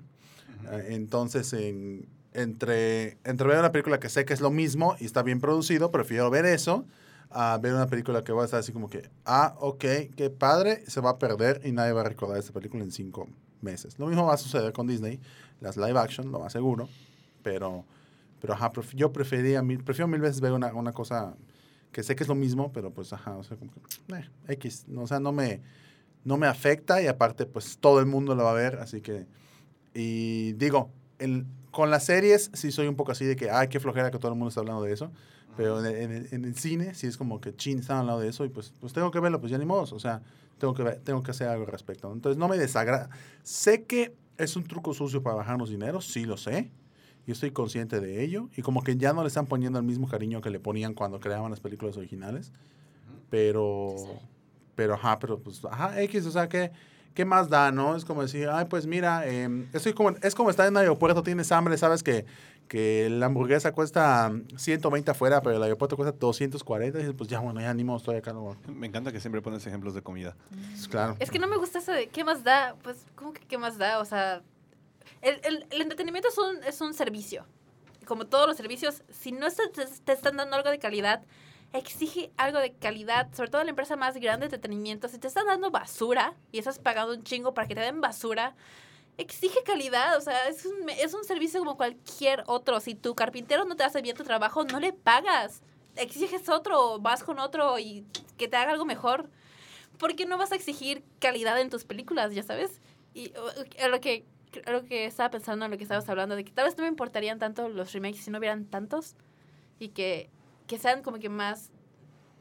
Eh, Entonces, en- entre, entre ver una película que sé que es lo mismo y está bien producido, prefiero ver eso a ver una película que va a estar así como que, ah, ok, qué padre, se va a perder y nadie va a recordar esta película en cinco meses. Lo mismo va a suceder con Disney, las live action, lo más seguro, pero, pero ajá, pref- yo prefería mil, prefiero mil veces ver una, una cosa que sé que es lo mismo, pero pues ajá, o sea, como que, eh, X, no, o sea, no me, no me afecta y aparte pues todo el mundo lo va a ver, así que... Y digo, el- con las series sí soy un poco así de que, ay, qué flojera que todo el mundo está hablando de eso. Pero en el, en el- en el cine sí es como que chin, están hablando de eso y pues, pues tengo que verlo, pues ya ni modo. O sea, tengo que, ver- tengo que hacer algo al respecto. ¿no? Entonces no me desagrada. Sé que es un truco sucio para bajarnos dinero, sí lo sé. Yo estoy consciente de ello. Y como que ya no le están poniendo el mismo cariño que le ponían cuando creaban las películas originales. Pero. Pero ajá, pero pues ajá, X, o sea que. ¿Qué más da, no? Es como decir, ay, pues mira, eh, estoy como, es como estar en un aeropuerto, tienes hambre, sabes que, que la hamburguesa cuesta mm, 120 afuera, pero el aeropuerto cuesta 240. Y dices, pues ya, bueno, ya ni modo, estoy acá. No,
Me encanta que siempre pones ejemplos de comida.
pues, claro.
Es que no me gusta eso de qué más da. Pues, ¿cómo que qué más da? O sea, el, el- el entretenimiento es un, es un servicio. Como todos los servicios, si no está- te, te están dando algo de calidad, exige algo de calidad. Sobre todo la empresa más grande de entretenimiento, si te están dando basura y estás pagando un chingo para que te den basura, exige calidad. O sea, es un, es un servicio como cualquier otro. Si tu carpintero no te hace bien tu trabajo, no le pagas. Exiges otro, vas con otro y que te haga algo mejor. ¿por qué no vas a exigir calidad en tus películas, ya sabes? Y uh, a lo que creo que estaba pensando en lo que estabas hablando, de que tal vez no me importarían tanto los remakes si no hubieran tantos y que, que sean como que más,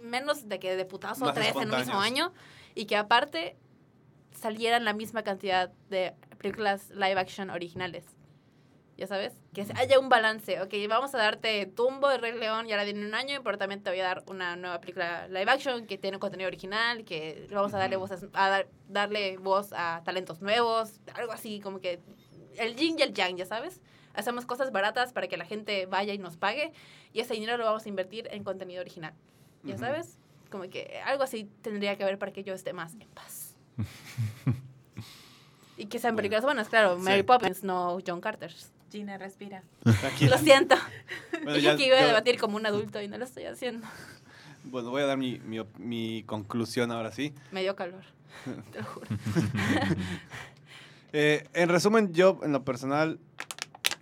menos de que de putazo
Más
tres en un mismo
espontáneos.
año y que aparte salieran la misma cantidad de películas live action originales. Ya sabes, que haya un balance. Ok, vamos a darte Tumbo de Rey León, ya la tiene un año, pero también te voy a dar una nueva película live action que tiene un contenido original, que vamos a darle voz a, a dar- darle voz a talentos nuevos, algo así como que el yin y el yang, ya sabes. Hacemos cosas baratas para que la gente vaya y nos pague y ese dinero lo vamos a invertir en contenido original. ¿Ya
Ujú.
sabes? Como que algo así tendría que haber para que yo esté más en paz. y que sean
Bueno.
películas buenas, claro. Mary
Sí.
Poppins, no John Carter.
Gina, respira.
Tranquila.
Lo siento.
Bueno,
Dije
ya-
que iba a
ya-
debatir como un adulto y no lo estoy haciendo.
Bueno, voy a dar mi, mi op- mi conclusión ahora sí.
Me dio calor. Te lo juro.
Eh, en resumen, yo en lo personal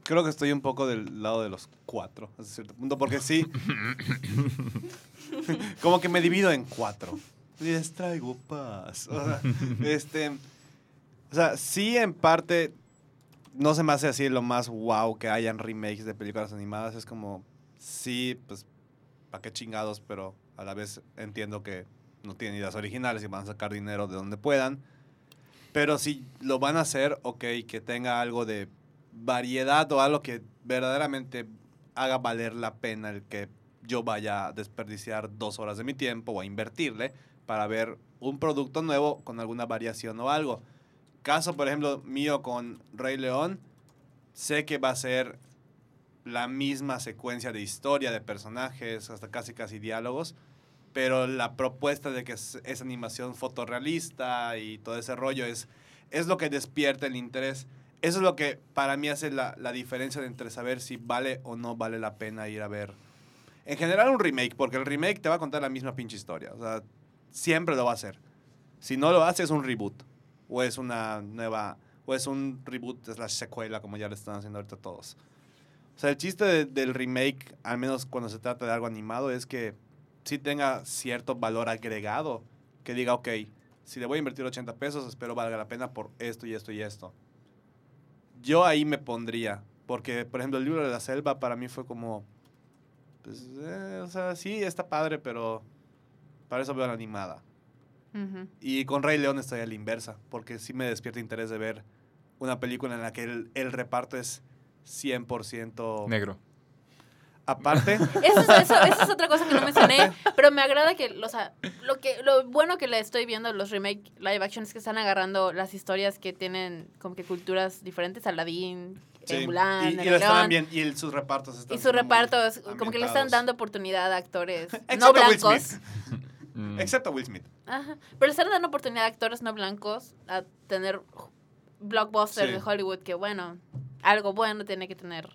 creo que estoy un poco del lado de los cuatro, hasta cierto punto, porque sí, como que me divido en cuatro. Les traigo paz. O sea, este, o sea, sí en parte no se me hace así lo más wow que hayan remakes de películas animadas. Es como, sí, pues, ¿para qué chingados? Pero a la vez entiendo que no tienen ideas originales y van a sacar dinero de donde puedan. Pero si lo van a hacer, ok, que tenga algo de variedad o algo que verdaderamente haga valer la pena el que yo vaya a desperdiciar dos horas de mi tiempo o a invertirle para ver un producto nuevo con alguna variación o algo. Caso, por ejemplo, mío con Rey León, sé que va a ser la misma secuencia de historia, de personajes, hasta casi casi diálogos, pero la propuesta de que es, es animación fotorrealista y todo ese rollo es, es lo que despierta el interés. Eso es lo que para mí hace la, la diferencia de entre saber si vale o no vale la pena ir a ver. En general un remake, porque el remake te va a contar la misma pinche historia. O sea, siempre lo va a hacer. Si no lo hace es un reboot. O es una nueva... O es un reboot la secuela, como ya le están haciendo ahorita todos. O sea, el chiste de- del remake, al menos cuando se trata de algo animado, es que sí tenga cierto valor agregado. Que diga, ok, si le voy a invertir 80 pesos, espero valga la pena por esto y esto y esto. Yo ahí me pondría. Porque, por ejemplo, el libro de la selva para mí fue como. Pues, eh, o sea, sí, está padre, pero para eso veo la animada.
Ujú.
Y con Rey León estoy a la inversa, porque sí me despierta interés de ver una película en la que el, el reparto es 100%
Negro.
Aparte,
Eso es, eso- eso es otra cosa que no mencioné, pero me agrada que, o sea, lo, que, lo bueno que le estoy viendo a los remake live action es que están agarrando las historias que tienen como que culturas diferentes, Aladdin,
sí,
eh, Mulan,
y, y
El
lo estaban
León,
bien, y el- sus repartos están
y su
siendo muy
reparto es como que le están
ambientados.
dando oportunidad a actores no
Excepto Will
blancos.
Smith.
Mm.
Excepto Will Smith.
Ajá, Pero le están dando oportunidad a actores no blancos a tener blockbusters
Sí.
de Hollywood que, bueno, algo bueno tiene que tener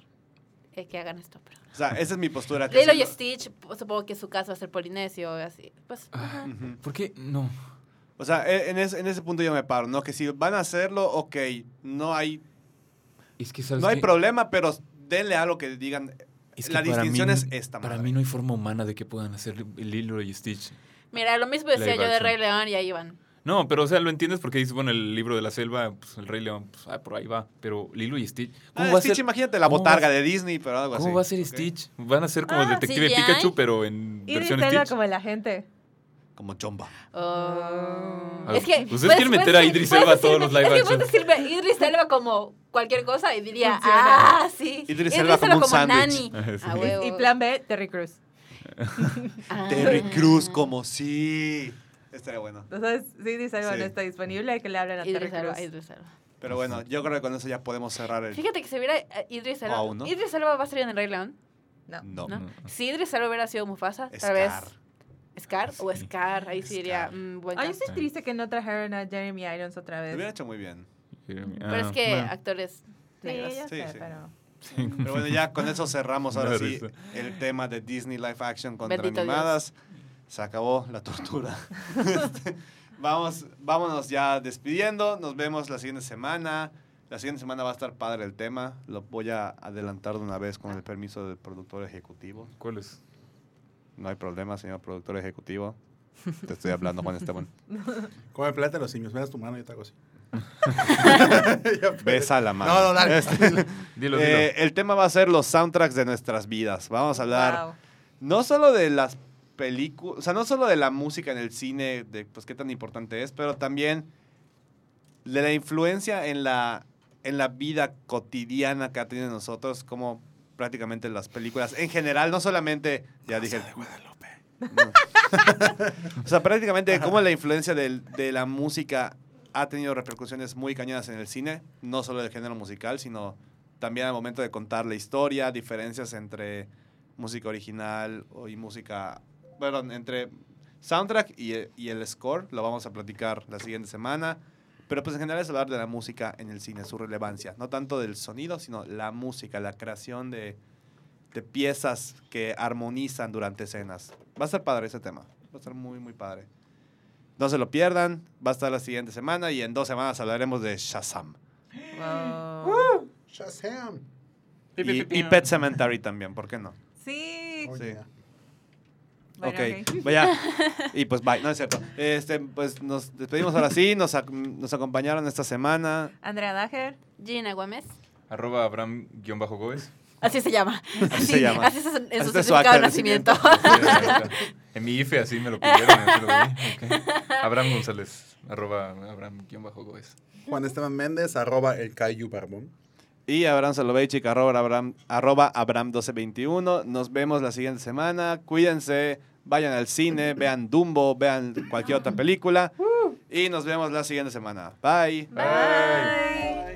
eh, que hagan esto, pero...
O sea, esa es mi postura. que
Lilo
sí
y
lo-
Stitch, pues, supongo que su caso va a ser polinesio, así. Pues,
Ah.
ajá.
Ujú.
¿Por qué? No.
O sea, e- en, ese- en ese punto yo me paro, ¿no? Que si van a hacerlo, ok, no hay,
Es que sabes
no hay
qué?
problema, pero denle algo que digan.
Es que
la
para
distinción
mí-
es esta,
Para
madre.
mí no hay forma humana de que puedan hacer Lilo y Stitch.
Mira, lo mismo decía
Live
yo de
action.
Rey León y ahí van.
No, pero o sea, lo entiendes porque dices, bueno, el libro de la selva, pues, el Rey León, pues, ah, por ahí va. Pero Lilo y Stitch. ¿Cómo
Ah,
va a
Stitch,
ser,
imagínate la
cómo va
botarga
a-
de Disney, pero algo así.
¿Cómo va a ser
¿ok?
Stitch? Van a ser como el
Ah,
detective
CGI.
Pikachu, pero en
Iris
versión
Elba
Stitch.
como la gente.
Como chomba.
Oh.
Ah,
Es que.
ustedes
puedes-
quieren meter
puedes-
a Idris
puedes
Elba a todos
decirme-
los live
es que
action.
puedes decirme Idris Elba como cualquier cosa y diría,
Funciona.
ah, sí.
Idris Elba como un
nani.
sándwich.
Ajá, sí.
Ah,
Y-
huevo.
Y plan B, Terry Cruz.
Ah.
Terry Cruz, como sí. Estaría bueno.
Entonces, si Iris Elba
Sí.
no está disponible, que le hablen a Terry
Idris Elba,
Cruz.
Idris Elba.
Pero bueno, yo creo que con eso ya podemos cerrar el.
Fíjate que si hubiera eh, Idris Elba.
Aún no.
Idris Elba va a salir en el Rey León,
No.
No.
¿no?
No.
Si Idris Elba hubiera sido Mufasa,
Scar.
tal vez. Scar o
Sí.
Scar, ahí sí diría,
Scar.
mm, buen
Ay, yo
cast.
estoy triste que no trajeron a Jeremy Irons otra
Lo hubiera
vez.
hecho muy bien. Ah,
ah,
Pero es que
bueno.
actores negros.
Sí, ya
Sí,
sé,
sí.
pero...
Pero bueno, ya con eso cerramos ahora
Me da
sí
risa.
el tema de Disney Live Action contra
Bendito Dios.
animadas. Se acabó la tortura. Este, Vamos, vámonos ya despidiendo. Nos vemos la siguiente semana. La siguiente semana va a estar padre el tema. Lo voy a adelantar de una vez con el permiso del productor ejecutivo.
¿Cuál es?
No hay problema, señor productor ejecutivo. Te estoy hablando, Juan Esteban.
Come plata de los simios. Me das tu mano y yo te hago así.
Besa la mano. Este,
No, no, dale.
Dilo, dilo.
Eh, el tema va a ser los soundtracks de nuestras vidas. Vamos a hablar
Wow.
no solo de las películas, o sea, no solo de la música en el cine, de pues qué tan importante es, pero también de la influencia en la, en la vida cotidiana que ha tenido nosotros, como prácticamente las películas en general, no solamente, ya dije, No. o sea, prácticamente cómo la influencia del- de la música ha tenido repercusiones muy cañonas en el cine, no solo del género musical, sino también al momento de contar la historia, diferencias entre música original o- y música, perdón, entre soundtrack y, e- y el score, lo vamos a platicar la siguiente semana. Pero pues en general es hablar de la música en el cine, su relevancia, no tanto del sonido, sino la música, la creación de, de piezas que armonizan durante escenas. Va a estar padre ese tema, va a estar muy, muy padre. No se lo pierdan, va a estar la siguiente semana y en dos semanas hablaremos de Shazam.
Wow.
Shazam.
Y, y Pet Cemetery también, ¿por qué no?
Sí.
Oh,
Sí.
yeah.
Bueno,
ok,
ok.
vaya. Y pues bye, no es cierto. Este, pues nos despedimos ahora sí, nos, ac- nos acompañaron esta semana.
Andrea Dager.
Gina Gómez.
Arroba Abraham-Gómez.
Así se llama.
Así se
Sí,
llama.
Así es en en su
Este es su
certificado
acta
de
de
nacimiento.
en mi IFE así me lo pidieron. así lo vi, ok. Abraham González. Arroba Abraham-Gómez.
Juan Esteban Méndez, arroba el Cayu Barbón.
Y Abraham Soloveitchik, arroba Abraham, arroba Abraham 1221. Nos vemos la siguiente semana. Cuídense, vayan al cine, vean Dumbo, vean cualquier otra película. Y nos vemos la siguiente semana. Bye.
Bye.